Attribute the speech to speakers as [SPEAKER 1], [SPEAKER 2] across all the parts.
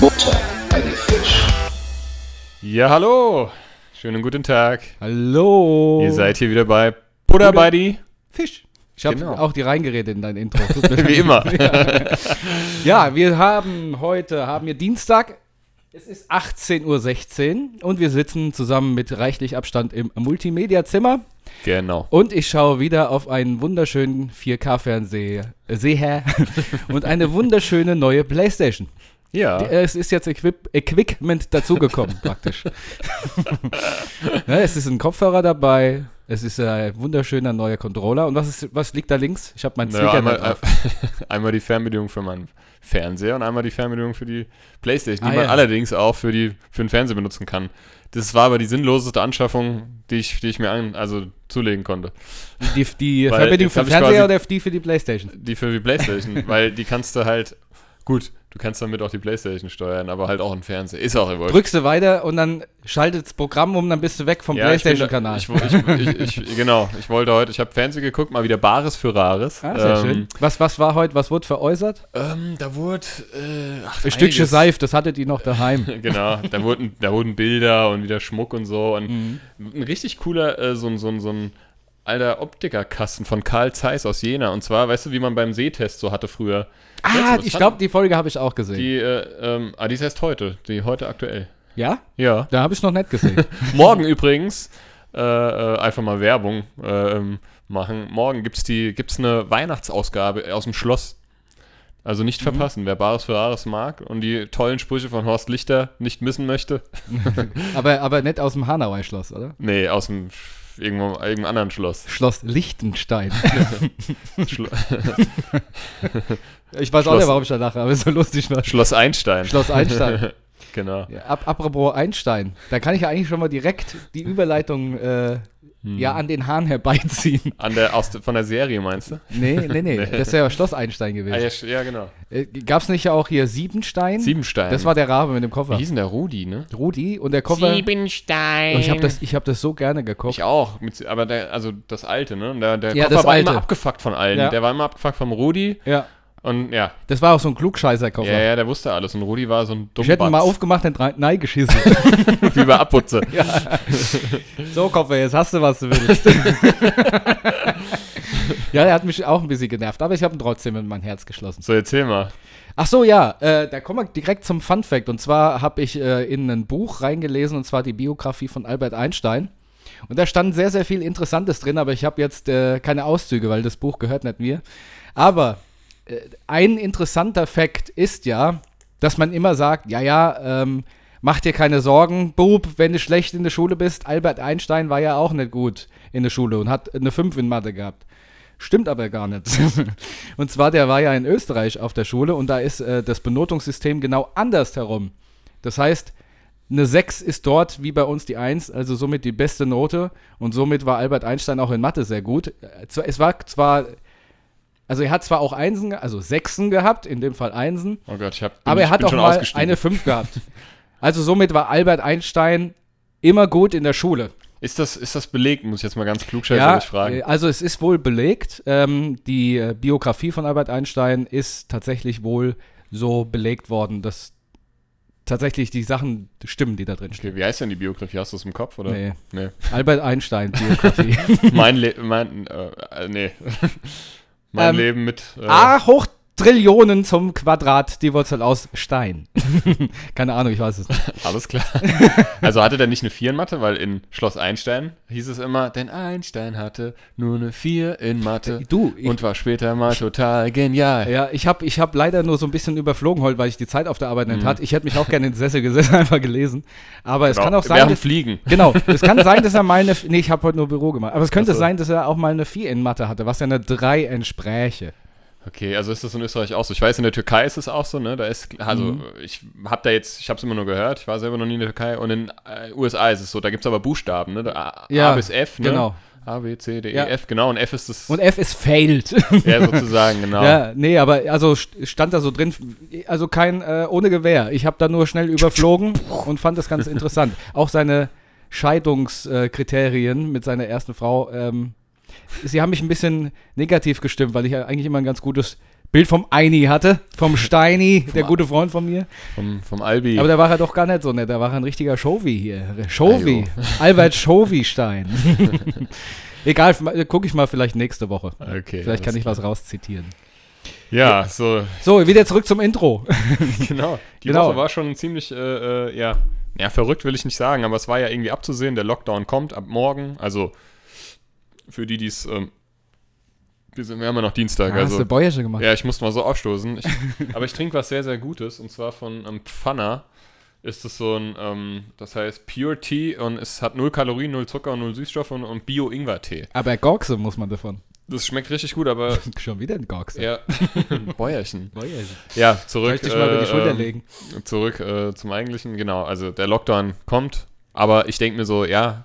[SPEAKER 1] Butter bei den Fisch.
[SPEAKER 2] Ja, hallo. Schönen guten Tag.
[SPEAKER 3] Hallo.
[SPEAKER 2] Ihr seid hier wieder bei Buddha
[SPEAKER 3] Buddha-
[SPEAKER 2] Buddy.
[SPEAKER 3] Fisch. Oh. Ich habe
[SPEAKER 2] Genau.
[SPEAKER 3] auch die reingeredet in dein Intro. Tut mir leid.
[SPEAKER 2] Wie immer.
[SPEAKER 3] Ja, wir haben heute, haben wir Dienstag. Es ist 18.16 Uhr und wir sitzen zusammen mit reichlich Abstand im Multimedia-Zimmer.
[SPEAKER 2] genau.
[SPEAKER 3] Und ich schaue wieder auf einen wunderschönen 4K-Fernseher äh, Seher und eine wunderschöne neue Playstation.
[SPEAKER 2] Ja.
[SPEAKER 3] Äh, Es ist jetzt Equip Equipment dazugekommen, praktisch. ne, es ist ein Kopfhörer dabei, es ist äh, ein wunderschöner neuer Controller. Und was, ist, was liegt da links? Ich habe meinen
[SPEAKER 2] Naja,
[SPEAKER 3] Sneaker da
[SPEAKER 2] einmal, äh,
[SPEAKER 3] drauf.
[SPEAKER 2] einmal die Fernbedienung für meinen Fernseher und einmal die Fernbedienung für die Playstation, die
[SPEAKER 3] Ah,
[SPEAKER 2] man
[SPEAKER 3] ja.
[SPEAKER 2] allerdings auch für, die, für den Fernseher benutzen kann. Das war aber die sinnloseste Anschaffung, die ich, die ich mir an, also zulegen konnte.
[SPEAKER 3] Die, die
[SPEAKER 2] Weil jetzt
[SPEAKER 3] Verbindung für
[SPEAKER 2] hab
[SPEAKER 3] den
[SPEAKER 2] ich
[SPEAKER 3] Fernseher
[SPEAKER 2] quasi-
[SPEAKER 3] oder die für die Playstation?
[SPEAKER 2] Die für die Playstation, weil die kannst du halt, gut, du kannst damit auch die Playstation steuern, aber halt auch einen Fernseher. Ist auch wurscht.
[SPEAKER 3] Drückst du weiter und dann schaltet das Programm um, dann bist du weg vom
[SPEAKER 2] Ja, ich bin da-
[SPEAKER 3] Playstation-Kanal.
[SPEAKER 2] Ich, wo- ich, ich, ich, genau, ich wollte heute, ich habe Fernsehen geguckt, mal wieder Bares für Rares.
[SPEAKER 3] Ah, sehr
[SPEAKER 2] ähm,
[SPEAKER 3] schön. Was, was war heute, was wurde veräußert?
[SPEAKER 2] Ähm, da wurde äh, ach,
[SPEAKER 3] Ein Stückchen
[SPEAKER 2] einiges.
[SPEAKER 3] Seif, das hattet ihr noch daheim.
[SPEAKER 2] Genau, da wurden, da wurden Bilder und wieder Schmuck und so. Und
[SPEAKER 3] Mhm.
[SPEAKER 2] ein richtig cooler, äh, so, ein- so, ein- so ein alter Optikerkasten von Karl Zeiss aus Jena. Und zwar, weißt du, wie man beim Sehtest so hatte früher.
[SPEAKER 3] ah,
[SPEAKER 2] Letztens,
[SPEAKER 3] ich
[SPEAKER 2] hat-
[SPEAKER 3] glaube, die Folge habe ich auch gesehen.
[SPEAKER 2] Die, äh, ähm, ah, die ist erst heute, die heute aktuell.
[SPEAKER 3] ja?
[SPEAKER 2] Ja.
[SPEAKER 3] Da habe ich noch nicht gesehen.
[SPEAKER 2] Morgen übrigens, äh, äh, einfach mal Werbung äh, ähm, machen. Morgen gibt es gibt's eine Weihnachtsausgabe aus dem Schloss. Also
[SPEAKER 3] Mhm.
[SPEAKER 2] nicht verpassen, wer Bares für Rares mag und die tollen Sprüche von Horst Lichter nicht missen möchte.
[SPEAKER 3] aber, aber nicht aus dem Hanauer-Schloss, oder?
[SPEAKER 2] Nee, aus dem Sch- irgendwo, irgendeinem anderen Schloss.
[SPEAKER 3] Schloss Liechtenstein.
[SPEAKER 2] Schlo
[SPEAKER 3] Ich weiß auch
[SPEAKER 2] Schloss-
[SPEAKER 3] nicht, warum ich da lache, aber ist so lustig war.
[SPEAKER 2] Schloss Einstein.
[SPEAKER 3] Schloss Einstein.
[SPEAKER 2] genau.
[SPEAKER 3] Ja, ap apropos Einstein, da kann ich ja eigentlich schon mal direkt die Überleitung äh,
[SPEAKER 2] Hm.
[SPEAKER 3] ja an den Hahn herbeiziehen.
[SPEAKER 2] An der, aus, der- von der Serie meinst du?
[SPEAKER 3] Nee, nee, nee, das wäre ja Schloss Einstein
[SPEAKER 2] Ah,
[SPEAKER 3] gewesen.
[SPEAKER 2] ja, sch- ja, genau.
[SPEAKER 3] Äh, Gab es nicht ja auch hier Siebenstein?
[SPEAKER 2] Siebenstein.
[SPEAKER 3] Das war der Rabe mit dem
[SPEAKER 2] Wie
[SPEAKER 3] Koffer.
[SPEAKER 2] hieß denn der Rudi, ne?
[SPEAKER 3] Rudi und der Koffer.
[SPEAKER 2] Siebenstein.
[SPEAKER 3] Oh, ich habe das, ich hab das so gerne gekocht.
[SPEAKER 2] Ich auch, mit, aber der, also das alte, ne? Und Der, der
[SPEAKER 3] Ja,
[SPEAKER 2] Koffer
[SPEAKER 3] das
[SPEAKER 2] war
[SPEAKER 3] alte.
[SPEAKER 2] immer abgefuckt von allen.
[SPEAKER 3] Ja.
[SPEAKER 2] Der war immer abgefuckt vom Rudi
[SPEAKER 3] Ja,
[SPEAKER 2] und ja,
[SPEAKER 3] das war auch so ein Klugscheißer-Koffer.
[SPEAKER 2] ja, ja, der wusste alles. Und Rudi war so ein
[SPEAKER 3] Also. Ich hätte ihn mal
[SPEAKER 2] Batz.
[SPEAKER 3] aufgemacht und rein- nein geschissen.
[SPEAKER 2] wie bei Abputze.
[SPEAKER 3] So, Koffer, jetzt hast du, was du willst. ja, der hat mich auch ein bisschen genervt, aber ich habe ihn trotzdem in mein Herz geschlossen.
[SPEAKER 2] So, erzähl mal.
[SPEAKER 3] Ach so, ja, äh, da kommen wir direkt zum Fun Fact. Und zwar habe ich äh, in ein Buch reingelesen, und zwar die Biografie von Albert Einstein. Und da stand sehr, sehr viel Interessantes drin, aber ich habe jetzt äh, keine Auszüge, weil das Buch gehört nicht mir. Aber äh, ein interessanter Fakt ist ja, dass man immer sagt, ja, ja, ähm, mach dir keine Sorgen, Bub, wenn du schlecht in der Schule bist. Albert Einstein war ja auch nicht gut in der Schule und hat eine 5 in Mathe gehabt. Stimmt aber gar nicht. und zwar, der war ja in Österreich auf der Schule und da ist äh, das Benotungssystem genau anders herum. Das heißt, eine 6 ist dort wie bei uns die 1, also somit die beste Note. Und somit war Albert Einstein auch in Mathe sehr gut. Äh, zwar- Es war zwar, also er hat zwar auch Einsen, ge- also Sechsen gehabt, in dem Fall Einsen,
[SPEAKER 2] Oh Gott, ich hab, bin,
[SPEAKER 3] aber
[SPEAKER 2] ich
[SPEAKER 3] er hat
[SPEAKER 2] bin
[SPEAKER 3] auch
[SPEAKER 2] schon
[SPEAKER 3] mal
[SPEAKER 2] ausgestiegen.
[SPEAKER 3] eine 5 gehabt. Also somit war Albert Einstein immer gut in der Schule.
[SPEAKER 2] Ist das, ist das belegt, muss ich jetzt mal ganz klugscheißerig fragen.
[SPEAKER 3] äh, also es ist wohl belegt. Ähm, die äh, Biografie von Albert Einstein ist tatsächlich wohl so belegt worden, dass tatsächlich die Sachen stimmen, die da drin stehen.
[SPEAKER 2] Okay, wie heißt denn die Biografie? Hast du es im Kopf, oder?
[SPEAKER 3] Nee.
[SPEAKER 2] Nee.
[SPEAKER 3] Albert Einstein Biografie.
[SPEAKER 2] mein Le mein, äh, äh, nee. mein
[SPEAKER 3] Ähm,
[SPEAKER 2] Leben mit. Äh,
[SPEAKER 3] A Ah, hoch Trillionen zum Quadrat, die Wurzel aus Stein. Keine Ahnung, ich weiß es nicht.
[SPEAKER 2] Alles klar. Also hatte der nicht eine 4 in Mathe, weil in Schloss Einstein hieß es immer, denn Einstein hatte nur eine 4 in Mathe
[SPEAKER 3] Du, ich,
[SPEAKER 2] und war später mal total genial.
[SPEAKER 3] Ja, ich hab, ich hab leider nur so ein bisschen überflogen heute, weil ich die Zeit auf der Arbeit nicht hatte. Ich hätte mich auch gerne in den Sessel gesessen, einfach gelesen. Aber es
[SPEAKER 2] Mhm. Genau.
[SPEAKER 3] kann auch
[SPEAKER 2] Wir
[SPEAKER 3] sein,
[SPEAKER 2] haben
[SPEAKER 3] dass,
[SPEAKER 2] Fliegen.
[SPEAKER 3] genau, es kann sein, dass er mal eine, nee, ich habe heute nur Büro gemacht, aber es könnte
[SPEAKER 2] Ach so.
[SPEAKER 3] sein, dass er auch mal eine 4 in Mathe hatte, was ja eine 3 entspräche.
[SPEAKER 2] Okay, also ist das in Österreich auch so. Ich weiß, in der Türkei ist es auch so, ne? Da ist, also
[SPEAKER 3] Mhm.
[SPEAKER 2] ich habe da jetzt, ich habe es immer nur gehört, ich war selber noch nie in der Türkei. Und in äh, USA ist es so, da gibt es aber Buchstaben, ne? Da, A, A
[SPEAKER 3] Ja,
[SPEAKER 2] bis F, ne?
[SPEAKER 3] genau.
[SPEAKER 2] A, B, C, D,
[SPEAKER 3] Ja.
[SPEAKER 2] E, F, genau. Und F ist das,
[SPEAKER 3] Und F ist failed.
[SPEAKER 2] ja, sozusagen, genau.
[SPEAKER 3] Ja, nee, aber also st- stand da so drin, also kein äh, ohne Gewehr. Ich habe da nur schnell überflogen und fand das ganz interessant. Auch seine Scheidungskriterien mit seiner ersten Frau, ähm, sie haben mich ein bisschen negativ gestimmt, weil ich ja eigentlich immer ein ganz gutes Bild vom Eini hatte, vom Steini, der gute Freund von mir.
[SPEAKER 2] Vom, vom Albi.
[SPEAKER 3] Aber da war er doch gar nicht so nett, da war er ein richtiger Schovi hier. Schovi, Albert Schovi-Stein. Egal, gucke ich mal vielleicht nächste Woche.
[SPEAKER 2] okay,
[SPEAKER 3] Vielleicht kann
[SPEAKER 2] alles
[SPEAKER 3] ich was rauszitieren.
[SPEAKER 2] klar. Ja, so,
[SPEAKER 3] So, wieder zurück zum Intro.
[SPEAKER 2] genau. Die
[SPEAKER 3] Genau.
[SPEAKER 2] Woche war schon ziemlich, äh, äh, ja, ja, verrückt will ich nicht sagen, aber es war ja irgendwie abzusehen, der Lockdown kommt ab morgen. Also für die, die es, ähm, wir, sind, wir haben ja noch Dienstag,
[SPEAKER 3] Ah, hast
[SPEAKER 2] also
[SPEAKER 3] du Bäuersche gemacht?
[SPEAKER 2] Ja, ich musste mal so aufstoßen. Ich, aber ich trinke was sehr, sehr Gutes und zwar von ähm, Pfanner. Ist es so ein, ähm, das heißt Pure Tea und es hat null Kalorien, null Zucker und null Süßstoffe und, und Bio-Ingwer-Tee.
[SPEAKER 3] Aber Gorkse muss man davon.
[SPEAKER 2] Das schmeckt richtig gut, aber
[SPEAKER 3] Schon wieder ein Gorkse.
[SPEAKER 2] ja. Bäuerchen.
[SPEAKER 3] Bäuersche.
[SPEAKER 2] Ja, zurück.
[SPEAKER 3] Soll ich dich mal über
[SPEAKER 2] äh,
[SPEAKER 3] die Schulter
[SPEAKER 2] ähm,
[SPEAKER 3] legen?
[SPEAKER 2] Zurück äh, zum Eigentlichen, genau. Also der Lockdown kommt, aber ich denke mir so, ja,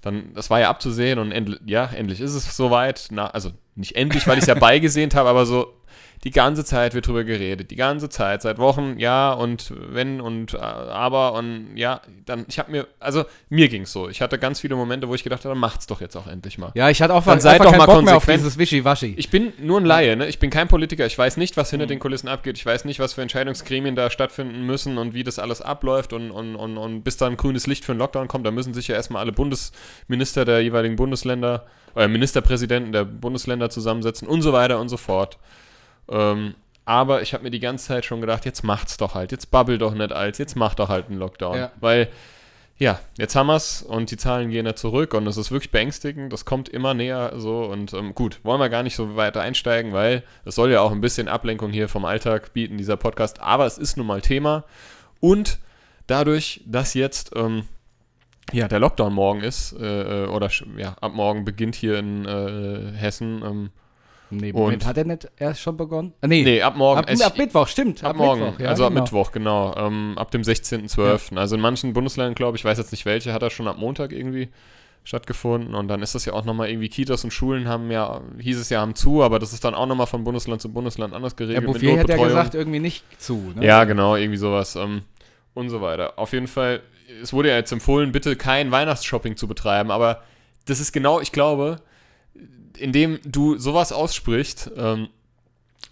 [SPEAKER 2] dann, das war ja abzusehen und end, ja, endlich ist es soweit. Na, also nicht endlich, weil ich es ja beigesehnt habe, aber so die ganze Zeit wird drüber geredet. Die ganze Zeit, seit Wochen, ja und wenn und äh, aber und ja, dann, ich habe mir, also mir ging es so. Ich hatte ganz viele Momente, wo ich gedacht habe, macht's doch jetzt auch endlich mal.
[SPEAKER 3] Ja, ich hatte auch
[SPEAKER 2] Dann
[SPEAKER 3] einfach
[SPEAKER 2] seid doch
[SPEAKER 3] keinen
[SPEAKER 2] mal
[SPEAKER 3] Bock mehr auf
[SPEAKER 2] konsequent.
[SPEAKER 3] dieses Wischiwaschi.
[SPEAKER 2] Ich bin nur ein Laie, ne? Ich bin kein Politiker. Ich weiß nicht, was hinter den Kulissen abgeht. Ich weiß nicht, was für Entscheidungsgremien da stattfinden müssen und wie das alles abläuft. Und, und, und, und bis da ein grünes Licht für einen Lockdown kommt, da müssen sich ja erstmal alle Bundesminister der jeweiligen Bundesländer, äh, Ministerpräsidenten der Bundesländer zusammensetzen und so weiter und so fort. Ähm, aber ich habe mir die ganze Zeit schon gedacht, jetzt macht's doch halt. Jetzt babbel doch nicht als. Jetzt macht doch halt einen Lockdown.
[SPEAKER 3] Ja.
[SPEAKER 2] Weil ja, jetzt haben wir es und die Zahlen gehen ja zurück und es ist wirklich beängstigend. Das kommt immer näher so und ähm, gut, wollen wir gar nicht so weiter einsteigen, weil es soll ja auch ein bisschen Ablenkung hier vom Alltag bieten, dieser Podcast. Aber es ist nun mal Thema und dadurch, dass jetzt ähm, ja der Lockdown morgen ist äh, äh, oder sch- ja ab morgen beginnt hier in äh, Hessen. Ähm,
[SPEAKER 3] Nee,
[SPEAKER 2] Und-
[SPEAKER 3] hat er nicht erst schon begonnen? Ah, nee,
[SPEAKER 2] nee, ab morgen.
[SPEAKER 3] ab,
[SPEAKER 2] Es-
[SPEAKER 3] ab Mittwoch, stimmt.
[SPEAKER 2] Ab, morgen,
[SPEAKER 3] Mittwoch, ja,
[SPEAKER 2] also
[SPEAKER 3] genau.
[SPEAKER 2] ab Mittwoch, genau. Ähm, ab dem 16.12. Also in manchen Bundesländern, glaube ich, weiß jetzt nicht welche, hat er schon ab Montag irgendwie stattgefunden. Und dann ist das ja auch nochmal irgendwie Kitas und Schulen haben ja, hieß es ja, haben zu, aber das ist dann auch nochmal von Bundesland zu Bundesland anders
[SPEAKER 3] Ja,
[SPEAKER 2] geregelt.
[SPEAKER 3] Bouffier hat ja
[SPEAKER 2] Notbetreuung.
[SPEAKER 3] gesagt, irgendwie nicht zu. Ne?
[SPEAKER 2] Ja, genau, irgendwie sowas. Ähm, und so weiter. Auf jeden Fall, es wurde ja jetzt empfohlen, bitte kein Weihnachtsshopping zu betreiben, aber das ist genau, ich glaube, indem du sowas aussprichst ähm,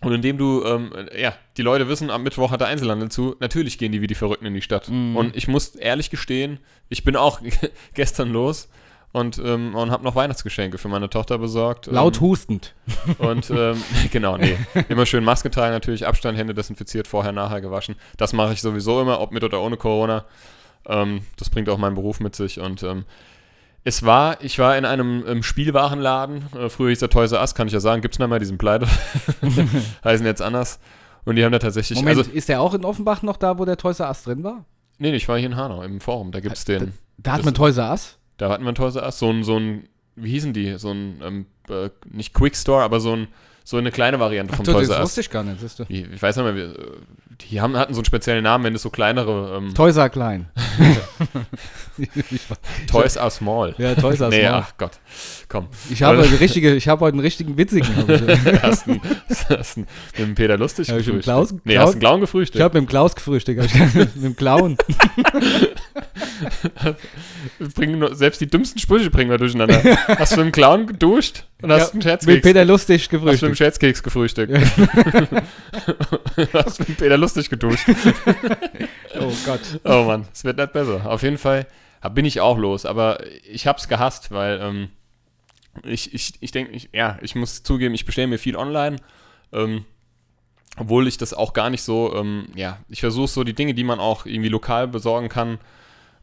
[SPEAKER 2] und indem du, ähm, ja, die Leute wissen, am Mittwoch hat der Einzelhandel zu, natürlich gehen die wie die Verrückten in die Stadt.
[SPEAKER 3] Mhm.
[SPEAKER 2] Und ich muss ehrlich gestehen, ich bin auch gestern los. Und, ähm, und habe noch Weihnachtsgeschenke für meine Tochter besorgt.
[SPEAKER 3] Laut
[SPEAKER 2] ähm,
[SPEAKER 3] hustend.
[SPEAKER 2] und ähm, genau, nee. Immer schön Maske tragen, natürlich Abstand, Hände desinfiziert, vorher, nachher gewaschen. Das mache ich sowieso immer, ob mit oder ohne Corona. Ähm, das bringt auch meinen Beruf mit sich. Und ähm, es war, ich war in einem ähm, Spielwarenladen. Äh, früher hieß der Toys R Us, kann ich ja sagen. Gibt es nicht mehr, die sind pleite. Heißen jetzt anders. Und die haben da tatsächlich.
[SPEAKER 3] Moment,
[SPEAKER 2] Also,
[SPEAKER 3] ist der auch in Offenbach noch da, wo der Toys R Us drin war?
[SPEAKER 2] nee, nee, ich war hier in Hanau im Forum. Da gibt es
[SPEAKER 3] Äh,
[SPEAKER 2] den.
[SPEAKER 3] Da hat
[SPEAKER 2] Das-
[SPEAKER 3] man Toys R Us?
[SPEAKER 2] Da hatten wir ein Toys R Us, so ein, so ein, wie hießen die? So ein, ähm, äh, nicht Quickstore, aber so ein, so eine kleine Variante vom
[SPEAKER 3] So,
[SPEAKER 2] Toys
[SPEAKER 3] das
[SPEAKER 2] R Us.
[SPEAKER 3] wusste ich gar nicht. siehst du.
[SPEAKER 2] Wie- ich weiß nicht mehr, wie, äh, die haben, hatten so einen speziellen Namen, wenn es so kleinere ähm,
[SPEAKER 3] Toys R Klein. Ich weiß-
[SPEAKER 2] Toys are small.
[SPEAKER 3] ja, Toys R Us.
[SPEAKER 2] nee,
[SPEAKER 3] Mann.
[SPEAKER 2] ach Gott. Komm.
[SPEAKER 3] Ich habe, die richtige, ich habe heute einen richtigen witzigen.
[SPEAKER 2] hast du hast du mit dem Peter lustig
[SPEAKER 3] Hab ich mit dem Klaus-
[SPEAKER 2] nee, hast du einen
[SPEAKER 3] Klaus-
[SPEAKER 2] Clown
[SPEAKER 3] Ich
[SPEAKER 2] gefrühstückt.
[SPEAKER 3] habe mit dem Klaus gefrühstückt, hab ich- mit dem Clown.
[SPEAKER 2] Bringen nur, selbst die dümmsten Sprüche bringen wir durcheinander. hast du mit dem Clown geduscht und hast einen
[SPEAKER 3] mit
[SPEAKER 2] Scherzkeks.
[SPEAKER 3] Peter Lustig
[SPEAKER 2] Hast du mit dem
[SPEAKER 3] gefrühstückt.
[SPEAKER 2] Scherzkeks gefrühstückt? hast mit dem Peter lustig geduscht?
[SPEAKER 3] Oh Gott.
[SPEAKER 2] Oh Mann, es wird nicht besser. Auf jeden Fall hab, bin ich auch los, aber ich hab's gehasst, weil ähm, ich, ich, ich denke, ich, ja, ich muss zugeben, ich bestelle mir viel online. Ähm, obwohl ich das auch gar nicht so, ähm, ja, ich versuche so die Dinge, die man auch irgendwie lokal besorgen kann,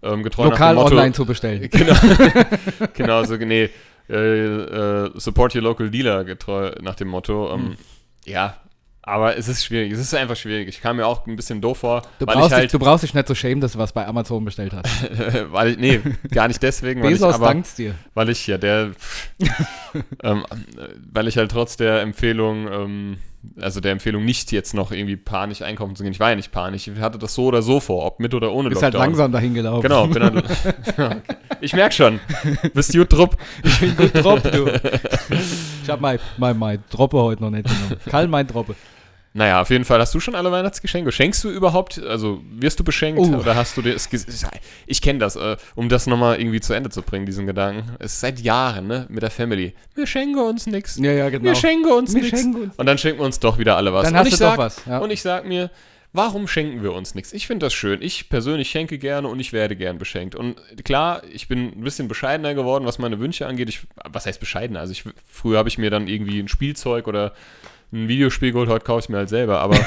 [SPEAKER 2] ähm, getreu
[SPEAKER 3] Lokal
[SPEAKER 2] nach dem Motto,
[SPEAKER 3] online zu bestellen.
[SPEAKER 2] Genau, genau so, nee, äh, äh, support your local dealer, getreu nach dem Motto. Ähm,
[SPEAKER 3] Hm.
[SPEAKER 2] Ja, aber es ist schwierig, es ist einfach schwierig. Ich kam mir auch ein bisschen doof vor,
[SPEAKER 3] Du
[SPEAKER 2] weil ich
[SPEAKER 3] brauchst,
[SPEAKER 2] halt
[SPEAKER 3] dich, du brauchst dich nicht zu schämen, dass du was bei Amazon bestellt hast.
[SPEAKER 2] äh, weil ich, nee, gar nicht deswegen, weil ich,
[SPEAKER 3] Bezos
[SPEAKER 2] aber,
[SPEAKER 3] dankt's dir.
[SPEAKER 2] weil ich ja der, pff, ähm, äh, weil ich halt trotz der Empfehlung, ähm, also der Empfehlung nicht jetzt noch irgendwie panisch einkaufen zu gehen. Ich war ja nicht panisch. Ich hatte das so oder so vor, ob mit oder ohne
[SPEAKER 3] Bist halt langsam dahin gelaufen.
[SPEAKER 2] Genau, bin dann, ich merke schon, bist gut drupp.
[SPEAKER 3] Ich bin gut Drop, du. Ich hab mein, mein, mein Droppe heute noch nicht genommen. Karl, mein Droppe.
[SPEAKER 2] Naja, auf jeden Fall hast du schon alle Weihnachtsgeschenke. Schenkst du überhaupt, also wirst du beschenkt
[SPEAKER 3] Oh.
[SPEAKER 2] oder hast du dir, es, ges- ich kenne das, äh, um das nochmal irgendwie zu Ende zu bringen, diesen Gedanken. Es ist seit Jahren, ne, mit der Family. Wir schenken uns nichts.
[SPEAKER 3] Ja, ja, genau.
[SPEAKER 2] Wir schenken uns
[SPEAKER 3] Wir
[SPEAKER 2] nichts.
[SPEAKER 3] schenken uns
[SPEAKER 2] Und dann schenken wir uns doch wieder alle was.
[SPEAKER 3] Dann
[SPEAKER 2] und
[SPEAKER 3] hast
[SPEAKER 2] ich
[SPEAKER 3] du doch
[SPEAKER 2] sag,
[SPEAKER 3] was, ja.
[SPEAKER 2] Und ich sag mir, warum schenken wir uns nichts? Ich finde das schön. Ich persönlich schenke gerne und ich werde gern beschenkt. Und klar, ich bin ein bisschen bescheidener geworden, was meine Wünsche angeht. Ich, was heißt bescheidener? Also ich, früher habe ich mir dann irgendwie ein Spielzeug oder ein Videospiel geholt, heute kaufe ich mir halt selber. Aber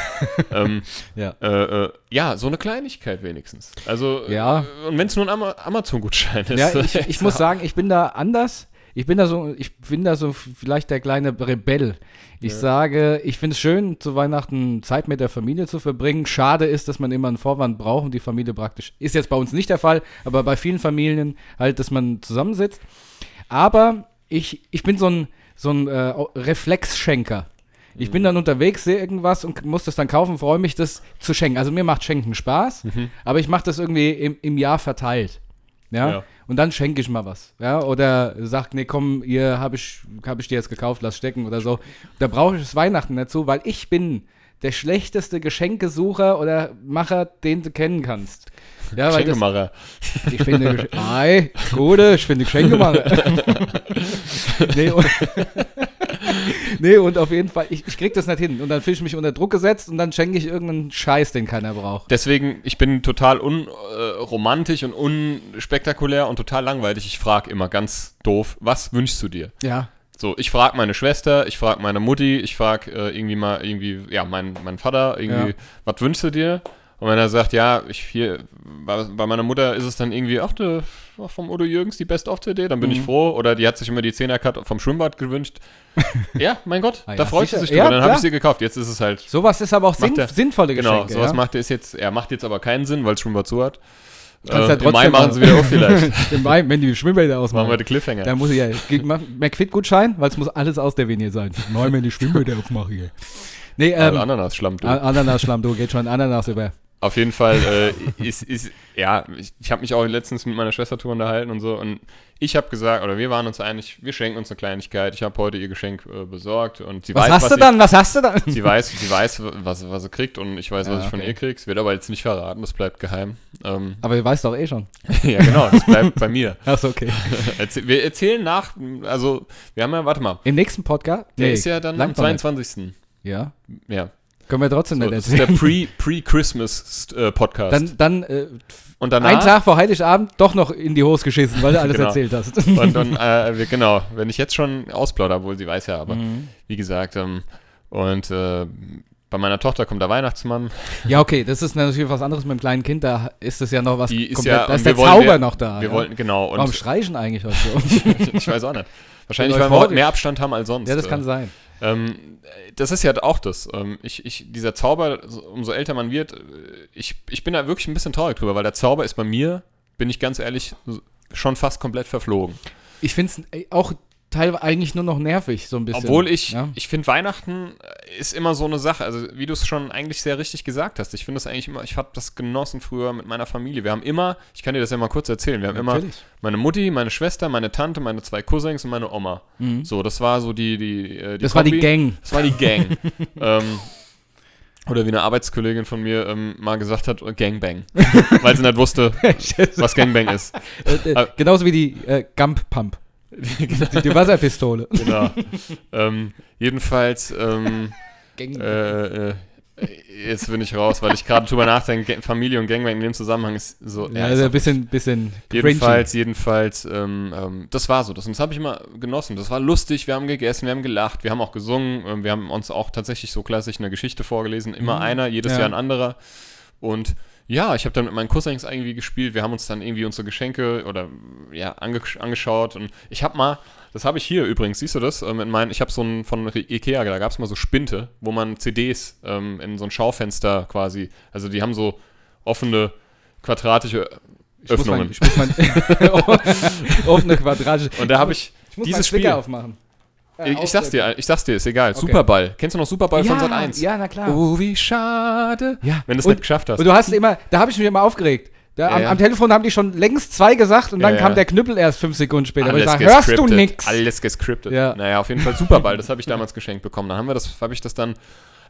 [SPEAKER 2] ähm,
[SPEAKER 3] Ja.
[SPEAKER 2] äh, äh, ja, so eine Kleinigkeit wenigstens. Also,
[SPEAKER 3] Ja.
[SPEAKER 2] äh, und wenn es nur ein Ama Amazon-Gutschein ist.
[SPEAKER 3] Ja, ich, ich muss sagen, ich bin da anders. Ich bin da so, ich bin da so vielleicht der kleine Rebell. Ich sage, ich finde es schön, zu Weihnachten Zeit mit der Familie zu verbringen. Schade ist, dass man immer einen Vorwand braucht und die Familie praktisch. Ist jetzt bei uns nicht der Fall, aber bei vielen Familien halt, dass man zusammensitzt. Aber ich, ich bin so ein, so ein äh, Reflexschenker. Ich bin dann unterwegs, sehe irgendwas und muss das dann kaufen, freue mich, das zu schenken. Also mir macht Schenken Spaß, aber ich mache das irgendwie im, im Jahr verteilt. Ja?
[SPEAKER 2] Ja.
[SPEAKER 3] Und dann schenke ich mal was. Ja? Oder sag, nee, komm, ihr habe ich, hab ich dir jetzt gekauft, lass stecken oder so. Da brauche ich das Weihnachten dazu, weil ich bin der schlechteste Geschenkesucher oder Macher, den du kennen kannst. Ja, weil das,
[SPEAKER 2] Schenkemacher.
[SPEAKER 3] ich bin der Gesch Ei, Gute, ich bin der Geschenkemacher. nee, und nee, und auf jeden Fall, ich, ich krieg das nicht hin. Und dann fühle ich mich unter Druck gesetzt und dann schenke ich irgendeinen Scheiß, den keiner braucht.
[SPEAKER 2] Deswegen, ich bin total unromantisch und unspektakulär und total langweilig. Ich frage immer ganz doof, was wünschst du dir?
[SPEAKER 3] Ja.
[SPEAKER 2] So, ich frage meine Schwester, ich frage meine Mutti, ich frage äh, irgendwie mal irgendwie, ja, mein, mein Vater, irgendwie,
[SPEAKER 3] Ja.
[SPEAKER 2] was wünschst du dir? Und wenn er sagt, ja, ich hier, bei, bei meiner Mutter ist es dann irgendwie, ach, du, ach, vom Udo Jürgens die Best-of-CD, dann bin
[SPEAKER 3] Mhm.
[SPEAKER 2] ich froh. Oder die hat sich immer die 10er-Cut vom Schwimmbad gewünscht. ja, mein Gott,
[SPEAKER 3] Ah ja,
[SPEAKER 2] da freut sie
[SPEAKER 3] sicher.
[SPEAKER 2] sich drüber.
[SPEAKER 3] Ja,
[SPEAKER 2] dann habe ich
[SPEAKER 3] klar.
[SPEAKER 2] sie gekauft. Jetzt ist es halt
[SPEAKER 3] Sowas ist aber auch sinn
[SPEAKER 2] Macht der-
[SPEAKER 3] sinnvolle
[SPEAKER 2] Genau,
[SPEAKER 3] Geschenke.
[SPEAKER 2] sowas
[SPEAKER 3] ja?
[SPEAKER 2] macht er ist jetzt, er macht jetzt aber keinen Sinn, weil es schon was zu hat.
[SPEAKER 3] Kannst ja
[SPEAKER 2] Äh, Im Mai
[SPEAKER 3] trotzdem
[SPEAKER 2] machen sie wieder auf vielleicht.
[SPEAKER 3] Im Mai, wenn die Schwimmbäder
[SPEAKER 2] machen wir
[SPEAKER 3] ausmachen.
[SPEAKER 2] den Cliffhanger.
[SPEAKER 3] Da muss ich ja, geht mal- mehr Quittgutschein, weil es muss alles aus der Vene sein. Neu, wenn die Schwimmbäder aufmachen. hier. Nee,
[SPEAKER 2] also
[SPEAKER 3] ähm,
[SPEAKER 2] Ananas schlammt. du.
[SPEAKER 3] Ananas, Schlamm, du, geht schon Ananas über.
[SPEAKER 2] Auf jeden Fall äh, ist, ist, ja, ich, ich habe mich auch letztens mit meiner Schwester drüber unterhalten und so und ich habe gesagt, oder wir waren uns einig, wir schenken uns eine Kleinigkeit. Ich habe heute ihr Geschenk äh, besorgt und sie
[SPEAKER 3] Was
[SPEAKER 2] weiß,
[SPEAKER 3] hast
[SPEAKER 2] was
[SPEAKER 3] du
[SPEAKER 2] sie,
[SPEAKER 3] dann? Was hast du dann?
[SPEAKER 2] sie weiß, sie weiß, was, was sie kriegt und ich weiß, was
[SPEAKER 3] Ja,
[SPEAKER 2] ich von
[SPEAKER 3] okay.
[SPEAKER 2] ihr krieg. Es wird aber jetzt nicht verraten, das bleibt geheim. Ähm,
[SPEAKER 3] Aber ihr weißt doch eh schon.
[SPEAKER 2] ja, genau, das bleibt bei mir.
[SPEAKER 3] Achso, okay.
[SPEAKER 2] Erzähl, wir erzählen nach, also wir haben ja, warte mal,
[SPEAKER 3] Im nächsten Podcast?
[SPEAKER 2] Der ist ja dann am
[SPEAKER 3] langt doch nicht.
[SPEAKER 2] 22.
[SPEAKER 3] Ja.
[SPEAKER 2] Ja.
[SPEAKER 3] Können wir trotzdem
[SPEAKER 2] So,
[SPEAKER 3] nicht
[SPEAKER 2] das ist der
[SPEAKER 3] erzählen.
[SPEAKER 2] Pre- Pre-Christmas-Podcast.
[SPEAKER 3] Dann, dann äh,
[SPEAKER 2] und danach.
[SPEAKER 3] einen Tag vor Heiligabend doch noch in die Hose geschissen, weil du alles
[SPEAKER 2] Genau.
[SPEAKER 3] erzählt hast.
[SPEAKER 2] Und dann, äh, wir, genau, wenn ich jetzt schon ausplauder, obwohl sie weiß ja,
[SPEAKER 3] Mhm.
[SPEAKER 2] aber wie gesagt, ähm, und äh, bei meiner Tochter kommt der Weihnachtsmann.
[SPEAKER 3] ja, okay, das ist natürlich was anderes mit dem kleinen Kind, da ist das ja noch was
[SPEAKER 2] Die ist
[SPEAKER 3] komplett-
[SPEAKER 2] ja,
[SPEAKER 3] da
[SPEAKER 2] und
[SPEAKER 3] ist der
[SPEAKER 2] wir wollen-
[SPEAKER 3] Zauber
[SPEAKER 2] wir-
[SPEAKER 3] noch da.
[SPEAKER 2] wir
[SPEAKER 3] Ah, ja.
[SPEAKER 2] wollten, genau,
[SPEAKER 3] Warum
[SPEAKER 2] und
[SPEAKER 3] streichen eigentlich heute so?
[SPEAKER 2] ich weiß auch nicht. Wahrscheinlich,
[SPEAKER 3] Bin
[SPEAKER 2] weil wir heute
[SPEAKER 3] euphorisch.
[SPEAKER 2] mehr Abstand haben als sonst.
[SPEAKER 3] ja, das
[SPEAKER 2] äh.
[SPEAKER 3] kann sein.
[SPEAKER 2] Ähm, das ist ja auch das. Ähm, ich, ich, dieser Zauber, so- umso älter man wird, äh, ich, ich bin da wirklich ein bisschen traurig drüber, weil der Zauber ist bei mir, bin ich ganz ehrlich, so- schon fast komplett verflogen.
[SPEAKER 3] Ich finde es auch teilweise eigentlich nur noch nervig, so ein bisschen.
[SPEAKER 2] Obwohl ich,
[SPEAKER 3] Ja.
[SPEAKER 2] ich finde, Weihnachten äh, ist immer so eine Sache. Also, wie du es schon eigentlich sehr richtig gesagt hast, ich finde das eigentlich immer, ich habe das genossen früher mit meiner Familie. Wir haben immer, ich kann dir das ja mal kurz erzählen, wir haben immer
[SPEAKER 3] Natürlich.
[SPEAKER 2] meine Mutti, meine Schwester, meine Tante, meine zwei Cousins und meine Oma. So, das war so die, die, äh, Mhm. die
[SPEAKER 3] Mhm. Das war die
[SPEAKER 2] Kombi.
[SPEAKER 3] Gang.
[SPEAKER 2] Das war die Gang. ähm, oder wie eine Arbeitskollegin von mir ähm, mal gesagt hat, Gangbang. Weil sie nicht wusste, was Gangbang ist.
[SPEAKER 3] Äh, äh, genauso wie die äh, Gump Pump. Die, die Wasserpistole.
[SPEAKER 2] Genau. ähm, jedenfalls, ähm,
[SPEAKER 3] Gang.
[SPEAKER 2] äh, äh, jetzt bin ich raus, weil ich gerade drüber nachdenke, Ga- Familie und Gangbang in dem Zusammenhang ist so.
[SPEAKER 3] ja,
[SPEAKER 2] ist
[SPEAKER 3] also
[SPEAKER 2] auch-
[SPEAKER 3] ein bisschen, bisschen
[SPEAKER 2] Jedenfalls, jedenfalls, ähm, ähm, das war so. Das, und das habe ich immer genossen. Das war lustig. Wir haben gegessen, wir haben gelacht, wir haben auch gesungen. Ähm, wir haben uns auch tatsächlich so klassisch eine Geschichte vorgelesen. Immer einer, jedes
[SPEAKER 3] ja.
[SPEAKER 2] Jahr ein anderer. Und ja, ich habe dann mit meinen Cousins irgendwie gespielt. Wir haben uns dann irgendwie unsere Geschenke oder ja, ange angeschaut. Und ich habe mal, das habe ich hier übrigens, siehst du das? Ähm, in meinen, ich habe so ein von Re- Ikea, da gab es mal so Spinte, wo man CDs ähm, in so ein Schaufenster quasi, also die haben so offene, quadratische Öffnungen.
[SPEAKER 3] Ich muss mein, ich muss mein offene Quadratische.
[SPEAKER 2] Und da habe ich
[SPEAKER 3] Ich muss
[SPEAKER 2] dieses
[SPEAKER 3] meinen Klicker
[SPEAKER 2] Spiel.
[SPEAKER 3] aufmachen. Äh,
[SPEAKER 2] Ich, ich sag's dir, ich sag's dir, ist egal.
[SPEAKER 3] Okay.
[SPEAKER 2] Superball. Kennst du noch Superball
[SPEAKER 3] ja,
[SPEAKER 2] von Sat 1?
[SPEAKER 3] Ja, na klar.
[SPEAKER 2] Oh, wie schade.
[SPEAKER 3] Ja.
[SPEAKER 2] Wenn du es
[SPEAKER 3] Und-
[SPEAKER 2] nicht geschafft hast.
[SPEAKER 3] Und du hast immer, da habe ich mich immer aufgeregt. Da,
[SPEAKER 2] Ja,
[SPEAKER 3] am,
[SPEAKER 2] ja.
[SPEAKER 3] am Telefon haben die schon längst zwei gesagt und
[SPEAKER 2] Ja,
[SPEAKER 3] dann
[SPEAKER 2] ja.
[SPEAKER 3] kam der Knüppel erst fünf Sekunden später. Aber ich
[SPEAKER 2] Alles ne?
[SPEAKER 3] sage, hörst du
[SPEAKER 2] gescriptet,
[SPEAKER 3] nix?
[SPEAKER 2] Alles gescriptet.
[SPEAKER 3] Ja.
[SPEAKER 2] Naja, auf jeden Fall Superball, das habe ich damals geschenkt bekommen. Dann haben wir das, habe ich das dann,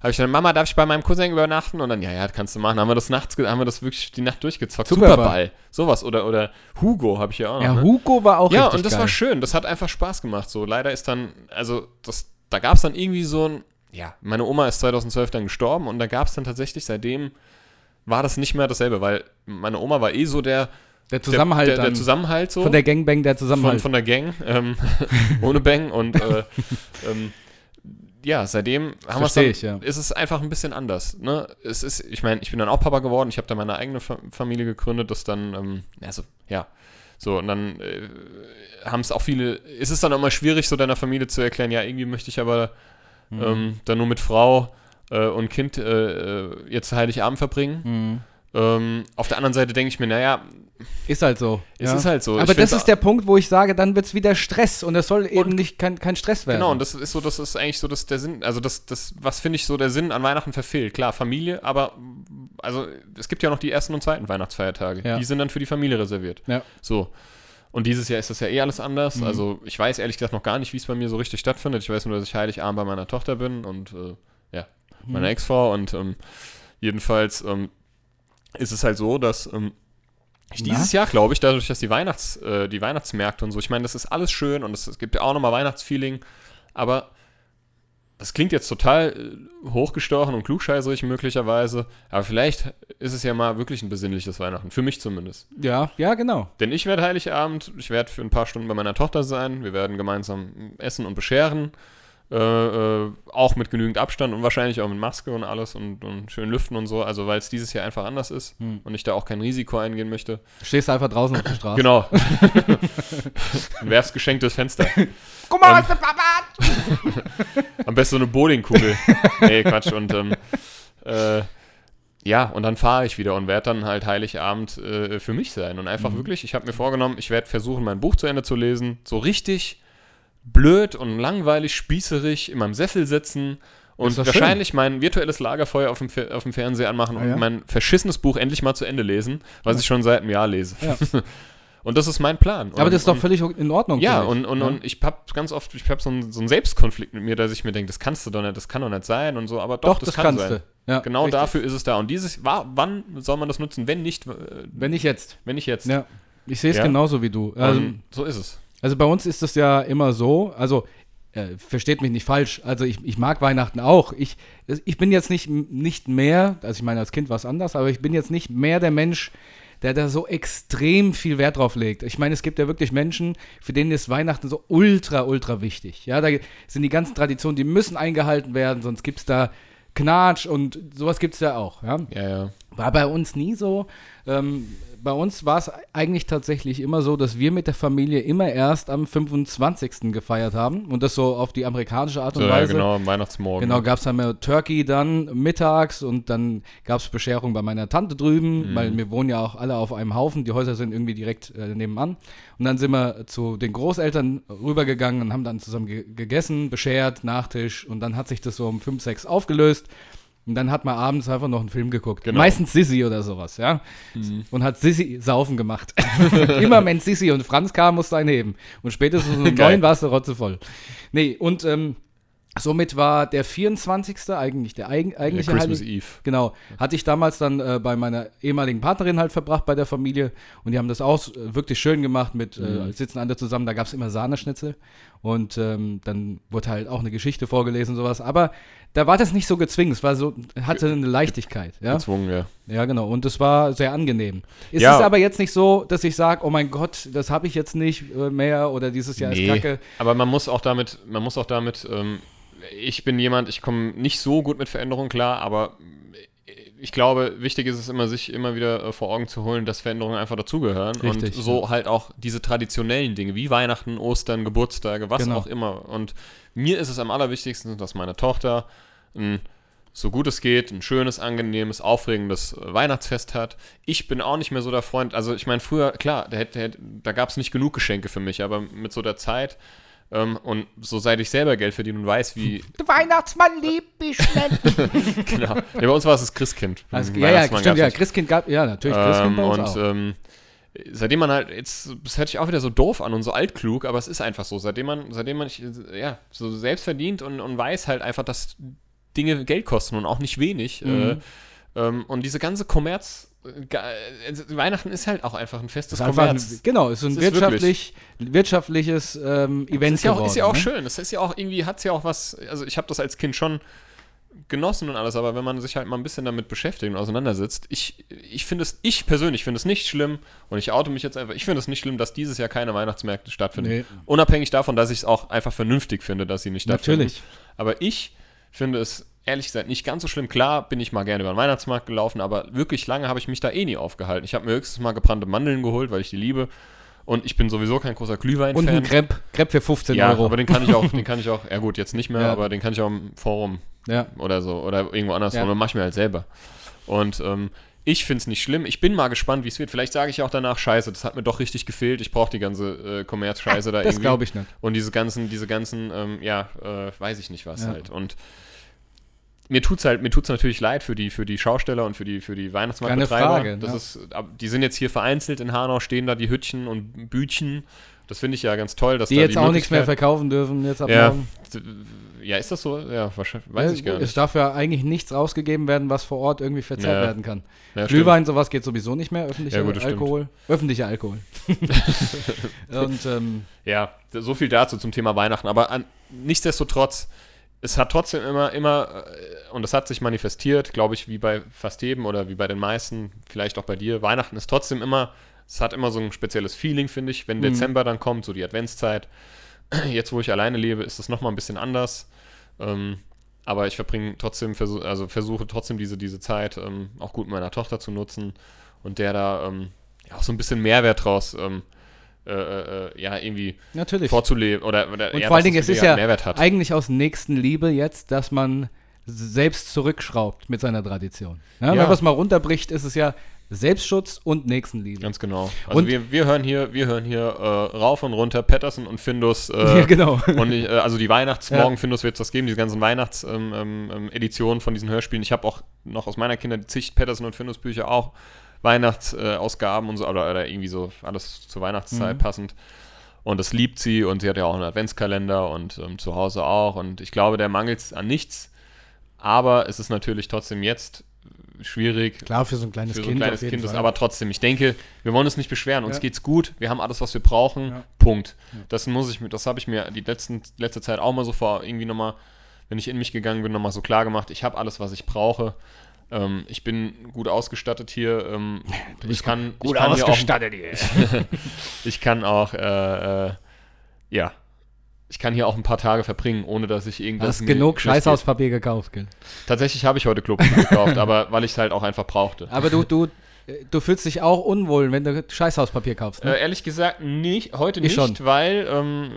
[SPEAKER 2] habe ich dann, Mama, darf ich bei meinem Cousin übernachten? Und dann, ja, ja, das kannst du machen. Dann haben wir das nachts, ge- haben wir das wirklich die Nacht durchgezockt.
[SPEAKER 3] Superball.
[SPEAKER 2] Sowas. Oder, oder Hugo habe ich ja auch noch.
[SPEAKER 3] Ja,
[SPEAKER 2] ne?
[SPEAKER 3] Hugo war auch
[SPEAKER 2] Ja,
[SPEAKER 3] richtig
[SPEAKER 2] und das
[SPEAKER 3] geil.
[SPEAKER 2] war schön. Das hat einfach Spaß gemacht. So, leider ist dann, also, das, da gab es dann irgendwie so ein, ja, meine Oma ist 2012 dann gestorben und da gab es dann tatsächlich seitdem, war das nicht mehr dasselbe, weil meine Oma war eh so der
[SPEAKER 3] der Zusammenhalt
[SPEAKER 2] der, der, der
[SPEAKER 3] Halt dann.
[SPEAKER 2] Zusammenhalt so
[SPEAKER 3] von der Gangbang, der
[SPEAKER 2] von,
[SPEAKER 3] Zusammenhalt.
[SPEAKER 2] von der Gang, ähm, ohne Bang und äh, ähm, ja, seitdem haben wir's
[SPEAKER 3] Versteh
[SPEAKER 2] dann-
[SPEAKER 3] ich, ja.
[SPEAKER 2] ist es einfach ein bisschen anders. Ne? Es ist, ich meine, ich bin dann auch Papa geworden, ich habe dann meine eigene Fa Familie gegründet, das dann, ähm, also, ja. So, und dann äh, haben es auch viele, ist es dann auch immer schwierig, so deiner Familie zu erklären, ja, irgendwie möchte ich aber
[SPEAKER 3] Mhm.
[SPEAKER 2] ähm, dann nur mit Frau äh, und Kind äh, äh, jetzt Heiligabend verbringen.
[SPEAKER 3] Mhm.
[SPEAKER 2] Ähm, auf der anderen Seite denke ich mir, naja,
[SPEAKER 3] Ist halt so.
[SPEAKER 2] es
[SPEAKER 3] ja.
[SPEAKER 2] ist halt so. Ich
[SPEAKER 3] Aber das
[SPEAKER 2] find's
[SPEAKER 3] ist der Punkt, wo ich sage, dann wird es wieder Stress und das soll eben nicht kein, kein Stress werden.
[SPEAKER 2] Genau, und das ist so, das ist eigentlich so, dass der Sinn, also das, das, was finde ich so der Sinn an Weihnachten verfehlt. Klar, Familie, aber mm, also es gibt ja noch die ersten und zweiten Weihnachtsfeiertage.
[SPEAKER 3] Ja.
[SPEAKER 2] Die sind dann für die Familie reserviert.
[SPEAKER 3] Ja. Mhm.
[SPEAKER 2] So. Und dieses Jahr ist das ja eh alles anders. Also ich weiß ehrlich gesagt noch gar nicht, wie es bei mir so richtig stattfindet. Ich weiß nur, dass ich Heiligabend bei meiner Tochter bin und äh, ja, meiner
[SPEAKER 3] Mhm.
[SPEAKER 2] Ex-Frau. Und ähm, jedenfalls ähm, ist es halt so, dass ähm, ich
[SPEAKER 3] Na?
[SPEAKER 2] dieses Jahr, glaube ich, dadurch, dass die, Weihnachts, äh, die Weihnachtsmärkte und so, ich meine, das ist alles schön und es, es gibt ja auch nochmal Weihnachtsfeeling, aber das klingt jetzt total äh, hochgestochen und klugscheißerig möglicherweise, aber vielleicht ist es ja mal wirklich ein besinnliches Weihnachten, für mich zumindest.
[SPEAKER 3] ja, ja, genau.
[SPEAKER 2] Denn ich werde Heiligabend, ich werde für ein paar Stunden bei meiner Tochter sein, wir werden gemeinsam essen und bescheren, äh, äh, auch mit genügend Abstand und wahrscheinlich auch mit Maske und alles und, und schön lüften und so, also weil es dieses Jahr einfach anders ist
[SPEAKER 3] Hm.
[SPEAKER 2] und ich da auch kein Risiko eingehen möchte.
[SPEAKER 3] Stehst einfach draußen auf der Straße.
[SPEAKER 2] Genau. Werf's Geschenk durchs Fenster.
[SPEAKER 3] Guck mal,
[SPEAKER 2] Ähm,
[SPEAKER 3] was der Papa hat!
[SPEAKER 2] Am besten so eine Bowlingkugel. nee, Quatsch. Und ähm, äh, ja, und dann fahre ich wieder und werde dann halt Heiligabend äh, für mich sein. Und einfach
[SPEAKER 3] Mhm.
[SPEAKER 2] wirklich, ich habe mir vorgenommen, ich werde versuchen, mein Buch zu Ende zu lesen. So richtig blöd und langweilig, spießerig in meinem Sessel sitzen. Und
[SPEAKER 3] Ist doch
[SPEAKER 2] wahrschlich mein virtuelles Lagerfeuer auf dem, Fe- auf dem Fernseher anmachen
[SPEAKER 3] Ah,
[SPEAKER 2] und
[SPEAKER 3] ja?
[SPEAKER 2] mein verschissenes Buch endlich mal zu Ende lesen, was ich schon seit einem Jahr lese.
[SPEAKER 3] Ja.
[SPEAKER 2] und das ist mein Plan.
[SPEAKER 3] Aber
[SPEAKER 2] und,
[SPEAKER 3] das ist doch
[SPEAKER 2] und-
[SPEAKER 3] völlig in Ordnung.
[SPEAKER 2] ja,
[SPEAKER 3] finde
[SPEAKER 2] und,
[SPEAKER 3] ich.
[SPEAKER 2] und, und ich hab ganz oft, ich hab so einen, so einen Selbstkonflikt mit mir, dass ich mir denke, das kannst du doch nicht, das kann doch nicht sein und so, aber doch,
[SPEAKER 3] doch,
[SPEAKER 2] das,
[SPEAKER 3] das,
[SPEAKER 2] kann
[SPEAKER 3] kannst
[SPEAKER 2] sein.
[SPEAKER 3] du. Ja,
[SPEAKER 2] Genau
[SPEAKER 3] richtig.
[SPEAKER 2] dafür ist es da. Und dieses, wa- wann soll man das nutzen, wenn nicht, äh,
[SPEAKER 3] Wenn ich jetzt.
[SPEAKER 2] wenn ich jetzt.
[SPEAKER 3] Ja. Ich sehe es
[SPEAKER 2] Ja.
[SPEAKER 3] genauso wie du. Also,
[SPEAKER 2] Ähm, so ist es.
[SPEAKER 3] Also bei uns ist das ja immer so, also äh, versteht mich nicht falsch, also ich, ich mag Weihnachten auch. Ich, ich bin jetzt nicht, nicht mehr, also ich meine, als Kind war es anders, aber ich bin jetzt nicht mehr der Mensch, der da so extrem viel Wert drauf legt. Ich meine, es gibt ja wirklich Menschen, für denen ist Weihnachten so ultra, ultra wichtig. Ja, da sind die ganzen Traditionen, die müssen eingehalten werden, sonst gibt es da Knatsch und sowas gibt es ja auch. Ja?
[SPEAKER 2] Ja, ja.
[SPEAKER 3] War bei uns nie so. Ähm, bei uns war es eigentlich tatsächlich immer so, dass wir mit der Familie immer erst am 25. gefeiert haben und das so auf die amerikanische Art und
[SPEAKER 2] So, ja,
[SPEAKER 3] Weise.
[SPEAKER 2] genau, am Weihnachtsmorgen.
[SPEAKER 3] Genau, gab es dann mehr Turkey dann mittags und dann gab es Bescherung bei meiner Tante
[SPEAKER 2] Mhm.
[SPEAKER 3] drüben, weil wir wohnen ja auch alle auf einem Haufen. Die Häuser sind irgendwie direkt äh, nebenan. Und dann sind wir zu den Großeltern rübergegangen und haben dann zusammen ge gegessen, beschert, Nachtisch. Und dann hat sich das so um 5, 6 aufgelöst. Und dann hat man abends einfach noch einen Film geguckt.
[SPEAKER 2] Genau. Mhm.
[SPEAKER 3] Meistens Sissi oder sowas, ja. Und hat Sissi saufen gemacht. Immer wenn Sissi und Franz kamen, musste einen heben. Und spätestens um
[SPEAKER 2] Geil.
[SPEAKER 3] neun war es rotzevoll. Nee, und ähm, Somit war der 24. eigentlich der eigen,
[SPEAKER 2] ja,
[SPEAKER 3] eigentliche
[SPEAKER 2] Christmas
[SPEAKER 3] Heilig-
[SPEAKER 2] Eve.
[SPEAKER 3] Genau. Hatte ich damals dann äh, bei meiner ehemaligen Partnerin halt verbracht bei der Familie und die haben das auch äh, wirklich schön gemacht mit
[SPEAKER 2] Mhm.
[SPEAKER 3] äh, sitzen alle zusammen, da gab es immer Sahneschnitzel und ähm, dann wurde halt auch eine Geschichte vorgelesen und sowas, aber da war das nicht so gezwungen, es war so, hatte eine Leichtigkeit, ja.
[SPEAKER 2] Gezwungen, ja.
[SPEAKER 3] Ja, genau. Und es war sehr angenehm. Es
[SPEAKER 2] Ja.
[SPEAKER 3] ist aber jetzt nicht so, dass ich sage, oh mein Gott, das habe ich jetzt nicht äh, mehr oder dieses Jahr ist kacke.
[SPEAKER 2] Aber man muss auch damit, man muss auch damit, ähm, ich bin jemand, ich komme nicht so gut mit Veränderungen klar, aber äh, ich glaube, wichtig ist es immer, sich immer wieder äh, vor Augen zu holen, dass Veränderungen einfach dazugehören.
[SPEAKER 3] Richtig,
[SPEAKER 2] und so halt auch diese traditionellen Dinge wie Weihnachten, Ostern, Geburtstage, was
[SPEAKER 3] Genau.
[SPEAKER 2] auch immer. Und mir ist es am allerwichtigsten, dass meine Tochter ein so gut es geht, ein schönes, angenehmes, aufregendes äh, Weihnachtsfest hat. Ich bin auch nicht mehr so der Freund. Also ich meine, früher, klar, da, hätte- hätte- da gab es nicht genug Geschenke für mich, aber mit so der Zeit Ähm, und so seit ich selber Geld verdiene und weiß, wie.
[SPEAKER 3] Der Weihnachtsmann liebt mich nicht.
[SPEAKER 2] genau. Ja, bei uns war es das Christkind.
[SPEAKER 3] also,
[SPEAKER 2] Einen
[SPEAKER 3] ja, ja,
[SPEAKER 2] Weihnachtsmann
[SPEAKER 3] stimmt, ja,
[SPEAKER 2] gab's
[SPEAKER 3] Christkind gab, ja, natürlich, Christkind
[SPEAKER 2] Ähm,
[SPEAKER 3] bei uns
[SPEAKER 2] und
[SPEAKER 3] auch.
[SPEAKER 2] ähm, seitdem man halt, jetzt, das hört sich auch wieder so doof an und so altklug, aber es ist einfach so, seitdem man, seitdem man, ja, so selbst verdient und, und weiß halt einfach, dass Dinge Geld kosten und auch nicht wenig.
[SPEAKER 3] Mhm.
[SPEAKER 2] Äh, ähm, und diese ganze Kommerz, äh, ge- äh, Weihnachten ist halt auch einfach ein festes
[SPEAKER 3] ist einfach ein,
[SPEAKER 2] Kommerz.
[SPEAKER 3] genau, ist ein
[SPEAKER 2] Es ist
[SPEAKER 3] wirtschaftlich, wirtschaftliches ähm, Event
[SPEAKER 2] ist ja auch,
[SPEAKER 3] geworden.
[SPEAKER 2] ist ja auch
[SPEAKER 3] ne?
[SPEAKER 2] schön. Das ist ja auch irgendwie, hat es ja auch was, also ich habe das als Kind schon genossen und alles, aber wenn man sich halt mal ein bisschen damit beschäftigt und auseinandersetzt, ich, ich finde es, ich persönlich finde es nicht schlimm und ich oute mich jetzt einfach, ich finde es nicht schlimm, dass dieses Jahr keine Weihnachtsmärkte stattfinden.
[SPEAKER 3] Nee.
[SPEAKER 2] Unabhängig davon, dass ich es auch einfach vernünftig finde, dass sie nicht stattfinden.
[SPEAKER 3] Natürlich.
[SPEAKER 2] Aber ich finde es ehrlich gesagt nicht ganz so schlimm. Klar bin ich mal gerne über den Weihnachtsmarkt gelaufen, aber wirklich lange habe ich mich da eh nie aufgehalten. Ich habe mir höchstens mal gebrannte Mandeln geholt, weil ich die liebe. Und ich bin sowieso kein großer Glühwein-Fan.
[SPEAKER 3] Und ein Crepe, Crepe für 15
[SPEAKER 2] Ja,
[SPEAKER 3] Euro.
[SPEAKER 2] aber den kann ich auch, den kann ich auch, ja gut, jetzt nicht mehr,
[SPEAKER 3] Ja.
[SPEAKER 2] aber den kann ich auch im Forum
[SPEAKER 3] ja.
[SPEAKER 2] oder so oder irgendwo anders
[SPEAKER 3] Ja.
[SPEAKER 2] holen. Dann mach ich mir halt selber. Und ähm, ich finde es nicht schlimm. Ich bin mal gespannt, wie es wird. Vielleicht sage ich auch danach, scheiße, das hat mir doch richtig gefehlt. Ich brauche die ganze äh, Kommerz-Scheiße da irgendwie.
[SPEAKER 3] Das glaube ich nicht.
[SPEAKER 2] Und diese ganzen, diese ganzen, ähm, ja, äh, weiß ich nicht was
[SPEAKER 3] Ja.
[SPEAKER 2] halt. Und mir tut's halt, mir tut's natürlich leid für die, für die Schausteller und für die, für die Weihnachtsmarktbetreiber.
[SPEAKER 3] Keine Frage, ne?
[SPEAKER 2] das
[SPEAKER 3] ja.
[SPEAKER 2] ist, ab- die sind jetzt hier vereinzelt in Hanau, stehen da die Hütchen und Bütchen. Das finde ich ja ganz toll, dass
[SPEAKER 3] Die
[SPEAKER 2] da
[SPEAKER 3] jetzt auch nichts mehr
[SPEAKER 2] Möglichkeit-
[SPEAKER 3] verkaufen dürfen, jetzt ab
[SPEAKER 2] Ja,
[SPEAKER 3] morgen.
[SPEAKER 2] ja, ist das so? Ja, wahrscheinlich, weiß ich gar
[SPEAKER 3] Es
[SPEAKER 2] nicht.
[SPEAKER 3] darf ja eigentlich nichts rausgegeben werden, was vor Ort irgendwie verzehrt
[SPEAKER 2] Ja.
[SPEAKER 3] werden kann.
[SPEAKER 2] Ja,
[SPEAKER 3] Glühwein, sowas geht sowieso nicht mehr, öffentlicher
[SPEAKER 2] Ja, gut, das stimmt.
[SPEAKER 3] Alkohol. Öffentlicher Alkohol. Und ähm,
[SPEAKER 2] stimmt. Ja, d- so viel dazu zum Thema Weihnachten. Aber an, nichtsdestotrotz, es hat trotzdem immer, immer, äh, und das hat sich manifestiert, glaube ich, wie bei fast jedem oder wie bei den meisten, vielleicht auch bei dir. Weihnachten ist trotzdem immer, es hat immer so ein spezielles Feeling, finde ich, wenn Dezember dann kommt, so die Adventszeit. Jetzt, wo ich alleine lebe, ist es nochmal ein bisschen anders. Ähm, aber ich verbringe trotzdem, versu also versuche trotzdem diese, diese Zeit ähm, auch gut mit meiner Tochter zu nutzen und der da ähm, ja, auch so ein bisschen Mehrwert draus ähm, äh, äh, ja, irgendwie
[SPEAKER 3] natürlich.
[SPEAKER 2] vorzuleben oder, oder
[SPEAKER 3] Und
[SPEAKER 2] ja, was
[SPEAKER 3] vor allen Dingen,
[SPEAKER 2] das für
[SPEAKER 3] es ist
[SPEAKER 2] einen
[SPEAKER 3] ja
[SPEAKER 2] Mehrwert hat.
[SPEAKER 3] eigentlich aus Nächstenliebe jetzt, dass man selbst zurückschraubt mit seiner Tradition. Ja, Wenn
[SPEAKER 2] Ja.
[SPEAKER 3] man es mal runterbricht, ist es ja Selbstschutz und Nächstenliebe.
[SPEAKER 2] Ganz genau. Also
[SPEAKER 3] Und-
[SPEAKER 2] wir, wir hören hier, wir hören hier äh, rauf und runter Patterson und Findus. Äh,
[SPEAKER 3] Ja, genau.
[SPEAKER 2] Und ich, äh, also die Weihnachtsmorgen Findus wird es das geben, diese ganzen Weihnachts-Editionen ähm, ähm, Editionen von diesen Hörspielen. Ich habe auch noch aus meiner Kinder zig Patterson und Findus Bücher auch Weihnachtsausgaben äh, Ausgaben und so oder, oder irgendwie so alles zur Weihnachtszeit
[SPEAKER 3] Mhm.
[SPEAKER 2] passend. Und das liebt sie und sie hat ja auch einen Adventskalender und ähm, zu Hause auch. Und ich glaube, der mangelt es an nichts. Aber es ist natürlich trotzdem jetzt schwierig,
[SPEAKER 3] Klar, für so ein kleines
[SPEAKER 2] für so ein
[SPEAKER 3] Kind.
[SPEAKER 2] kleines
[SPEAKER 3] auf jeden
[SPEAKER 2] Kind ist.
[SPEAKER 3] Fall.
[SPEAKER 2] Aber trotzdem, ich denke, wir wollen uns nicht beschweren. Uns
[SPEAKER 3] Ja.
[SPEAKER 2] geht's gut. Wir haben alles, was wir brauchen.
[SPEAKER 3] Ja.
[SPEAKER 2] Punkt. Das muss ich, mir- das habe ich mir die letzten, letzte Zeit auch mal so vor irgendwie nochmal, wenn ich in mich gegangen bin, nochmal so klar gemacht. Ich habe alles, was ich brauche. Ähm, ich bin gut ausgestattet hier. Ähm, ich kann
[SPEAKER 1] Gut
[SPEAKER 2] ich kann hier auch
[SPEAKER 1] ausgestattet hier.
[SPEAKER 2] ich kann auch, äh, äh, ja, ich kann hier auch ein paar Tage verbringen, ohne dass ich irgendwas.
[SPEAKER 3] hast
[SPEAKER 2] mir-
[SPEAKER 3] genug Scheiß
[SPEAKER 2] missgeht.
[SPEAKER 3] aus Papier gekauft, gell?
[SPEAKER 2] Tatsächlich habe ich heute Klopapier gekauft, aber weil ich es halt auch einfach brauchte.
[SPEAKER 3] Aber du, du, äh, du fühlst dich auch unwohl, wenn du Scheißhauspapier kaufst. Ne?
[SPEAKER 2] Äh, ehrlich gesagt, nicht, heute
[SPEAKER 3] Ich
[SPEAKER 2] nicht,
[SPEAKER 3] schon.
[SPEAKER 2] weil ähm,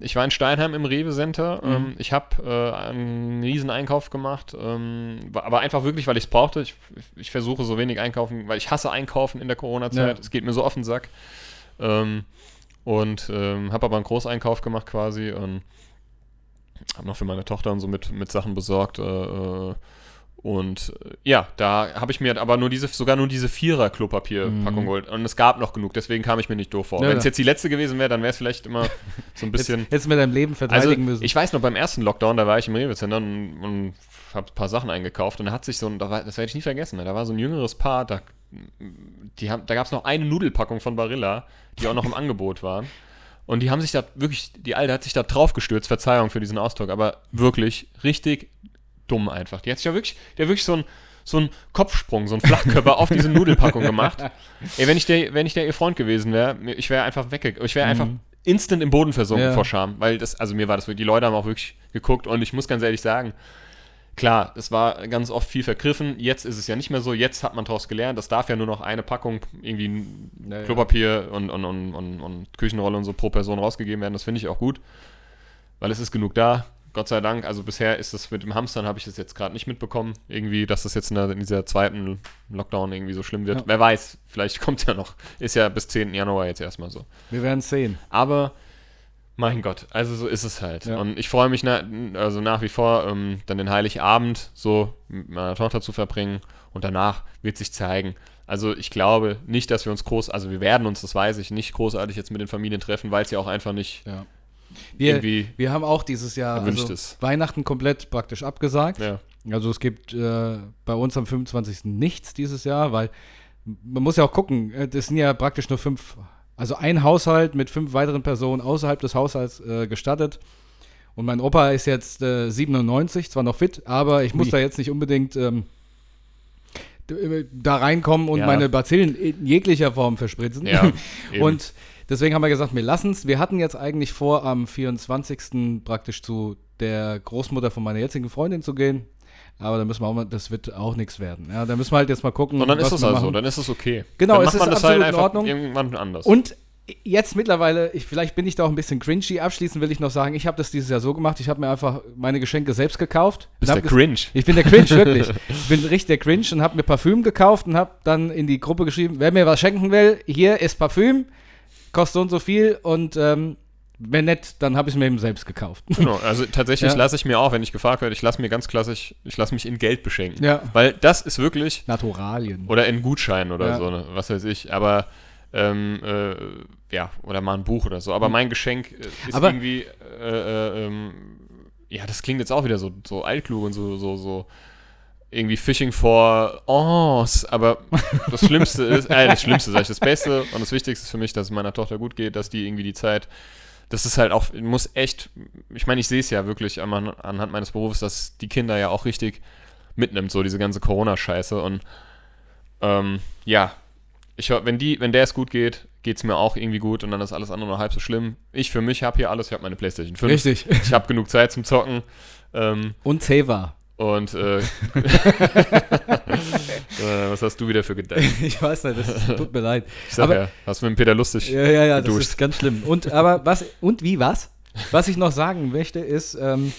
[SPEAKER 2] ich war in Steinheim im Rewe-Center.
[SPEAKER 3] Mhm.
[SPEAKER 2] Ähm, ich habe äh, einen riesen Einkauf gemacht, ähm, wa- aber einfach wirklich, weil ich es brauchte. Ich, ich versuche so wenig einkaufen, weil ich hasse einkaufen in der Corona-Zeit.
[SPEAKER 3] Ja.
[SPEAKER 2] Es geht mir so auf den Sack. Ähm, und ähm, habe aber einen Großeinkauf gemacht quasi und habe noch für meine Tochter und so mit, mit Sachen besorgt. Äh, äh, und äh, ja, da habe ich mir aber nur diese, sogar nur diese Vierer Klopapierpackung geholt. Und es gab noch genug, deswegen kam ich mir nicht doof vor.
[SPEAKER 3] Mhm. Ja,
[SPEAKER 2] Wenn es
[SPEAKER 3] ja.
[SPEAKER 2] jetzt die letzte gewesen wäre, dann wäre es vielleicht immer so ein bisschen.
[SPEAKER 3] Jetzt, jetzt mit deinem Leben
[SPEAKER 2] also,
[SPEAKER 3] verteidigen müssen.
[SPEAKER 2] ich weiß noch, beim ersten Lockdown, da war ich im Rewe-Center und, und habe ein paar Sachen eingekauft. Und da hat sich so ein, da war, das werde ich nie vergessen, ne? da war so ein jüngeres Paar, da, die haben, da gab es noch eine Nudelpackung von Barilla, die auch noch im Angebot waren. Und die haben sich da wirklich, die Alte hat sich da drauf gestürzt, Verzeihung für diesen Ausdruck, aber wirklich richtig dumm einfach. Die hat sich ja wirklich, der hat wirklich so ein so einen Kopfsprung, so einen Flachkörper auf diese Nudelpackung gemacht. Ey, wenn ich der, wenn ich der ihr Freund gewesen wäre, mir- ich wäre einfach wegge, ich wäre einfach instant im Boden versunken
[SPEAKER 3] Ja.
[SPEAKER 2] vor Scham, weil das, also mir war das, wirklich- die Leute haben auch wirklich geguckt und ich muss ganz ehrlich sagen, klar, es war ganz oft viel vergriffen. Jetzt ist es ja nicht mehr so. Jetzt hat man daraus gelernt. Das darf ja nur noch eine Packung irgendwie
[SPEAKER 3] Ja, ja.
[SPEAKER 2] Klopapier Und, und, und, und, und Küchenrolle und so pro Person rausgegeben werden. Das finde ich auch gut, weil es ist genug da. Gott sei Dank. Also bisher ist das mit dem Hamstern habe ich das jetzt gerade nicht mitbekommen. Irgendwie, dass das jetzt in, der, in dieser zweiten Lockdown irgendwie so schlimm wird.
[SPEAKER 3] Ja.
[SPEAKER 2] Wer weiß? Vielleicht kommt ja noch. Ist ja bis 10. Januar jetzt erstmal so.
[SPEAKER 3] Wir werden sehen.
[SPEAKER 2] Aber Mein Gott, also so ist es halt.
[SPEAKER 3] Ja.
[SPEAKER 2] Und ich freue mich na, also nach wie vor, ähm, dann den Heiligabend so mit meiner Tochter zu verbringen und danach wird sich zeigen. Also ich glaube nicht, dass wir uns groß, also wir werden uns, das weiß ich, nicht großartig jetzt mit den Familien treffen, weil es ja auch einfach nicht
[SPEAKER 3] Ja. Wir,
[SPEAKER 2] irgendwie
[SPEAKER 3] wir haben auch dieses Jahr
[SPEAKER 2] erwünscht
[SPEAKER 3] also
[SPEAKER 2] ist.
[SPEAKER 3] Weihnachten komplett praktisch abgesagt.
[SPEAKER 2] Ja.
[SPEAKER 3] Also es gibt äh, bei uns am 25. nichts dieses Jahr, weil man muss ja auch gucken, äh, das sind ja praktisch nur fünf, also ein Haushalt mit fünf weiteren Personen außerhalb des Haushalts äh, gestattet. Und mein Opa ist jetzt äh, 97, zwar noch fit, aber ich muss
[SPEAKER 2] Ui.
[SPEAKER 3] da jetzt nicht unbedingt ähm, d- äh, da reinkommen und
[SPEAKER 2] Ja.
[SPEAKER 3] meine Bazillen in jeglicher Form verspritzen.
[SPEAKER 2] Ja, eben.
[SPEAKER 3] und deswegen haben wir gesagt, wir lassen es. Wir hatten jetzt eigentlich vor, am 24. praktisch zu der Großmutter von meiner jetzigen Freundin zu gehen. Aber da müssen wir auch mal, das wird auch nichts werden. Ja, da müssen wir halt jetzt mal gucken.
[SPEAKER 2] Und dann ist
[SPEAKER 3] was
[SPEAKER 2] es
[SPEAKER 3] wir
[SPEAKER 2] also,
[SPEAKER 3] machen.
[SPEAKER 2] dann ist es okay.
[SPEAKER 3] Genau,
[SPEAKER 2] dann
[SPEAKER 3] es
[SPEAKER 2] macht
[SPEAKER 3] ist
[SPEAKER 2] man das
[SPEAKER 3] absolut
[SPEAKER 2] halt
[SPEAKER 3] in
[SPEAKER 2] einfach
[SPEAKER 3] Ordnung.
[SPEAKER 2] irgendwann anders.
[SPEAKER 3] Und jetzt mittlerweile, ich, vielleicht bin ich da auch ein bisschen cringy. Abschließend will ich noch sagen, ich habe das dieses Jahr so gemacht. Ich habe mir einfach meine Geschenke selbst gekauft.
[SPEAKER 2] Bist
[SPEAKER 3] Und
[SPEAKER 2] der
[SPEAKER 3] hab ges-
[SPEAKER 2] Cringe.
[SPEAKER 3] Ich bin der Cringe, wirklich. Ich bin richtig der Cringe und habe mir Parfüm gekauft und habe dann in die Gruppe geschrieben, wer mir was schenken will, hier ist Parfüm, kostet so und so viel und ähm, wenn nicht, dann habe ich es mir eben selbst gekauft.
[SPEAKER 2] Genau, also tatsächlich
[SPEAKER 3] Ja.
[SPEAKER 2] lasse ich mir auch, wenn ich gefragt werde, ich lasse mir ganz klassisch, ich lasse mich in Geld beschenken.
[SPEAKER 3] Ja.
[SPEAKER 2] Weil das ist wirklich,
[SPEAKER 3] Naturalien.
[SPEAKER 2] oder in Gutschein oder
[SPEAKER 3] Ja.
[SPEAKER 2] so, ne, was weiß ich, aber ähm, äh, ja, oder mal ein Buch oder so. Aber mein Geschenk äh, ist
[SPEAKER 3] Hm. Aber-
[SPEAKER 2] irgendwie, äh, äh, ähm, ja, das klingt jetzt auch wieder so, so altklug und so, so, so irgendwie Fishing for Ohs, aber das Schlimmste ist, äh, das Schlimmste, sag ich, das Beste und das Wichtigste ist für mich, dass es meiner Tochter gut geht, dass die irgendwie die Zeit, das ist halt auch, muss echt, ich meine, ich sehe es ja wirklich an, anhand meines Berufes, dass die Kinder ja auch richtig mitnimmt, so diese ganze Corona-Scheiße und ähm, ja, ich, hör- wenn, die, wenn der es gut geht, geht es mir auch irgendwie gut und dann ist alles andere nur halb so schlimm. Ich für mich habe hier alles, ich habe meine Playstation 5,
[SPEAKER 3] Richtig.
[SPEAKER 2] ich habe genug Zeit zum Zocken ähm,
[SPEAKER 3] Und Seva.
[SPEAKER 2] und äh, äh, was hast du wieder für Gedanken?
[SPEAKER 3] Ich weiß nicht, das tut mir leid.
[SPEAKER 2] Ich sag
[SPEAKER 3] Aber-
[SPEAKER 2] ja, hast du mit dem Peter lustig?
[SPEAKER 3] Ja, ja, ja, das
[SPEAKER 2] geduscht.
[SPEAKER 3] ist ganz schlimm. Und aber was und wie was? Was ich noch sagen möchte ist ähm,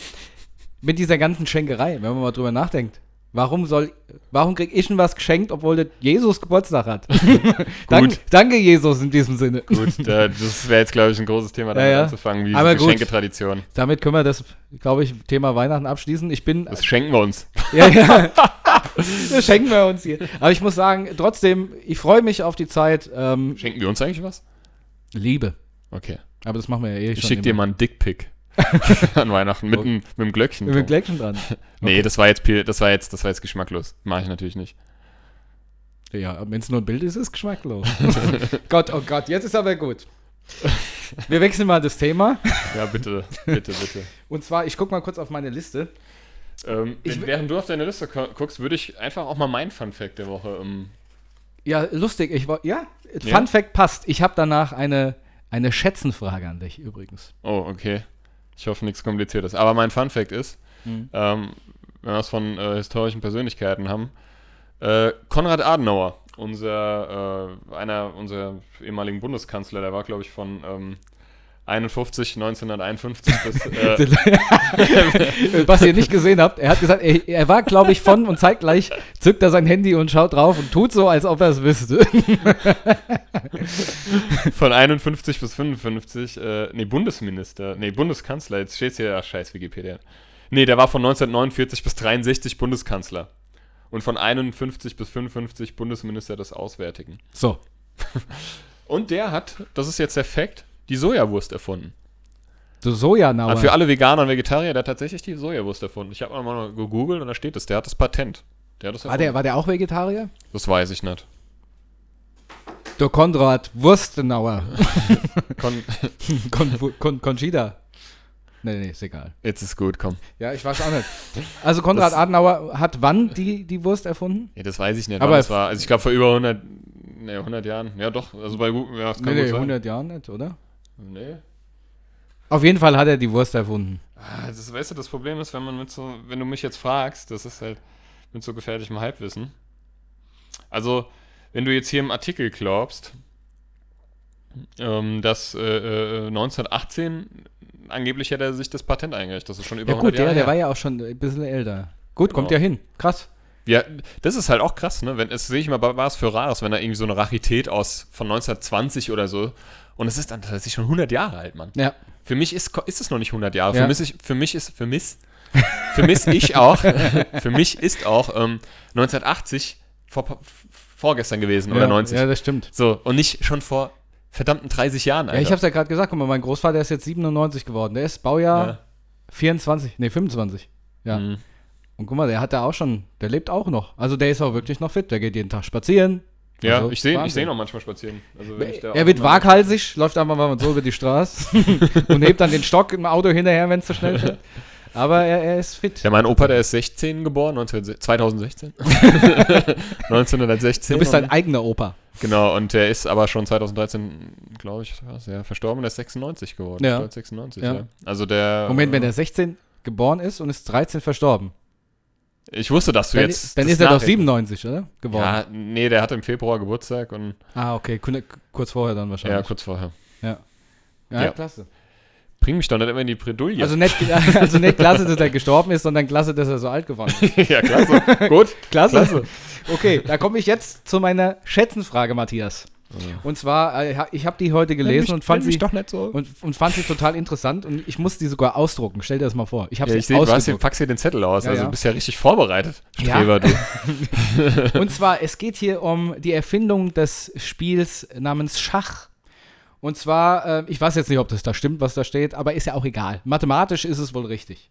[SPEAKER 3] mit dieser ganzen Schenkerei, wenn man mal drüber nachdenkt. Warum soll warum krieg ich denn was geschenkt, obwohl das Jesus Geburtstag hat? Dank, danke Jesus in diesem Sinne.
[SPEAKER 2] Gut, äh, das wäre jetzt, glaube ich, ein großes Thema, damit
[SPEAKER 3] Ja, ja.
[SPEAKER 2] anzufangen, wie
[SPEAKER 3] Aber
[SPEAKER 2] diese
[SPEAKER 3] gut.
[SPEAKER 2] Geschenketradition.
[SPEAKER 3] Damit können wir das glaube ich Thema Weihnachten abschließen. Ich bin
[SPEAKER 2] Das schenken wir uns.
[SPEAKER 3] ja, ja. das schenken wir uns hier. Aber ich muss sagen, trotzdem, ich freue mich auf die Zeit ähm,
[SPEAKER 2] Schenken wir uns eigentlich was?
[SPEAKER 3] Liebe.
[SPEAKER 2] Okay.
[SPEAKER 3] Aber das machen wir ja eh
[SPEAKER 2] Ich
[SPEAKER 3] schon
[SPEAKER 2] schicke dir
[SPEAKER 3] immer.
[SPEAKER 2] mal einen Dickpick an Weihnachten mit, einem- mit dem Glöckchen.
[SPEAKER 3] Mit dem
[SPEAKER 2] drauf.
[SPEAKER 3] Glöckchen dran.
[SPEAKER 2] Nee, das war jetzt Pil- das war jetzt, das war jetzt geschmacklos. Mache ich natürlich nicht.
[SPEAKER 3] Ja, wenn es nur ein Bild ist, ist es geschmacklos. Gott, oh Gott, jetzt ist aber gut. Wir wechseln mal das Thema.
[SPEAKER 2] Ja, bitte, bitte, bitte.
[SPEAKER 3] Und zwar, ich gucke mal kurz auf meine Liste.
[SPEAKER 2] Ähm,
[SPEAKER 3] Ich
[SPEAKER 2] wenn-
[SPEAKER 3] wi-
[SPEAKER 2] während du auf deine Liste ko- guckst, würde ich einfach auch mal meinen Fun Fact der Woche. Ähm,
[SPEAKER 3] Ja, lustig. Ich war, ja, Fun
[SPEAKER 2] Ja?
[SPEAKER 3] Fact passt. Ich habe danach eine, eine Schätzenfrage an dich übrigens.
[SPEAKER 2] oh, okay. Ich hoffe, nichts Kompliziertes. Aber mein Fun Fact ist,
[SPEAKER 3] Mhm.
[SPEAKER 2] ähm, wenn wir es von äh, historischen Persönlichkeiten haben, äh, Konrad Adenauer, unser äh, einer unserer ehemaligen Bundeskanzler, der war, glaube ich, von ähm, 51, 1951 bis äh,
[SPEAKER 3] Äh, Was ihr nicht gesehen habt, er hat gesagt, er, er war, glaube ich, von und zeitgleich zückt er sein Handy und schaut drauf und tut so, als ob er es wüsste.
[SPEAKER 2] Von 51 bis 55, äh, nee, Bundesminister, nee, Bundeskanzler, jetzt steht's hier, ach, scheiß Wikipedia. Nee, der war von 1949 bis 63 Bundeskanzler. Und von 51 bis 55 Bundesminister des Auswärtigen.
[SPEAKER 3] So.
[SPEAKER 2] Und der hat, das ist jetzt der Fakt, die Sojawurst erfunden.
[SPEAKER 3] So
[SPEAKER 2] Aber Ah, für
[SPEAKER 3] Sojanauer.
[SPEAKER 2] alle Veganer und Vegetarier, der hat tatsächlich die Sojawurst erfunden. Ich habe mal gegoogelt und da steht es, der hat das Patent. Der hat das
[SPEAKER 3] War der, war der auch Vegetarier?
[SPEAKER 2] das weiß ich nicht.
[SPEAKER 3] Der Konrad Wurstenauer.
[SPEAKER 2] Kon
[SPEAKER 3] Con, Con, Conchita. Nee, nee, ist egal.
[SPEAKER 2] jetzt ist gut, komm.
[SPEAKER 3] Ja, ich weiß auch nicht. Also Konrad
[SPEAKER 2] Das-
[SPEAKER 3] Adenauer hat wann die, die Wurst erfunden?
[SPEAKER 2] Ja, das weiß ich nicht,
[SPEAKER 3] Aber
[SPEAKER 2] wann das
[SPEAKER 3] f-
[SPEAKER 2] war. Also ich glaube vor über 100, nee, 100 Jahren. Ja, doch, also bei Google, ja, das kann
[SPEAKER 3] Nee, nee,
[SPEAKER 2] gut sein.
[SPEAKER 3] 100 Jahren nicht, oder?
[SPEAKER 2] Nee.
[SPEAKER 3] Auf jeden Fall hat er die Wurst erfunden.
[SPEAKER 2] Ah, Das, weißt du, das Problem ist, wenn man mit so, wenn du mich jetzt fragst, das ist halt mit so gefährlichem Halbwissen. Also, wenn du jetzt hier im Artikel glaubst, ähm, dass äh, äh, 1918 angeblich hätte er sich das Patent eingereicht, das ist schon über
[SPEAKER 3] Ja
[SPEAKER 2] 100
[SPEAKER 3] gut, der,
[SPEAKER 2] Jahre
[SPEAKER 3] der war
[SPEAKER 2] her.
[SPEAKER 3] ja auch schon ein bisschen älter. Gut, kommt
[SPEAKER 2] Genau.
[SPEAKER 3] ja hin. Krass.
[SPEAKER 2] Ja, das ist halt auch krass, ne? Wenn, das sehe ich mal, war es für Rares, wenn da irgendwie so eine Rarität aus von 1920 oder so Und es ist dann tatsächlich schon 100 Jahre alt, Mann.
[SPEAKER 3] Ja.
[SPEAKER 2] Für mich ist, ist es noch nicht 100 Jahre.
[SPEAKER 3] Ja.
[SPEAKER 2] Für, mich ist, für mich ist, für mich, für mich ich auch, für mich ist auch ähm, 1980 vor, vorgestern gewesen oder
[SPEAKER 3] ja,
[SPEAKER 2] 90.
[SPEAKER 3] Ja, das stimmt.
[SPEAKER 2] So, und nicht schon vor verdammten 30 Jahren,
[SPEAKER 3] Ja, ich hab's ja gerade gesagt, guck mal, mein Großvater ist jetzt 97 geworden. Der ist Baujahr
[SPEAKER 2] Ja.
[SPEAKER 3] 24, nee, 25. Ja.
[SPEAKER 2] Mhm.
[SPEAKER 3] Und guck mal, der hat da auch schon, der lebt auch noch. Also der ist auch wirklich noch fit. Der geht jeden Tag spazieren.
[SPEAKER 2] Ja,
[SPEAKER 3] Also,
[SPEAKER 2] ich sehe ich
[SPEAKER 3] Wahnsinn.
[SPEAKER 2] seh ihn auch manchmal spazieren. Also, wenn ich da
[SPEAKER 3] Er
[SPEAKER 2] auch
[SPEAKER 3] wird
[SPEAKER 2] mal-
[SPEAKER 3] waghalsig, läuft einfach mal so über die Straße und hebt dann den Stock im Auto hinterher, wenn es zu schnell fährt. Aber er, er ist fit.
[SPEAKER 2] Ja, mein Opa, der ist 16 geboren, 19, 2016. 1916.
[SPEAKER 3] du bist
[SPEAKER 2] und-
[SPEAKER 3] dein eigener Opa.
[SPEAKER 2] Genau, und der ist aber schon 2013, glaube ich, war's, ja, verstorben. Der ist 96 geworden.
[SPEAKER 3] Ja.
[SPEAKER 2] Ich glaub, 96,
[SPEAKER 3] Ja.
[SPEAKER 2] ja. Also der.
[SPEAKER 3] Moment, wenn
[SPEAKER 2] äh,
[SPEAKER 3] der 16 geboren ist und ist 13 verstorben,
[SPEAKER 2] Ich wusste, dass du
[SPEAKER 3] dann,
[SPEAKER 2] jetzt.
[SPEAKER 3] dann
[SPEAKER 2] das
[SPEAKER 3] ist er doch
[SPEAKER 2] nachrechnest.
[SPEAKER 3] 97, oder? Geworden.
[SPEAKER 2] Ja, nee, der hatte im Februar Geburtstag und
[SPEAKER 3] Ah, okay, kun- kurz vorher dann
[SPEAKER 2] ja,
[SPEAKER 3] wahrscheinlich.
[SPEAKER 2] kurz vorher.
[SPEAKER 3] Ja,
[SPEAKER 2] ja.
[SPEAKER 3] klasse.
[SPEAKER 2] Bring mich doch nicht immer in die Bredouille.
[SPEAKER 3] Also, nicht, also nicht klasse, dass er gestorben ist, sondern klasse, dass er so alt geworden ist.
[SPEAKER 2] ja, klasse. Gut.
[SPEAKER 3] Klasse.
[SPEAKER 2] Klasse.
[SPEAKER 3] Okay, da komme ich jetzt zu meiner Schätzenfrage, Matthias. Und zwar, äh, ich habe die heute gelesen und fand sie
[SPEAKER 2] doch nicht so.
[SPEAKER 3] und, und fand sie total interessant und ich musste die sogar ausdrucken. Stell dir das mal vor. Ich habe
[SPEAKER 2] Ja, ich
[SPEAKER 3] sie
[SPEAKER 2] sehe, du hast hier,
[SPEAKER 3] ausgedruckt.
[SPEAKER 2] packst hier den Zettel aus.
[SPEAKER 3] Ja,
[SPEAKER 2] also
[SPEAKER 3] ja.
[SPEAKER 2] du bist ja richtig vorbereitet,
[SPEAKER 3] Ja. äh,
[SPEAKER 2] Streber, du.
[SPEAKER 3] Und zwar, es geht hier um die Erfindung des Spiels namens Schach. Und zwar, äh, ich weiß jetzt nicht, ob das da stimmt, was da steht, aber ist ja auch egal. Mathematisch ist es wohl richtig.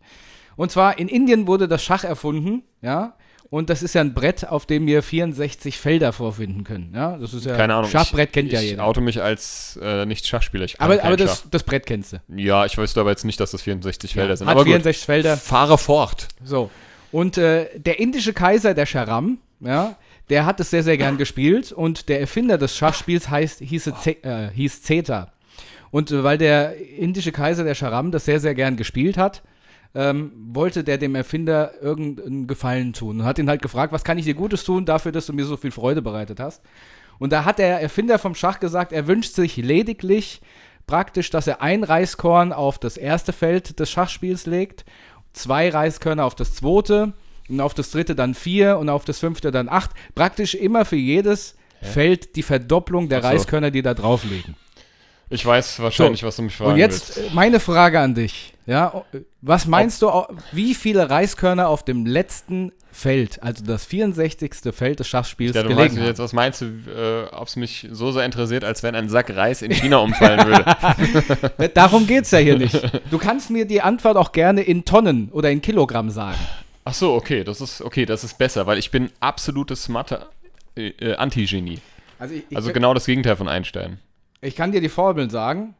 [SPEAKER 3] Und zwar, in Indien wurde das Schach erfunden, ja. Und das ist ja ein Brett, auf dem wir 64 Felder vorfinden können. Ja, das ist ja
[SPEAKER 2] Keine Ahnung.
[SPEAKER 3] Schachbrett
[SPEAKER 2] ich,
[SPEAKER 3] kennt ja
[SPEAKER 2] ich
[SPEAKER 3] jeder.
[SPEAKER 2] oute mich als äh, Nicht-Schachspieler. Ich kann
[SPEAKER 3] Aber,
[SPEAKER 2] kein
[SPEAKER 3] aber
[SPEAKER 2] Schach.
[SPEAKER 3] das, das Brett kennst du.
[SPEAKER 2] Ja, ich wüsste aber jetzt nicht, dass das 64 Felder sind.
[SPEAKER 3] Hat
[SPEAKER 2] Aber gut.
[SPEAKER 3] 64 Felder.
[SPEAKER 2] Fahre fort.
[SPEAKER 3] So. Und äh, der indische Kaiser, der Sharam, ja, der hat es sehr, sehr gern gespielt und der Erfinder des Schachspiels heißt, hieße Ze äh, hieß Zeta. Und äh, weil der indische Kaiser, der Sharam, das sehr, sehr gern gespielt hat, ähm, wollte der dem Erfinder irgendeinen Gefallen tun und hat ihn halt gefragt, was kann ich dir Gutes tun dafür, dass du mir so viel Freude bereitet hast. Und da hat der Erfinder vom Schach gesagt, er wünscht sich lediglich praktisch, dass er ein Reiskorn auf das erste Feld des Schachspiels legt, zwei Reiskörner auf das zweite und auf das dritte dann vier und auf das fünfte dann acht. Praktisch immer für jedes Feld die Verdopplung der
[SPEAKER 2] Ach so.
[SPEAKER 3] Reiskörner, die da drauf liegen.
[SPEAKER 2] Ich weiß wahrscheinlich, was du mich fragen
[SPEAKER 3] Und jetzt
[SPEAKER 2] willst.
[SPEAKER 3] äh, meine Frage an dich. Ja, äh, was meinst du, au- wie viele Reiskörner auf dem letzten Feld, also das 64. Feld des Schachspiels,
[SPEAKER 2] Ja, du meinst,
[SPEAKER 3] gelegen haben?
[SPEAKER 2] jetzt, was meinst du, äh, ob es mich so sehr interessiert, als wenn ein Sack Reis in China umfallen würde?
[SPEAKER 3] Ne, Darum geht's ja hier nicht. Du kannst mir die Antwort auch gerne in Tonnen oder in Kilogramm sagen.
[SPEAKER 2] Ach so, okay, das ist okay, das ist besser, weil ich bin absolutes Mathe äh, äh, Antigenie.
[SPEAKER 3] Also ich,
[SPEAKER 2] Also genau das Gegenteil von Einstein.
[SPEAKER 3] kann dir die Formeln sagen.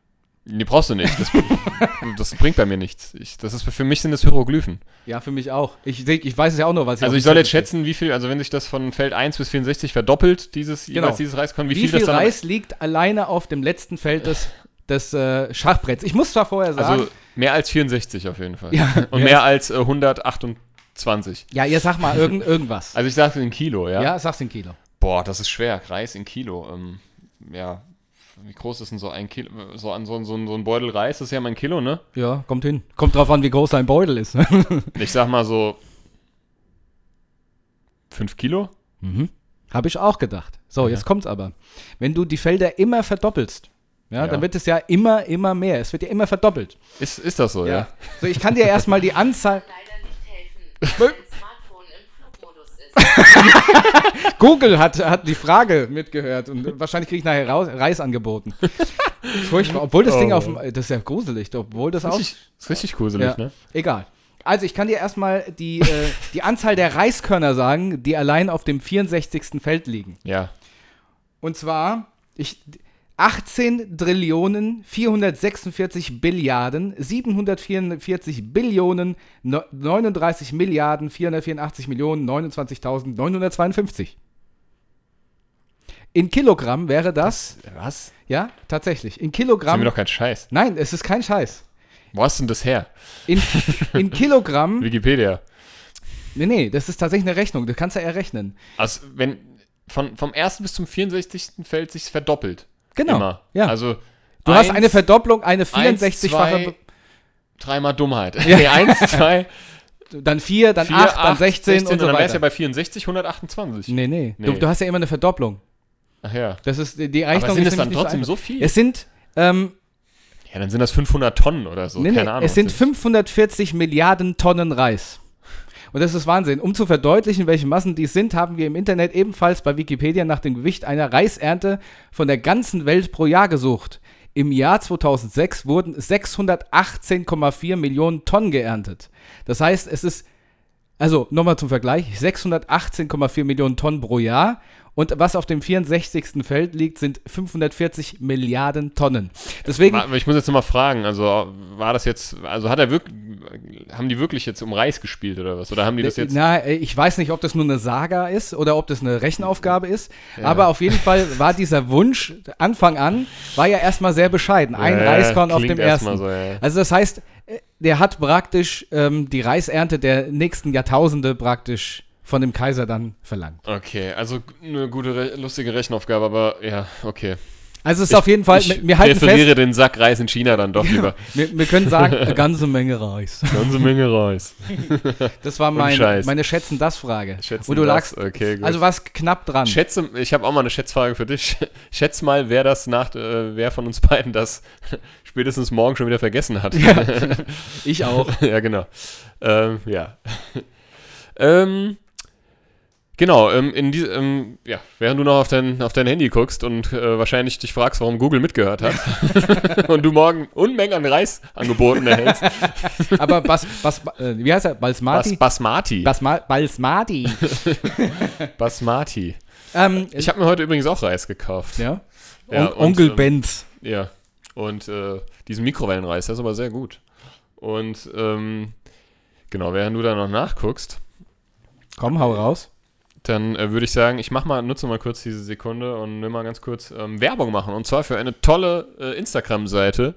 [SPEAKER 2] Nee, brauchst du nicht. Das, das bringt bei mir nichts. Ich, das ist für mich sind das Hieroglyphen.
[SPEAKER 3] Ja, für mich auch. Ich, seh- ich weiß es ja auch noch, was
[SPEAKER 2] Also
[SPEAKER 3] auf
[SPEAKER 2] ich
[SPEAKER 3] dem
[SPEAKER 2] soll jetzt
[SPEAKER 3] Zettel
[SPEAKER 2] schätzen, wie viel, also wenn sich das von Feld 1 bis 64 verdoppelt, dieses
[SPEAKER 3] Genau.
[SPEAKER 2] jeweils dieses Reiskorn, wie,
[SPEAKER 3] steht. Wie viel
[SPEAKER 2] das dann
[SPEAKER 3] Reis liegt alleine auf dem letzten Feld des, des äh, Schachbretts? Ich muss zwar vorher sagen.
[SPEAKER 2] Also mehr als 64 auf jeden Fall.
[SPEAKER 3] Ja.
[SPEAKER 2] Und mehr als äh, 128.
[SPEAKER 3] ja, ihr sag mal irgend, irgendwas.
[SPEAKER 2] Also ich sage in Kilo, ja?
[SPEAKER 3] ja? sag's in Kilo.
[SPEAKER 2] Boah, das ist schwer. Reis in Kilo. Ähm, ja. Wie groß ist denn so ein Kilo? So, an, so, ein- so, ein- so ein Beutel Reis ist ja mal ein Kilo, ne?
[SPEAKER 3] Ja, kommt hin. Kommt drauf an, wie groß dein Beutel ist. ne?
[SPEAKER 2] Ich sag mal so. 5 Kilo?
[SPEAKER 3] Mhm. Habe ich auch gedacht. So, jetzt kommt's aber. Wenn du die Felder immer verdoppelst, ja,
[SPEAKER 2] Ja.
[SPEAKER 3] dann wird es ja immer, immer mehr. Es wird ja immer verdoppelt.
[SPEAKER 2] Ist, ist das so, ja?
[SPEAKER 3] Ja. So, ich kann dir erstmal die Anzahl.
[SPEAKER 1] leider nicht helfen, weil dein Smartphone im Flugmodus ist.
[SPEAKER 3] Google hat, hat die Frage mitgehört und wahrscheinlich kriege ich nachher raus, Reis angeboten. Furchtbar. Obwohl das Ding auf dem. Das ist ja gruselig, obwohl das auch.
[SPEAKER 2] Richtig, Oh. ist richtig gruselig,
[SPEAKER 3] Ja,
[SPEAKER 2] ne?
[SPEAKER 3] Egal. Also, ich kann dir erstmal die, äh, die Anzahl der Reiskörner sagen, die allein auf dem 64. Feld liegen.
[SPEAKER 2] Ja.
[SPEAKER 3] Und zwar ich, 18 Trillionen 446 Billiarden 744 Billionen neu- 39 Milliarden 484 Millionen 29.952. In Kilogramm wäre das,
[SPEAKER 2] Was?
[SPEAKER 3] ja, tatsächlich. In
[SPEAKER 2] Sag mir
[SPEAKER 3] Kilogramm.
[SPEAKER 2] doch keinen Scheiß.
[SPEAKER 3] Nein, es ist kein Scheiß.
[SPEAKER 2] Wo hast denn das her?
[SPEAKER 3] In, in Kilogramm.
[SPEAKER 2] Wikipedia.
[SPEAKER 3] Nee, nee, das ist tatsächlich eine Rechnung. Du kannst ja errechnen.
[SPEAKER 2] Also, wenn von, vom 1. bis zum 64. Feld sich verdoppelt.
[SPEAKER 3] Genau.
[SPEAKER 2] Immer.
[SPEAKER 3] Ja.
[SPEAKER 2] Also,
[SPEAKER 3] du hast eine Verdopplung, eine 64-fache.
[SPEAKER 2] 64-fache. Dreimal Dummheit. Nee, 1, 2,
[SPEAKER 3] Dann 4, dann
[SPEAKER 2] 4,
[SPEAKER 3] 8, dann 16, und
[SPEAKER 2] dann
[SPEAKER 3] so
[SPEAKER 2] wär's
[SPEAKER 3] weiter.
[SPEAKER 2] ja bei 64, 128.
[SPEAKER 3] Nee, nee. Du,
[SPEAKER 2] Nee.
[SPEAKER 3] du hast ja immer eine Verdopplung.
[SPEAKER 2] Ach ja.
[SPEAKER 3] Das ist die
[SPEAKER 2] Aber
[SPEAKER 3] Rechnung.
[SPEAKER 2] sind
[SPEAKER 3] ist
[SPEAKER 2] es dann
[SPEAKER 3] nämlich nicht
[SPEAKER 2] trotzdem
[SPEAKER 3] einfach.
[SPEAKER 2] so viel?
[SPEAKER 3] Es sind Ähm,
[SPEAKER 2] Ja, dann sind das 500 Tonnen oder so.
[SPEAKER 3] nee,
[SPEAKER 2] Keine
[SPEAKER 3] nee,
[SPEAKER 2] Ahnung.
[SPEAKER 3] es sind
[SPEAKER 2] was
[SPEAKER 3] 540 Milliarden Tonnen Reis. Und das ist Wahnsinn. Um zu verdeutlichen, welche Massen dies sind, haben wir im Internet ebenfalls bei Wikipedia nach dem Gewicht einer Reisernte von der ganzen Welt pro Jahr gesucht. Im Jahr 2006 wurden 618,4 Millionen Tonnen geerntet. Das heißt, es ist also nochmal zum Vergleich, 618,4 Millionen Tonnen pro Jahr. Und was auf dem 64. Feld liegt, sind 540 Milliarden Tonnen. Deswegen,
[SPEAKER 2] War- Ich muss jetzt nochmal fragen, also war das jetzt, also hat er wirklich, haben die wirklich jetzt um Reis gespielt oder was? Oder haben die das jetzt?
[SPEAKER 3] na, äh, ich weiß nicht, ob das nur eine Saga ist oder ob das eine Rechenaufgabe ist. Aber auf jeden Fall war dieser Wunsch, Anfang an, war ja erstmal sehr bescheiden. Ein
[SPEAKER 2] Ja, ja,
[SPEAKER 3] Reiskorn auf
[SPEAKER 2] Äh, klingt
[SPEAKER 3] dem
[SPEAKER 2] erstmal
[SPEAKER 3] ersten.
[SPEAKER 2] so, ja.
[SPEAKER 3] Also das heißt, äh, der hat praktisch ähm, die Reisernte der nächsten Jahrtausende praktisch von dem Kaiser dann verlangt.
[SPEAKER 2] Okay, also eine gute, re lustige Rechenaufgabe, aber ja, okay.
[SPEAKER 3] Also es ist auf jeden Fall,
[SPEAKER 2] ich
[SPEAKER 3] wir halten fest,
[SPEAKER 2] präferiere den Sack Reis in China dann doch lieber.
[SPEAKER 3] Wir, wir können sagen, eine ganze Menge Reis.
[SPEAKER 2] Ganze Menge Reis.
[SPEAKER 3] Das war mein,
[SPEAKER 2] Scheiß.
[SPEAKER 3] meine Schätzen das Frage.
[SPEAKER 2] Schätzen
[SPEAKER 3] Und du
[SPEAKER 2] das,
[SPEAKER 3] lagst,
[SPEAKER 2] okay, gut.
[SPEAKER 3] also warst knapp dran.
[SPEAKER 2] Schätze, ich habe auch mal eine Schätzfrage für dich. Schätz mal, wer das nach, äh, wer von uns beiden das spätestens morgen schon wieder vergessen hat.
[SPEAKER 3] ich auch.
[SPEAKER 2] ja, genau. Ähm, ja. ähm, genau, ähm, in diese, ähm, ja, während du noch auf dein, auf dein Handy guckst und äh, wahrscheinlich dich fragst, warum Google mitgehört hat und du morgen Unmengen an Reis angeboten erhältst.
[SPEAKER 3] Aber Bas, Bas, äh, wie heißt er? Balsmati?
[SPEAKER 2] Bas, Basmati.
[SPEAKER 3] Basma, Balsmati.
[SPEAKER 2] Basmati.
[SPEAKER 3] ähm,
[SPEAKER 2] Ich habe mir heute übrigens auch Reis gekauft.
[SPEAKER 3] ja.
[SPEAKER 2] Ja,
[SPEAKER 3] On-
[SPEAKER 2] und,
[SPEAKER 3] Onkel
[SPEAKER 2] ähm,
[SPEAKER 3] Benz.
[SPEAKER 2] Ja. Und äh, diesen Mikrowellenreis, der ist aber sehr gut. Und ähm, genau, während du da noch nachguckst,
[SPEAKER 3] Komm, hau raus.
[SPEAKER 2] Dann äh, würde ich sagen, ich mach mal, nutze mal kurz diese Sekunde und will mal ganz kurz ähm, Werbung machen. Und zwar für eine tolle äh, Instagram-Seite.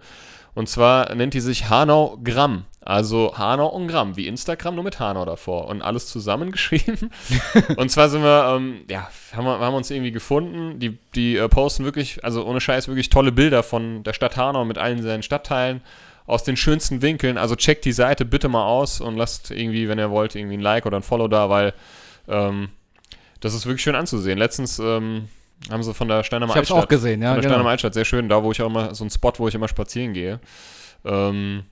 [SPEAKER 2] Und zwar nennt die sich Hanau Gramm. Also Hanau und Gramm, wie Instagram, nur mit Hanau davor. Und alles zusammengeschrieben. und zwar sind wir, ähm, ja, haben wir, haben uns irgendwie gefunden. Die, die äh, posten wirklich, also ohne Scheiß, wirklich tolle Bilder von der Stadt Hanau mit allen seinen Stadtteilen. Aus den schönsten Winkeln. Also checkt die Seite bitte mal aus und lasst irgendwie, wenn ihr wollt, irgendwie ein Like oder ein Follow da, weil ähm, das ist wirklich schön anzusehen. Letztens ähm, haben sie von der Steinheimer
[SPEAKER 3] Ich hab's auch gesehen, ja,
[SPEAKER 2] Von der
[SPEAKER 3] genau.
[SPEAKER 2] Steinheimer Altstadt, sehr schön. Da, wo ich auch immer, so ein Spot, wo ich immer spazieren gehe. Ähm,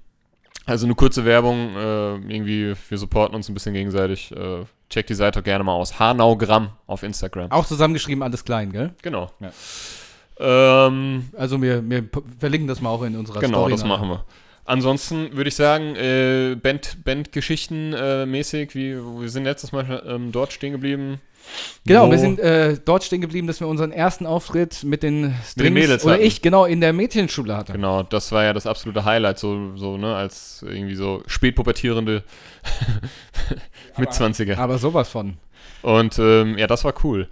[SPEAKER 2] also eine kurze Werbung, äh, irgendwie, wir supporten uns ein bisschen gegenseitig. Äh, checkt die Seite gerne mal aus. Hanaugramm auf Instagram.
[SPEAKER 3] Auch zusammengeschrieben, alles klein, gell?
[SPEAKER 2] Genau.
[SPEAKER 3] Ja.
[SPEAKER 2] Ähm,
[SPEAKER 3] Also wir, wir p- verlinken das mal auch in unserer
[SPEAKER 2] genau,
[SPEAKER 3] Story.
[SPEAKER 2] das
[SPEAKER 3] nachher.
[SPEAKER 2] machen wir. Ansonsten würde ich sagen, äh, Band, Bandgeschichten äh, mäßig, wie, wir sind letztes Mal ähm, dort stehen geblieben.
[SPEAKER 3] Genau,
[SPEAKER 2] Wo-
[SPEAKER 3] wir sind äh, dort stehen geblieben, dass wir unseren ersten Auftritt mit den Strings
[SPEAKER 2] Mädels
[SPEAKER 3] oder
[SPEAKER 2] hatten.
[SPEAKER 3] ich genau in der Mädchenschule hatte.
[SPEAKER 2] Genau, das war ja das absolute Highlight, so, so ne, als irgendwie so spätpubertierende Mitzwanziger.
[SPEAKER 3] Aber sowas von.
[SPEAKER 2] Und ähm, ja, das war cool.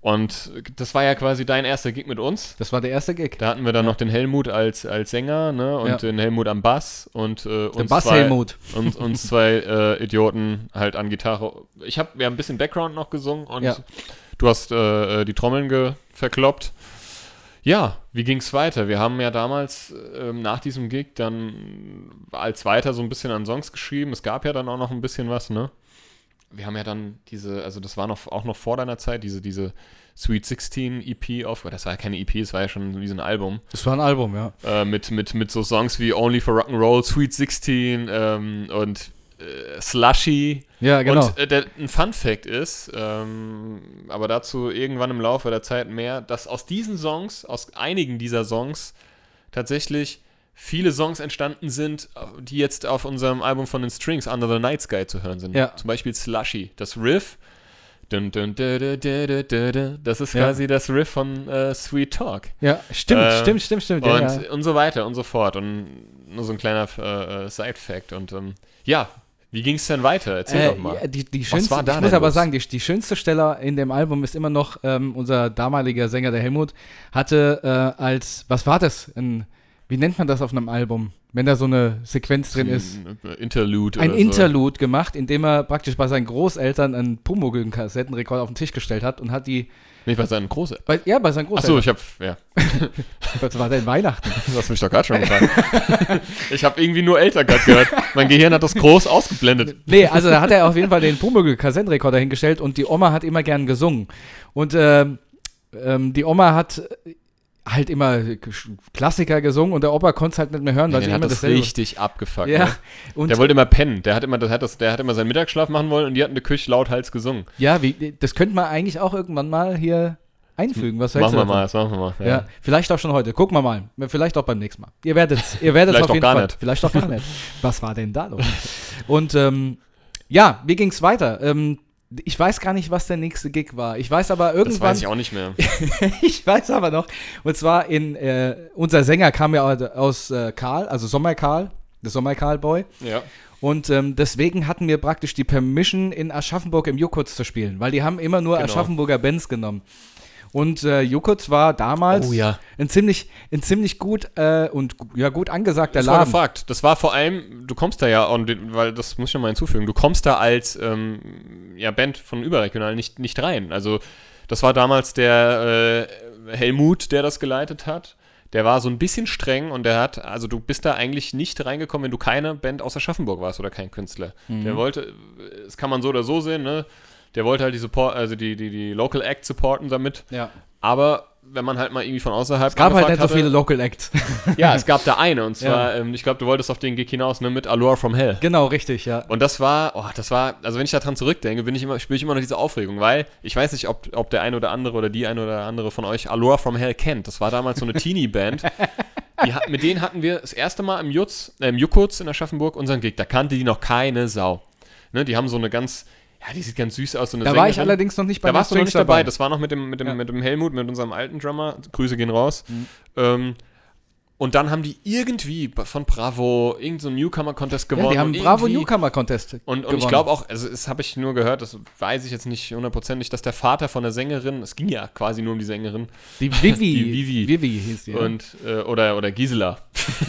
[SPEAKER 2] Und das war ja quasi dein erster Gig mit uns.
[SPEAKER 3] Das war der erste Gig.
[SPEAKER 2] Da hatten wir dann noch den Helmut als, als Sänger, ne, und
[SPEAKER 3] Ja.
[SPEAKER 2] den Helmut am Bass und äh, uns
[SPEAKER 3] Bass
[SPEAKER 2] zwei,
[SPEAKER 3] Helmut.
[SPEAKER 2] und uns zwei äh, Idioten halt an Gitarre. Ich habe, wir haben ein bisschen Background noch gesungen und
[SPEAKER 3] Ja.
[SPEAKER 2] du hast äh, äh, die Trommeln ge verkloppt. Ja, wie ging's weiter? Wir haben ja damals ähm, nach diesem Gig dann als weiter so ein bisschen an Songs geschrieben. Es gab ja dann auch noch ein bisschen was, ne? Wir haben ja dann diese, also das war noch auch noch vor deiner Zeit, diese, diese Sweet 16 EP auf, das war ja keine EP, es war ja schon wie so ein Album
[SPEAKER 3] Das war ein Album, ja.
[SPEAKER 2] äh, mit, mit, mit so Songs wie Only for Rock'n'Roll, Sweet 16 ähm, und äh, Slushy.
[SPEAKER 3] Ja, genau.
[SPEAKER 2] Und äh, der, ein Fun Fact ist, ähm, aber dazu irgendwann im Laufe der Zeit mehr, dass aus diesen Songs, aus einigen dieser Songs, tatsächlich viele Songs entstanden sind, die jetzt auf unserem Album von den Strings, Under the Night Sky, zu hören sind.
[SPEAKER 3] Ja.
[SPEAKER 2] Zum Beispiel Slushy, das Riff. Dun, dun, dun, dun, dun, dun, dun, dun. Das ist
[SPEAKER 3] Ja.
[SPEAKER 2] quasi das Riff von äh, Sweet Talk.
[SPEAKER 3] ja, stimmt,
[SPEAKER 2] äh,
[SPEAKER 3] stimmt, stimmt, stimmt. ja, ja.
[SPEAKER 2] Und, und so weiter und so fort. Und nur so ein kleiner äh, äh, Side-Fact. Und ähm, ja, wie ging es denn weiter? Erzähl
[SPEAKER 3] Äh,
[SPEAKER 2] doch mal.
[SPEAKER 3] ja, Die, die schönste,
[SPEAKER 2] war da
[SPEAKER 3] ich
[SPEAKER 2] denn
[SPEAKER 3] muss aber
[SPEAKER 2] los?
[SPEAKER 3] sagen, die, die schönste Stelle in dem Album ist immer noch ähm, unser damaliger Sänger, der Helmut, hatte äh, als, was war das? Ein, wie nennt man das auf einem Album, wenn da so eine Sequenz drin ist?
[SPEAKER 2] Ein, äh, Interlude.
[SPEAKER 3] Ein
[SPEAKER 2] oder
[SPEAKER 3] Interlude gemacht, indem er praktisch bei seinen Großeltern einen Pumuckl-Kassettenrekord auf den Tisch gestellt hat und hat die,
[SPEAKER 2] So. Nicht bei seinen Großeltern.
[SPEAKER 3] bei, ja, bei seinen
[SPEAKER 2] Achso,
[SPEAKER 3] Großeltern.
[SPEAKER 2] ich hab. Ja,
[SPEAKER 3] Das war denn Weihnachten.
[SPEAKER 2] du hast mich doch gerade schon gefragt. ich habe irgendwie nur Eltern gerade gehört. Mein Gehirn hat das groß ausgeblendet.
[SPEAKER 3] Nee, also da hat er auf jeden Fall den Pumuckl-Kassettenrekorder hingestellt und die Oma hat immer gern gesungen. Und ähm, ähm, die Oma hat halt immer Klassiker gesungen und der Opa konnte es halt nicht mehr hören, weil
[SPEAKER 2] den
[SPEAKER 3] sie
[SPEAKER 2] hat
[SPEAKER 3] immer
[SPEAKER 2] das
[SPEAKER 3] dasselbe.
[SPEAKER 2] richtig abgefuckt.
[SPEAKER 3] Ja,
[SPEAKER 2] Ne?
[SPEAKER 3] und
[SPEAKER 2] Der wollte immer pennen. Der hat immer, das hat das, der hat immer seinen Mittagsschlaf machen wollen und die hatten in der Küche lauthals gesungen.
[SPEAKER 3] ja wie, das könnte man eigentlich auch irgendwann mal hier einfügen. Was
[SPEAKER 2] machen
[SPEAKER 3] hältst du
[SPEAKER 2] wir
[SPEAKER 3] davon?
[SPEAKER 2] mal, das machen wir mal.
[SPEAKER 3] Ja. vielleicht auch schon heute. Gucken wir mal. Vielleicht auch beim nächsten Mal. Ihr werdet es ihr werdet's
[SPEAKER 2] Vielleicht
[SPEAKER 3] auf
[SPEAKER 2] auch
[SPEAKER 3] jeden
[SPEAKER 2] gar
[SPEAKER 3] Fall.
[SPEAKER 2] nicht.
[SPEAKER 3] Vielleicht auch gar nicht. Was war denn da los? Und ähm, ja, wie ging es weiter? Ähm, ich weiß gar nicht, was der nächste Gig war. Ich weiß aber irgendwann.
[SPEAKER 2] Das weiß ich auch nicht mehr.
[SPEAKER 3] Ich weiß aber noch. Und zwar in äh, unser Sänger kam ja aus äh, Karl, also Sommer Karl, der Sommer Karl Boy.
[SPEAKER 2] ja.
[SPEAKER 3] Und ähm, deswegen hatten wir praktisch die Permission, in Aschaffenburg im Jukurz zu spielen, weil die haben immer nur
[SPEAKER 2] Genau.
[SPEAKER 3] Aschaffenburger Bands genommen. Und äh, Jukurz war damals
[SPEAKER 2] Oh ja.
[SPEAKER 3] ein ziemlich, ein ziemlich gut äh, und gu- ja gut angesagter
[SPEAKER 2] Das war
[SPEAKER 3] Laden.
[SPEAKER 2] gefragt. Das war vor allem, du kommst da ja, und den- weil das muss ich nochmal hinzufügen, du kommst da als ähm, ja, Band von überregional nicht, nicht rein. Also das war damals der äh, Helmut, der das geleitet hat. Der war so ein bisschen streng und der hat, also du bist da eigentlich nicht reingekommen, wenn du keine Band aus Aschaffenburg warst oder kein Künstler.
[SPEAKER 3] Mhm.
[SPEAKER 2] Der wollte, das kann man so oder so sehen, ne? Der wollte halt die Support, also die, die, die Local Act supporten damit.
[SPEAKER 3] Ja.
[SPEAKER 2] Aber wenn man halt mal irgendwie von außerhalb
[SPEAKER 3] Gab halt
[SPEAKER 2] angefragt
[SPEAKER 3] nicht so
[SPEAKER 2] hatte-
[SPEAKER 3] viele Local Acts.
[SPEAKER 2] ja, es gab da eine und zwar, ähm, ich glaube, du wolltest auf den Gig hinaus, ne, mit Allure from Hell.
[SPEAKER 3] genau, richtig, ja.
[SPEAKER 2] Und das war, oh, das war, also wenn ich daran zurückdenke, bin ich immer, spüre ich immer noch diese Aufregung, weil ich weiß nicht, ob, ob der eine oder andere oder die eine oder andere von euch Allure from Hell kennt. Das war damals so eine Teenie-Band. Die hat, mit denen hatten wir das erste Mal im Jutz, äh, im Jukurz in Aschaffenburg unseren Gig. Da kannte die noch keine Sau. Ne, die haben so eine ganz, ja, die sieht ganz süß aus. So eine
[SPEAKER 3] Da war ich
[SPEAKER 2] Sängerin
[SPEAKER 3] allerdings noch nicht bei
[SPEAKER 2] da warst du noch
[SPEAKER 3] Nachtwings
[SPEAKER 2] nicht dabei. Das war noch mit dem, mit, dem,
[SPEAKER 3] Ja. Mhm.
[SPEAKER 2] mit dem Helmut, mit unserem alten Drummer. Grüße gehen raus. Ähm, und dann haben die irgendwie von Bravo irgendeinen so einen Newcomer-Contest gewonnen.
[SPEAKER 3] ja, die haben
[SPEAKER 2] und
[SPEAKER 3] einen Bravo
[SPEAKER 2] irgendwie-
[SPEAKER 3] Newcomer Contest.
[SPEAKER 2] Und, und
[SPEAKER 3] gewonnen.
[SPEAKER 2] ich glaube auch, also das habe ich nur gehört, das weiß ich jetzt nicht hundertprozentig, dass der Vater von der Sängerin, es ging ja quasi nur um die Sängerin,
[SPEAKER 3] die Vivi.
[SPEAKER 2] die Vivi.
[SPEAKER 3] Vivi hieß die. ja.
[SPEAKER 2] und, äh, oder, oder Gisela.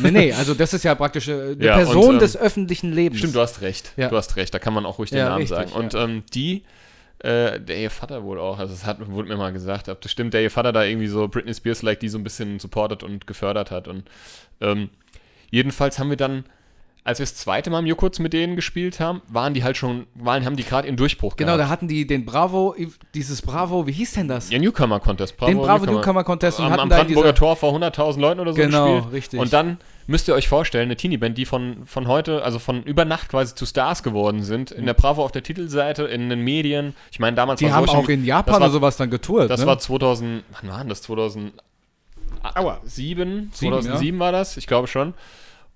[SPEAKER 3] nee, nee, also das ist ja praktisch äh, eine
[SPEAKER 2] Ja, und,
[SPEAKER 3] Person
[SPEAKER 2] ähm,
[SPEAKER 3] des öffentlichen Lebens.
[SPEAKER 2] Stimmt, du hast recht.
[SPEAKER 3] Ja.
[SPEAKER 2] Du hast recht, da kann man auch ruhig den
[SPEAKER 3] Ja,
[SPEAKER 2] Namen
[SPEAKER 3] richtig,
[SPEAKER 2] sagen. Und ähm, die, äh, der ihr Vater wohl auch, also es hat, wurde mir mal gesagt, ob das stimmt, der ihr Vater da irgendwie so Britney Spears like die so ein bisschen supportet und gefördert hat. Und ähm, jedenfalls haben wir dann, als wir das zweite Mal im Jokurz mit denen gespielt haben, waren die halt schon, waren, haben die gerade ihren Durchbruch
[SPEAKER 3] Genau, da
[SPEAKER 2] gehabt.
[SPEAKER 3] hatten die den Bravo, dieses Bravo, wie hieß denn das?
[SPEAKER 2] Ihr Newcomer Contest, Bravo,
[SPEAKER 3] den Bravo Newcomer Contest und
[SPEAKER 2] am,
[SPEAKER 3] hatten
[SPEAKER 2] am
[SPEAKER 3] da in
[SPEAKER 2] Brandenburger
[SPEAKER 3] dieser,
[SPEAKER 2] Tor vor 100.000 Leuten oder so
[SPEAKER 3] Genau,
[SPEAKER 2] gespielt.
[SPEAKER 3] richtig.
[SPEAKER 2] Und dann müsst ihr euch vorstellen, eine Teenie-Band, die von, von heute, also von über Nacht quasi zu Stars geworden sind, in der Bravo auf der Titelseite, in den Medien. Ich meine, damals
[SPEAKER 3] Mhm. die
[SPEAKER 2] war
[SPEAKER 3] haben
[SPEAKER 2] Social-
[SPEAKER 3] auch in
[SPEAKER 2] das
[SPEAKER 3] Japan
[SPEAKER 2] war,
[SPEAKER 3] oder sowas dann getourt.
[SPEAKER 2] Das
[SPEAKER 3] ne?
[SPEAKER 2] war 2000, wann war denn das? 2007? 2007 war das, ich glaube schon.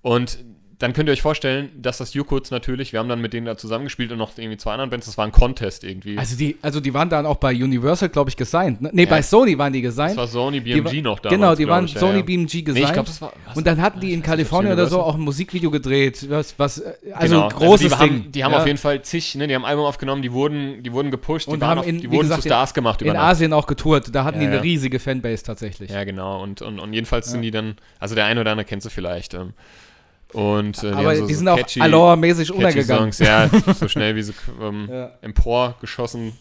[SPEAKER 2] Und dann könnt ihr euch vorstellen, dass das Jukurz natürlich, wir haben dann mit denen da zusammengespielt und noch irgendwie zwei anderen Bands, das war ein Contest irgendwie.
[SPEAKER 3] also die, also die waren dann auch bei Universal, glaube ich, gesigned. Ne, nee,
[SPEAKER 2] Ja.
[SPEAKER 3] bei Sony waren die gesigned.
[SPEAKER 2] das war Sony
[SPEAKER 3] Die
[SPEAKER 2] BMG
[SPEAKER 3] wa-
[SPEAKER 2] noch damals.
[SPEAKER 3] Genau, die
[SPEAKER 2] glaub
[SPEAKER 3] waren
[SPEAKER 2] ich, ja,
[SPEAKER 3] Sony
[SPEAKER 2] ja.
[SPEAKER 3] BMG gesigned.
[SPEAKER 2] Nee, ich glaube, das war. was-
[SPEAKER 3] und dann hatten die in Kalifornien oder so auch ein Musikvideo gedreht, was, was äh, also
[SPEAKER 2] Genau.
[SPEAKER 3] ein großes
[SPEAKER 2] die haben,
[SPEAKER 3] Ding.
[SPEAKER 2] Die haben
[SPEAKER 3] ja.
[SPEAKER 2] auf jeden Fall zig, ne, die haben ein Album aufgenommen, die wurden, die wurden gepusht, die,
[SPEAKER 3] Und
[SPEAKER 2] waren
[SPEAKER 3] haben
[SPEAKER 2] auf,
[SPEAKER 3] in-
[SPEAKER 2] die
[SPEAKER 3] wie
[SPEAKER 2] wurden
[SPEAKER 3] gesagt,
[SPEAKER 2] zu Stars gemacht über
[SPEAKER 3] in
[SPEAKER 2] Nacht.
[SPEAKER 3] Asien auch getourt. Da hatten
[SPEAKER 2] Ja,
[SPEAKER 3] die eine
[SPEAKER 2] ja.
[SPEAKER 3] riesige Fanbase tatsächlich.
[SPEAKER 2] Ja, genau. Und, und, und jedenfalls sind die dann, also der eine oder andere kennt sie vielleicht. ähm. Und äh, die,
[SPEAKER 3] Aber
[SPEAKER 2] haben so,
[SPEAKER 3] die sind
[SPEAKER 2] so
[SPEAKER 3] auch
[SPEAKER 2] catchy,
[SPEAKER 3] Allor-mäßig
[SPEAKER 2] catchy
[SPEAKER 3] untergegangen.
[SPEAKER 2] Songs, ja, so schnell wie sie ähm,
[SPEAKER 3] Ja.
[SPEAKER 2] emporgeschossen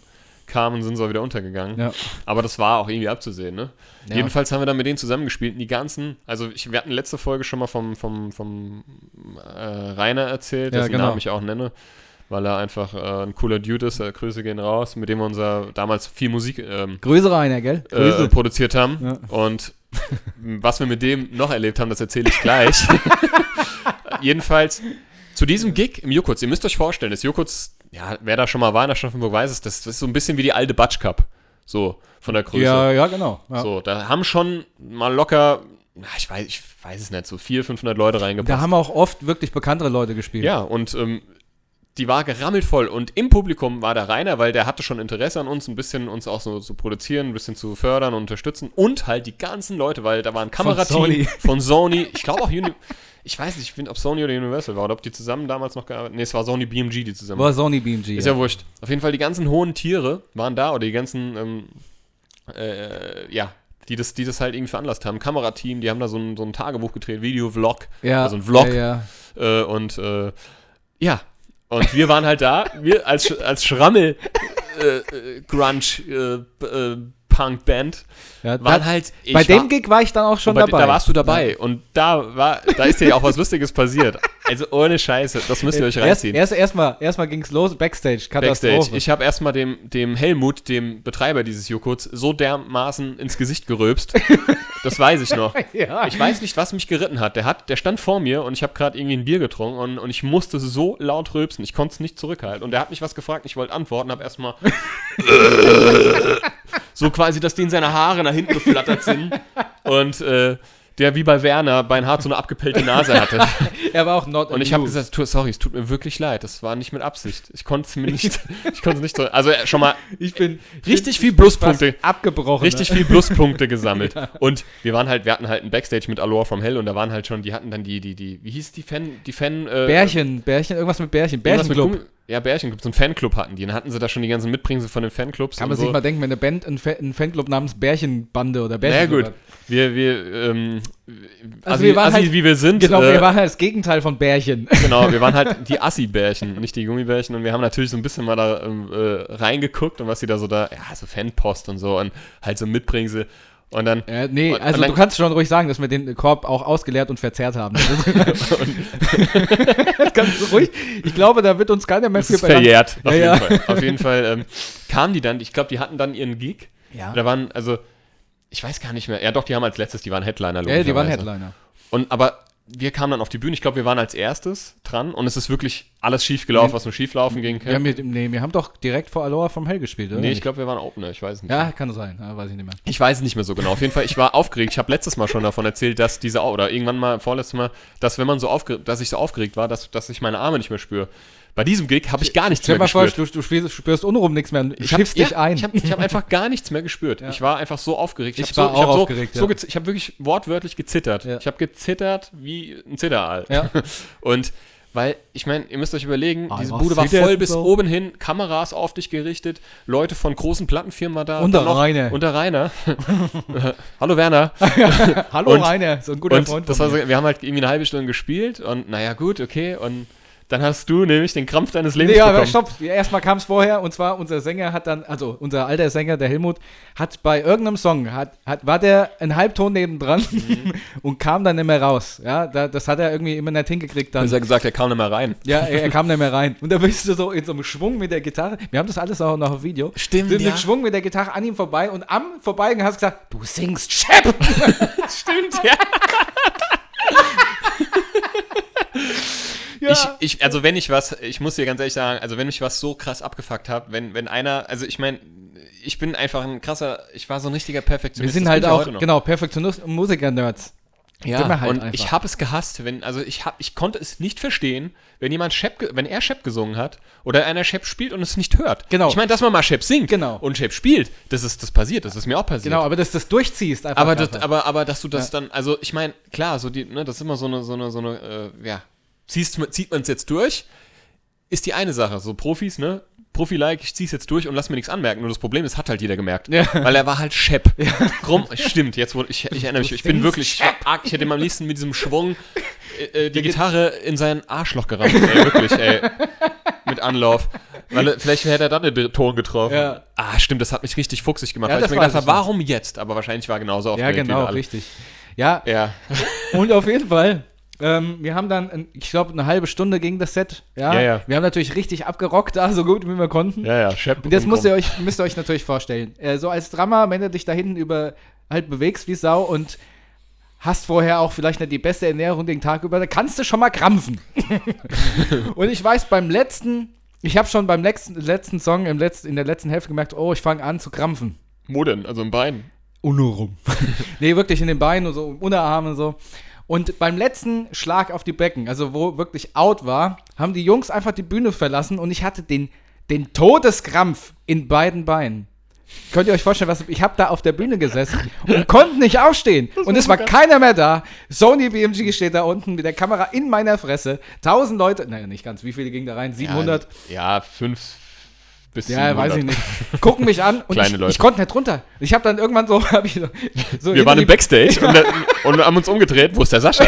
[SPEAKER 2] kamen, sind sie auch wieder untergegangen.
[SPEAKER 3] Ja.
[SPEAKER 2] Aber das war auch irgendwie abzusehen, ne?
[SPEAKER 3] Ja.
[SPEAKER 2] Jedenfalls haben wir dann mit denen zusammengespielt und die ganzen, also ich, wir hatten letzte Folge schon mal vom, vom, vom äh, Rainer erzählt,
[SPEAKER 3] Ja,
[SPEAKER 2] dessen
[SPEAKER 3] genau.
[SPEAKER 2] Namen ich auch nenne, weil er einfach äh, ein cooler Dude ist, äh, Grüße gehen raus, mit dem wir unser damals viel Musik ähm,
[SPEAKER 3] Größere einer, gell?
[SPEAKER 2] äh, produziert haben.
[SPEAKER 3] Ja.
[SPEAKER 2] Und was wir mit dem noch erlebt haben, das erzähle ich gleich. Jedenfalls zu diesem Gig im Jokurz, ihr müsst euch vorstellen, das Jokurz, ja, wer da schon mal war in Aschaffenburg weiß es, das, das ist so ein bisschen wie die alte Batsch Cup. So, von der Größe.
[SPEAKER 3] ja, ja, genau. Ja.
[SPEAKER 2] So, da haben schon mal locker, na, ich weiß, ich weiß es nicht, so 400, 500 Leute reingepasst.
[SPEAKER 3] Da haben auch oft wirklich bekanntere Leute gespielt.
[SPEAKER 2] Ja, und ähm, die war gerammelt voll. Und im Publikum war der Rainer, weil der hatte schon Interesse an uns, ein bisschen uns auch so zu produzieren, ein bisschen zu fördern und unterstützen. Und halt die ganzen Leute, weil da war ein
[SPEAKER 3] Sony.
[SPEAKER 2] Kamerateam von Sony. Ich glaube auch Uni Ich weiß nicht, ich find, ob Sony oder Universal war oder ob die zusammen damals noch gearbeitet Nee, es war Sony BMG, die zusammen.
[SPEAKER 3] War Sony BMG.
[SPEAKER 2] Ist ja wurscht. Auf jeden Fall, die ganzen hohen Tiere waren da oder die ganzen, ähm, äh, ja, die das, die das halt irgendwie veranlasst haben. Kamerateam, die haben da so ein, so ein Tagebuch gedreht, Video-Vlog,
[SPEAKER 3] ja.
[SPEAKER 2] also ein Vlog.
[SPEAKER 3] Ja, ja.
[SPEAKER 2] Äh, und äh, ja, und wir waren halt da, wir als, Sch- als Schrammel äh, äh, Grunge äh, b- äh, Punk-Band,
[SPEAKER 3] Ja,
[SPEAKER 2] waren
[SPEAKER 3] da,
[SPEAKER 2] halt. ich
[SPEAKER 3] bei
[SPEAKER 2] war-
[SPEAKER 3] dem Gig war ich dann auch schon
[SPEAKER 2] bei,
[SPEAKER 3] dabei.
[SPEAKER 2] Da warst du dabei um und da war, da ist dir ja auch was Lustiges passiert. Also ohne Scheiße, das müsst ihr euch
[SPEAKER 3] Erst,
[SPEAKER 2] reinziehen.
[SPEAKER 3] erst, erstmal erstmal ging es los, Backstage, Katastrophe.
[SPEAKER 2] Backstage. Ich habe erstmal dem, dem Helmut, dem Betreiber dieses Joghurts, so dermaßen ins Gesicht geröbst. Das weiß ich noch.
[SPEAKER 3] ja.
[SPEAKER 2] Ich weiß nicht, was mich geritten hat. Der, hat, der stand vor mir und ich habe gerade irgendwie ein Bier getrunken und, und ich musste so laut rülpsen. Ich konnte es nicht zurückhalten. Und der hat mich was gefragt. Ich wollte antworten, habe erstmal. so quasi, dass denen seine Haare nach hinten geflattert sind. Und äh, der wie bei Werner bei Hart so eine abgepellte Nase hatte.
[SPEAKER 3] er war auch not
[SPEAKER 2] Und ich habe
[SPEAKER 3] amused.
[SPEAKER 2] gesagt, tu- sorry, es tut mir wirklich leid. Das war nicht mit Absicht. Ich konnte es mir nicht. ich konnte es nicht so. Also äh, schon mal
[SPEAKER 3] ich bin
[SPEAKER 2] richtig viel
[SPEAKER 3] fast
[SPEAKER 2] Pluspunkte.
[SPEAKER 3] abgebrochen.
[SPEAKER 2] Richtig viel Pluspunkte gesammelt. Und wir waren halt, wir hatten halt ein Backstage mit Allure from Hell und da waren halt schon, die hatten dann die, die, die, wie hieß die Fan, die Fan, äh,
[SPEAKER 3] ne? Bärchen, Bärchen, irgendwas mit Bärchen.
[SPEAKER 2] irgendwas mit
[SPEAKER 3] Bärchenclub.
[SPEAKER 2] Gummi- Ja, Bärchenclub, so einen Fanclub hatten die. Dann hatten sie da schon die ganzen Mitbringsel von den Fanclubs.
[SPEAKER 3] Kann
[SPEAKER 2] und
[SPEAKER 3] man
[SPEAKER 2] so.
[SPEAKER 3] sich mal denken, wenn eine Band einen, Fa einen Fanclub namens Bärchenbande
[SPEAKER 2] Na
[SPEAKER 3] oder
[SPEAKER 2] ja,
[SPEAKER 3] Bärchenclub
[SPEAKER 2] gut.
[SPEAKER 3] hat.
[SPEAKER 2] Wir, wir, ähm,
[SPEAKER 3] Also
[SPEAKER 2] Assi-
[SPEAKER 3] wir waren
[SPEAKER 2] Assi,
[SPEAKER 3] halt-
[SPEAKER 2] wie wir sind.
[SPEAKER 3] Genau,
[SPEAKER 2] äh,
[SPEAKER 3] wir waren halt das Gegenteil von Bärchen.
[SPEAKER 2] Genau, wir waren halt die Assi-Bärchen, nicht die Gummibärchen. Und wir haben natürlich so ein bisschen mal da ähm, äh, reingeguckt und was die da so da, ja, so Fanpost und so und halt so Mitbringsel. Und dann,
[SPEAKER 3] Ja, nee,
[SPEAKER 2] Und-
[SPEAKER 3] also
[SPEAKER 2] und dann-
[SPEAKER 3] du kannst schon ruhig sagen, dass wir den Korb auch ausgeleert und verzehrt haben. Das kannst du ruhig. Ich glaube, da wird uns keiner mehr
[SPEAKER 2] es ist
[SPEAKER 3] belangen.
[SPEAKER 2] verjährt, auf
[SPEAKER 3] Ja,
[SPEAKER 2] jeden Fall. Auf jeden Fall ähm, kamen die dann, ich glaube, die hatten dann ihren Gig.
[SPEAKER 3] Ja.
[SPEAKER 2] Da waren, also, ich weiß gar nicht mehr. Ja, doch, die haben als letztes, die waren Headliner.
[SPEAKER 3] Ja, die waren
[SPEAKER 2] logischerweise.
[SPEAKER 3] Headliner.
[SPEAKER 2] Und aber wir kamen dann auf die Bühne. Ich glaube, wir waren als erstes dran und es ist wirklich alles schief gelaufen, was nur schief laufen ging.
[SPEAKER 3] Wir haben, mit, nee, wir haben doch direkt vor Aloha vom Hell gespielt, oder?
[SPEAKER 2] nee, ich glaube, wir waren Opener, ich weiß nicht.
[SPEAKER 3] ja, kann sein, ja, weiß ich nicht mehr.
[SPEAKER 2] Ich weiß es nicht mehr so genau. Auf jeden Fall, ich war aufgeregt. Ich habe letztes Mal schon davon erzählt, dass diese Au- oder irgendwann mal vorletztes Mal, dass wenn man so aufgeregt, dass ich so aufgeregt war, dass, dass ich meine Arme nicht mehr spüre. Bei diesem Gig habe ich gar nichts
[SPEAKER 3] Stell
[SPEAKER 2] mehr
[SPEAKER 3] dir mal vor,
[SPEAKER 2] gespürt.
[SPEAKER 3] du, du spürst, spürst unrum nichts mehr,
[SPEAKER 2] hab-
[SPEAKER 3] schiffst dich
[SPEAKER 2] ja,
[SPEAKER 3] ein.
[SPEAKER 2] Ich habe ich hab einfach gar nichts mehr gespürt. Ich war einfach so aufgeregt.
[SPEAKER 3] Ich
[SPEAKER 2] hab
[SPEAKER 3] war
[SPEAKER 2] so,
[SPEAKER 3] auch
[SPEAKER 2] hab so,
[SPEAKER 3] aufgeregt,
[SPEAKER 2] So
[SPEAKER 3] ja.
[SPEAKER 2] gez- ich habe wirklich wortwörtlich gezittert.
[SPEAKER 3] Ja.
[SPEAKER 2] Ich habe gezittert wie ein Zitteraal.
[SPEAKER 3] Ja.
[SPEAKER 2] Und weil, ich meine, ihr müsst euch überlegen,
[SPEAKER 3] Ah,
[SPEAKER 2] diese
[SPEAKER 3] was
[SPEAKER 2] Bude war
[SPEAKER 3] sieht der
[SPEAKER 2] voll
[SPEAKER 3] denn
[SPEAKER 2] bis
[SPEAKER 3] so?
[SPEAKER 2] oben hin, Kameras auf dich gerichtet, Leute von großen Plattenfirmen waren da.
[SPEAKER 3] Und der
[SPEAKER 2] Dann noch-
[SPEAKER 3] Rainer.
[SPEAKER 2] Und der Rainer. Hallo Werner.
[SPEAKER 3] Hallo
[SPEAKER 2] Und-
[SPEAKER 3] Rainer, so ein guter
[SPEAKER 2] und
[SPEAKER 3] Freund
[SPEAKER 2] das
[SPEAKER 3] von
[SPEAKER 2] war
[SPEAKER 3] mir.
[SPEAKER 2] so, wir haben halt irgendwie eine halbe Stunde gespielt und naja, gut, okay. Und dann hast du nämlich den Krampf deines Lebens
[SPEAKER 3] Nee, ja, aber
[SPEAKER 2] bekommen.
[SPEAKER 3] stopp. Erstmal kam es vorher und zwar unser Sänger hat dann, also unser alter Sänger, der Helmut, hat bei irgendeinem Song, hat, hat, war der ein Halbton nebendran
[SPEAKER 2] Mhm.
[SPEAKER 3] und kam dann nicht mehr raus. Ja, da, das hat er irgendwie immer nicht hingekriegt
[SPEAKER 2] Dann
[SPEAKER 3] dann.
[SPEAKER 2] ist er gesagt, er kam nicht mehr rein.
[SPEAKER 3] Ja, er, er kam nicht mehr rein. Und da bist du so in so einem Schwung mit der Gitarre. Wir haben das alles auch noch auf Video.
[SPEAKER 2] Stimmt,
[SPEAKER 3] Du bist
[SPEAKER 2] ja.
[SPEAKER 3] Mit Schwung mit der Gitarre an ihm vorbei und am Vorbeigehen hast du gesagt, du singst Shep. Stimmt, ja. ja.
[SPEAKER 2] Ich, ich, also wenn ich was, ich muss dir ganz ehrlich sagen, also wenn ich was so krass abgefuckt habe, wenn, wenn einer, also ich meine, ich bin einfach ein krasser, ich war so ein richtiger
[SPEAKER 3] wir
[SPEAKER 2] Perfektionist.
[SPEAKER 3] sind
[SPEAKER 2] das
[SPEAKER 3] halt
[SPEAKER 2] bin ich
[SPEAKER 3] auch,
[SPEAKER 2] heute noch.
[SPEAKER 3] genau, Perfektionist und Musiker-Nerds. sind
[SPEAKER 2] Ja,
[SPEAKER 3] wir halt
[SPEAKER 2] und
[SPEAKER 3] einfach.
[SPEAKER 2] ich habe es gehasst, wenn, also ich hab, ich konnte es nicht verstehen, wenn jemand Shep, ge- wenn er Shep gesungen hat oder einer Shep spielt und es nicht hört.
[SPEAKER 3] Genau.
[SPEAKER 2] Ich meine, dass man mal Shep singt
[SPEAKER 3] Genau.
[SPEAKER 2] und Shep spielt, das ist, das passiert, das ist mir auch passiert.
[SPEAKER 3] Genau, aber dass du das durchziehst einfach.
[SPEAKER 2] Aber, das,
[SPEAKER 3] einfach.
[SPEAKER 2] aber, aber dass du das dann, also ich meine, klar, so die, ne, das ist immer so eine, so eine, so eine, äh, ja, ziehst, man- zieht man es jetzt durch, ist die eine Sache. So Profis, ne? Profi-like, ich zieh's jetzt durch und lass mir nichts anmerken. Nur das Problem ist, hat halt jeder gemerkt.
[SPEAKER 3] Ja.
[SPEAKER 2] Weil er war halt Shep. Krumm, stimmt, jetzt wurde, ich, ich erinnere mich,
[SPEAKER 3] Du
[SPEAKER 2] ich bin
[SPEAKER 3] singst
[SPEAKER 2] wirklich, ich, war arg, ich hätte ihm am liebsten mit diesem Schwung äh, äh, die Gitarre in sein Arschloch gerammt, ey, wirklich, ey. Mit Anlauf. Weil äh, vielleicht hätte er dann den Ton getroffen.
[SPEAKER 3] Ja.
[SPEAKER 2] Ah, stimmt, das hat mich richtig fuchsig gemacht,
[SPEAKER 3] Ja,
[SPEAKER 2] weil ich
[SPEAKER 3] das
[SPEAKER 2] mir gedacht
[SPEAKER 3] weiß
[SPEAKER 2] habe,
[SPEAKER 3] ich noch.
[SPEAKER 2] warum jetzt? Aber wahrscheinlich war er genauso
[SPEAKER 3] ja,
[SPEAKER 2] aufgeregt wie wir
[SPEAKER 3] genau,
[SPEAKER 2] alle.
[SPEAKER 3] richtig. Ja,
[SPEAKER 2] Ja.
[SPEAKER 3] und auf jeden Fall. Ähm, wir haben dann, ein- ich glaube, eine halbe Stunde ging das Set. Ja,
[SPEAKER 2] Ja, ja.
[SPEAKER 3] Wir haben natürlich richtig abgerockt, da so gut wie wir konnten.
[SPEAKER 2] Ja, ja, Shep.
[SPEAKER 3] Und jetzt müsst ihr euch, müsst ihr euch natürlich vorstellen. Äh, so als Drama, wenn du dich da hinten über halt bewegst wie Sau und hast vorher auch vielleicht nicht die beste Ernährung den Tag über, da kannst du schon mal krampfen. und ich weiß, beim letzten, ich habe schon beim letzten, letzten Song im letzten, in der letzten Hälfte gemerkt, oh, ich fange an zu krampfen.
[SPEAKER 2] Wo denn? Also im Bein.
[SPEAKER 3] Unurum. nee, wirklich in den Beinen und so, im Unterarm und so. Und beim letzten Schlag auf die Becken, also wo wirklich out war, haben die Jungs einfach die Bühne verlassen und ich hatte den, den Todeskrampf in beiden Beinen. Könnt ihr euch vorstellen, was ich habe da auf der Bühne gesessen und konnte nicht aufstehen und es war keiner mehr da. Sony BMG steht da unten mit der Kamera in meiner Fresse. Tausend Leute, naja, nicht ganz, wie viele gingen da rein? 700.
[SPEAKER 2] Ja, fünf, Bis
[SPEAKER 3] Ja,
[SPEAKER 2] 700.
[SPEAKER 3] weiß ich nicht. Gucken mich an und
[SPEAKER 2] Kleine
[SPEAKER 3] ich,
[SPEAKER 2] Leute.
[SPEAKER 3] ich konnte nicht runter. Ich habe dann irgendwann so, hab ich so, so
[SPEAKER 2] Wir waren im
[SPEAKER 3] hinter
[SPEAKER 2] Backstage und, da- und haben uns umgedreht, wo ist der Sascha?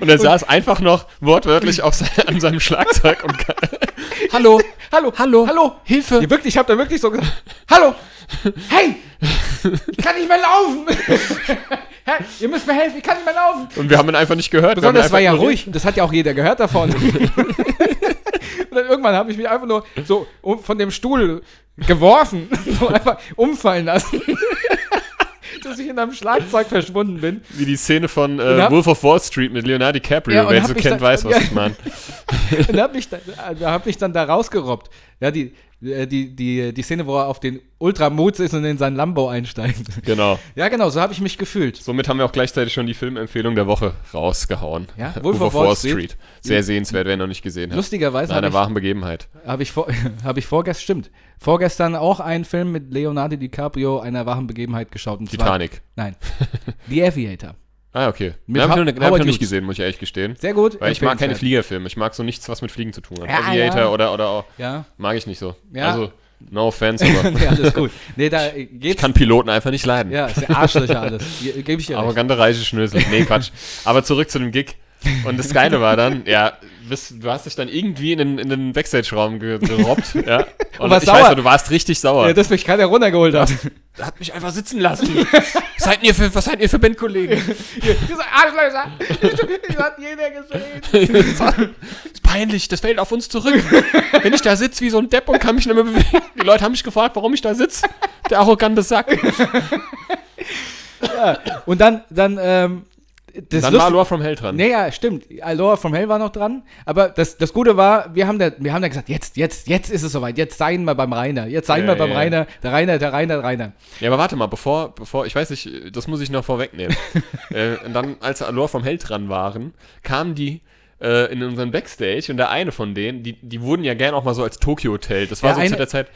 [SPEAKER 2] Und er saß einfach noch wortwörtlich auf se an seinem Schlagzeug und ka-
[SPEAKER 3] die- Hallo, hallo, hallo, hallo.
[SPEAKER 2] Hilfe!
[SPEAKER 3] Ja, wirklich, ich habe da wirklich so gesagt, hallo, hey, ich kann nicht mehr laufen. Hey, ihr müsst mir helfen, ich kann nicht mehr laufen.
[SPEAKER 2] Und wir haben ihn einfach nicht gehört. wir haben ihn
[SPEAKER 3] Besonders war ja
[SPEAKER 2] einfach
[SPEAKER 3] ruhig, das hat ja auch jeder gehört davon. und dann irgendwann habe ich mich einfach nur so um- von dem Stuhl geworfen, so einfach umfallen lassen. Dass ich in einem Schlagzeug verschwunden bin.
[SPEAKER 2] ignoriert. Wie die Szene von
[SPEAKER 3] Und
[SPEAKER 2] äh,
[SPEAKER 3] hab-
[SPEAKER 2] Wolf of Wall Street mit Leonardo DiCaprio.
[SPEAKER 3] Genau. Ja, und
[SPEAKER 2] Wer ihn
[SPEAKER 3] hab
[SPEAKER 2] so
[SPEAKER 3] mich
[SPEAKER 2] kennt,
[SPEAKER 3] dann-
[SPEAKER 2] weiß, was
[SPEAKER 3] ja.
[SPEAKER 2] ich meine.
[SPEAKER 3] und hab mich dann, äh, hab mich dann da rausgerobbt. Ja, die, äh, die, die, die Szene, wo er auf den Ultramoots ist und in sein Lambo einsteigt.
[SPEAKER 2] Genau.
[SPEAKER 3] Ja, genau, so habe ich mich gefühlt.
[SPEAKER 2] Somit haben wir auch gleichzeitig schon die Filmempfehlung der Woche rausgehauen.
[SPEAKER 3] Ja,
[SPEAKER 2] Wolf of Wall Street. Sehr sehenswert, wer ihn noch nicht gesehen hat.
[SPEAKER 3] Lustigerweise
[SPEAKER 2] Nach einer
[SPEAKER 3] habe
[SPEAKER 2] wahren Begebenheit.
[SPEAKER 3] ich, hab ich, vor, hab ich vorgestern, stimmt, vorgestern auch einen Film mit Leonardo DiCaprio einer wahren Begebenheit geschaut. Und zwar-
[SPEAKER 2] Titanic.
[SPEAKER 3] Nein, The Aviator.
[SPEAKER 2] Ah, okay.
[SPEAKER 3] Mit
[SPEAKER 2] Hab ich noch,
[SPEAKER 3] Ho-
[SPEAKER 2] ne- hab ich
[SPEAKER 3] Howard
[SPEAKER 2] noch nicht
[SPEAKER 3] Hughes.
[SPEAKER 2] gesehen, muss ich ehrlich gestehen.
[SPEAKER 3] Sehr gut.
[SPEAKER 2] Weil ich mag keine
[SPEAKER 3] empfehlenswert.
[SPEAKER 2] Fliegerfilme. Ich mag so nichts, was mit Fliegen zu tun hat.
[SPEAKER 3] Ja,
[SPEAKER 2] Aviator
[SPEAKER 3] ja.
[SPEAKER 2] oder, oder auch.
[SPEAKER 3] Ja,
[SPEAKER 2] Mag ich nicht so.
[SPEAKER 3] Ja.
[SPEAKER 2] Also, no offense, aber
[SPEAKER 3] nee, alles gut. Nee, da
[SPEAKER 2] ich
[SPEAKER 3] geht's.
[SPEAKER 2] kann Piloten einfach nicht leiden.
[SPEAKER 3] ja, ist ja Arschlöcher alles. Gebe ich dir recht.
[SPEAKER 2] Arrogante reiche Schnösel. Nee, Quatsch. Aber zurück zu dem Gig. Und das Geile war dann, ja, bist, du hast dich dann irgendwie in den, in den Backstage-Raum ge- gerobbt. Ja. Und,
[SPEAKER 3] warst
[SPEAKER 2] ich weiß
[SPEAKER 3] sauer.
[SPEAKER 2] noch, du warst richtig sauer.
[SPEAKER 3] Ja, dass mich keiner runtergeholt hat.
[SPEAKER 2] hat mich einfach sitzen lassen. seid ihr für, was seid ihr für Bandkollegen?
[SPEAKER 3] Dieser Arschlöcher, das hat jeder gesehen.
[SPEAKER 2] das ist peinlich, das fällt auf uns zurück. Wenn ich da sitze wie so ein Depp und kann mich nicht mehr bewegen. Die Leute haben mich gefragt, warum ich da sitze. Der arrogante Sack.
[SPEAKER 3] Und dann, dann, ähm, das
[SPEAKER 2] Dann
[SPEAKER 3] Lust-
[SPEAKER 2] war Lore from Hell dran.
[SPEAKER 3] Naja, stimmt. Alora from Hell war noch dran. Aber das, das Gute war, wir haben, da, wir haben da gesagt, jetzt, jetzt, jetzt ist es soweit. Jetzt seien wir beim Rainer. Jetzt seien
[SPEAKER 2] Ja,
[SPEAKER 3] wir beim
[SPEAKER 2] ja, ja.
[SPEAKER 3] Rainer. Der Rainer, der Rainer, der Rainer.
[SPEAKER 2] Ja, aber warte mal, bevor, bevor, ich weiß nicht, das muss ich noch vorwegnehmen. äh, und dann, als Alor vom Held dran waren, kamen die äh, in unseren Backstage und der eine von denen, die, die wurden ja gern auch mal so als Tokyo Hotel. Das war
[SPEAKER 3] Der
[SPEAKER 2] so zu
[SPEAKER 3] eine-
[SPEAKER 2] der Zeit.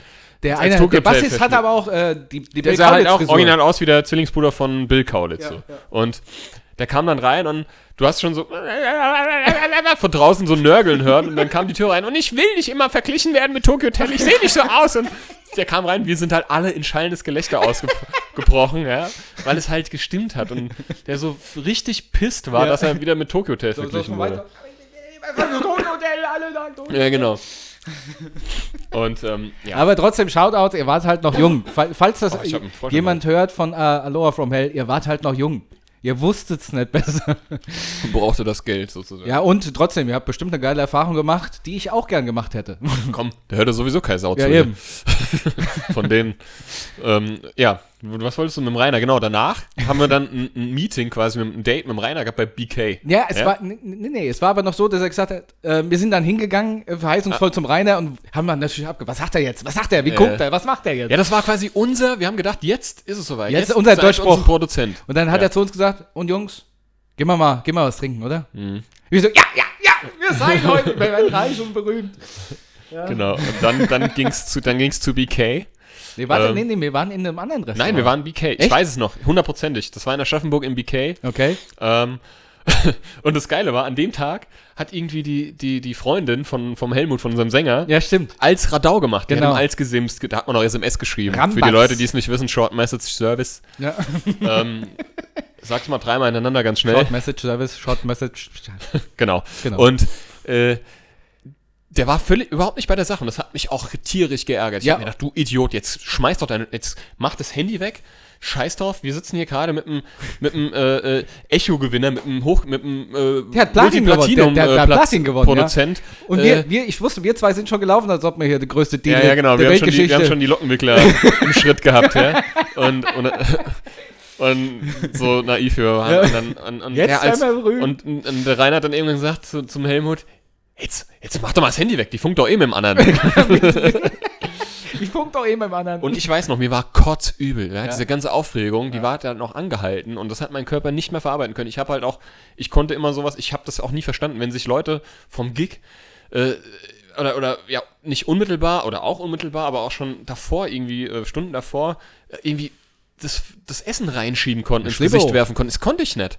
[SPEAKER 3] Der,
[SPEAKER 2] Als
[SPEAKER 3] eine,
[SPEAKER 2] Tokyo
[SPEAKER 3] der
[SPEAKER 2] Hotel
[SPEAKER 3] Bassist hat
[SPEAKER 2] Festival.
[SPEAKER 3] aber auch äh, die, die
[SPEAKER 2] Der
[SPEAKER 3] Bill
[SPEAKER 2] sah halt auch
[SPEAKER 3] Kaulitz-Frisur.
[SPEAKER 2] original aus wie der Zwillingsbruder von Bill Kaulitz. so.
[SPEAKER 3] ja.
[SPEAKER 2] Und der kam dann rein und du hast schon so von draußen so Nörgeln hören und dann kam die Tür rein und ich will nicht immer verglichen werden mit Tokyo Hotel, ich sehe nicht so aus. Und der kam rein, wir sind halt alle in schallendes Gelächter ausgebrochen, ja, weil es halt gestimmt hat und der so richtig pisst war,
[SPEAKER 3] Ja.
[SPEAKER 2] dass er wieder mit Tokyo Hotel
[SPEAKER 3] So, so
[SPEAKER 2] verglichen
[SPEAKER 3] von
[SPEAKER 2] wurde.
[SPEAKER 3] weiter. Einfach so Tokyo Hotel, alle sagen Tokyo Hotel.
[SPEAKER 2] Ja, genau. Und ähm, ja,
[SPEAKER 3] Aber trotzdem, Shoutout, ihr wart halt noch jung. Fall- Falls das
[SPEAKER 2] Oh, ich hab einen Frosch im
[SPEAKER 3] jemand hört von äh, Aloha from Hell, ihr wart halt noch jung. Ihr wusstet's nicht besser.
[SPEAKER 2] brauchte das Geld sozusagen.
[SPEAKER 3] Ja, und trotzdem, ihr habt bestimmt eine geile Erfahrung gemacht, die ich auch gern gemacht hätte.
[SPEAKER 2] Komm, der hörte sowieso keine Sau zu.
[SPEAKER 3] eben.
[SPEAKER 2] Von denen. ähm, ja, was wolltest du mit dem Rainer? Genau, danach haben wir dann ein, ein Meeting quasi, mit, ein Date mit dem Rainer gehabt bei BK.
[SPEAKER 3] Ja, es
[SPEAKER 2] Ja?
[SPEAKER 3] war nee, nee, nee, es war aber noch so, dass er gesagt hat, äh, wir sind dann hingegangen, äh, verheißungsvoll zum Rainer und haben dann natürlich abge. Was sagt er jetzt? Was sagt er? Wie guckt er? Was macht er jetzt?
[SPEAKER 2] Ah. Ja, das war quasi unser, wir haben gedacht, jetzt ist es soweit.
[SPEAKER 3] Jetzt unser
[SPEAKER 2] seid uns
[SPEAKER 3] Durchbruch.
[SPEAKER 2] ein Produzent.
[SPEAKER 3] Und dann hat
[SPEAKER 2] Ja.
[SPEAKER 3] er zu uns gesagt, und Jungs, gehen wir mal, gehen wir mal was trinken, oder?
[SPEAKER 2] Mhm.
[SPEAKER 3] Wir so, ja, ja, ja, wir seien heute, wir werden reich und berühmt.
[SPEAKER 2] Genau, und dann, dann ging es zu, dann ging's zu BK.
[SPEAKER 3] Nee, warte,
[SPEAKER 2] Ähm.
[SPEAKER 3] nee, nee, wir waren in einem anderen Restaurant.
[SPEAKER 2] Nein, wir waren BK. Ich
[SPEAKER 3] Echt?
[SPEAKER 2] weiß es noch, hundertprozentig. Das war in Aschaffenburg im BK.
[SPEAKER 3] Okay.
[SPEAKER 2] Ähm, und das Geile war, an dem Tag hat irgendwie die, die, die Freundin von, vom Helmut, von unserem Sänger,
[SPEAKER 3] Ja, stimmt.
[SPEAKER 2] als Radau gemacht. Die
[SPEAKER 3] Genau.
[SPEAKER 2] haben als gesimst. Da hat man auch SMS geschrieben. Für
[SPEAKER 3] Rambatz.
[SPEAKER 2] die Leute, die es nicht wissen, Short Message Service.
[SPEAKER 3] Ja.
[SPEAKER 2] Ähm, sag's mal dreimal hintereinander ganz schnell.
[SPEAKER 3] Short Message Service, Short Message.
[SPEAKER 2] Genau.
[SPEAKER 3] Genau.
[SPEAKER 2] Und äh, der war völlig überhaupt nicht bei der Sache und das hat mich auch tierisch geärgert. Ich
[SPEAKER 3] Ja.
[SPEAKER 2] hab mir gedacht, du Idiot, jetzt schmeiß doch dein, jetzt mach das Handy weg. Scheiß drauf, wir sitzen hier gerade mit einem mit einem äh, äh, Echo-Gewinner, mit einem Hoch, mit einem äh,
[SPEAKER 3] Der hat Platin gewonnen, der- der- der hat
[SPEAKER 2] Platz-
[SPEAKER 3] Platin gewonnen, ja.
[SPEAKER 2] Produzent.
[SPEAKER 3] Und
[SPEAKER 2] Äh,
[SPEAKER 3] wir, wir, ich wusste, wir zwei sind schon gelaufen, als ob wir hier der größte Deal
[SPEAKER 2] Ja, ja, genau.
[SPEAKER 3] der
[SPEAKER 2] Wir haben, schon die, wir
[SPEAKER 3] Weltgeschichte.
[SPEAKER 2] haben schon die Lockenwickler im Schritt gehabt, ja. Und, und, und so naiv wir waren. Und, dann, und, und,
[SPEAKER 3] Jetzt
[SPEAKER 2] ja, als,
[SPEAKER 3] einmal berühmt.
[SPEAKER 2] und, und der Rainer hat dann irgendwann gesagt zu, zum Helmut, jetzt, jetzt mach doch mal das Handy weg, die funkt doch eh mit dem anderen.
[SPEAKER 3] ich funk doch eben beim anderen.
[SPEAKER 2] und ich weiß noch, mir war kotzübel. Ja? Diese ganze Aufregung, die war dann noch angehalten und das hat mein Körper nicht mehr verarbeiten können. Ich habe halt auch, ich konnte immer sowas, ich habe das auch nie verstanden, wenn sich Leute vom Gig äh, oder, oder ja, nicht unmittelbar oder auch unmittelbar, aber auch schon davor, irgendwie, äh, Stunden davor, äh, irgendwie das, das Essen reinschieben konnten, ins
[SPEAKER 3] Schlippo.
[SPEAKER 2] Gesicht werfen konnten. Das konnte ich nicht.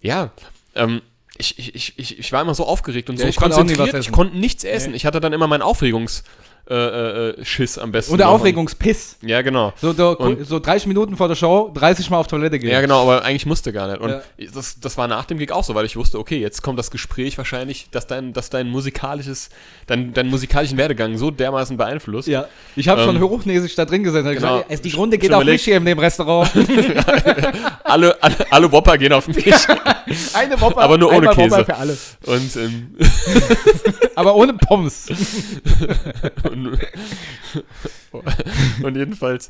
[SPEAKER 2] Ja. ähm, ich, ich, ich- ich, ich war immer so aufgeregt und
[SPEAKER 3] Ja,
[SPEAKER 2] so
[SPEAKER 3] ich konnte auch nie was
[SPEAKER 2] konzentriert, ich
[SPEAKER 3] essen.
[SPEAKER 2] konnte nichts essen. Ich hatte dann immer meinen Aufregungsschiss äh, äh, Schiss am besten.
[SPEAKER 3] Oder
[SPEAKER 2] noch.
[SPEAKER 3] Aufregungspiss.
[SPEAKER 2] Ja, genau.
[SPEAKER 3] So, so,
[SPEAKER 2] Und-
[SPEAKER 3] so 30 Minuten vor der Show, 30 Mal auf Toilette gehen.
[SPEAKER 2] Ja, genau, aber eigentlich musste gar nicht. Und
[SPEAKER 3] Ja.
[SPEAKER 2] das, das war nach dem Gig auch so, weil ich wusste, okay, jetzt kommt das Gespräch wahrscheinlich, dass dein, dass dein musikalisches, dein, dein musikalischen Werdegang so dermaßen beeinflusst.
[SPEAKER 3] Ja. Ich habe schon
[SPEAKER 2] Ähm,
[SPEAKER 3] hochnäsig da drin gesessen. und
[SPEAKER 2] genau.
[SPEAKER 3] Gesagt, "Es- die Runde geht
[SPEAKER 2] Schon
[SPEAKER 3] auf
[SPEAKER 2] überlegt.
[SPEAKER 3] mich hier in dem Restaurant.
[SPEAKER 2] Alle, alle, alle Whopper gehen auf mich.
[SPEAKER 3] Eine Wopper,
[SPEAKER 2] Aber nur ohne
[SPEAKER 3] einmal
[SPEAKER 2] Käse.
[SPEAKER 3] Wopper Für alle.
[SPEAKER 2] Und, ähm,
[SPEAKER 3] Aber ohne Pommes.
[SPEAKER 2] und, und jedenfalls,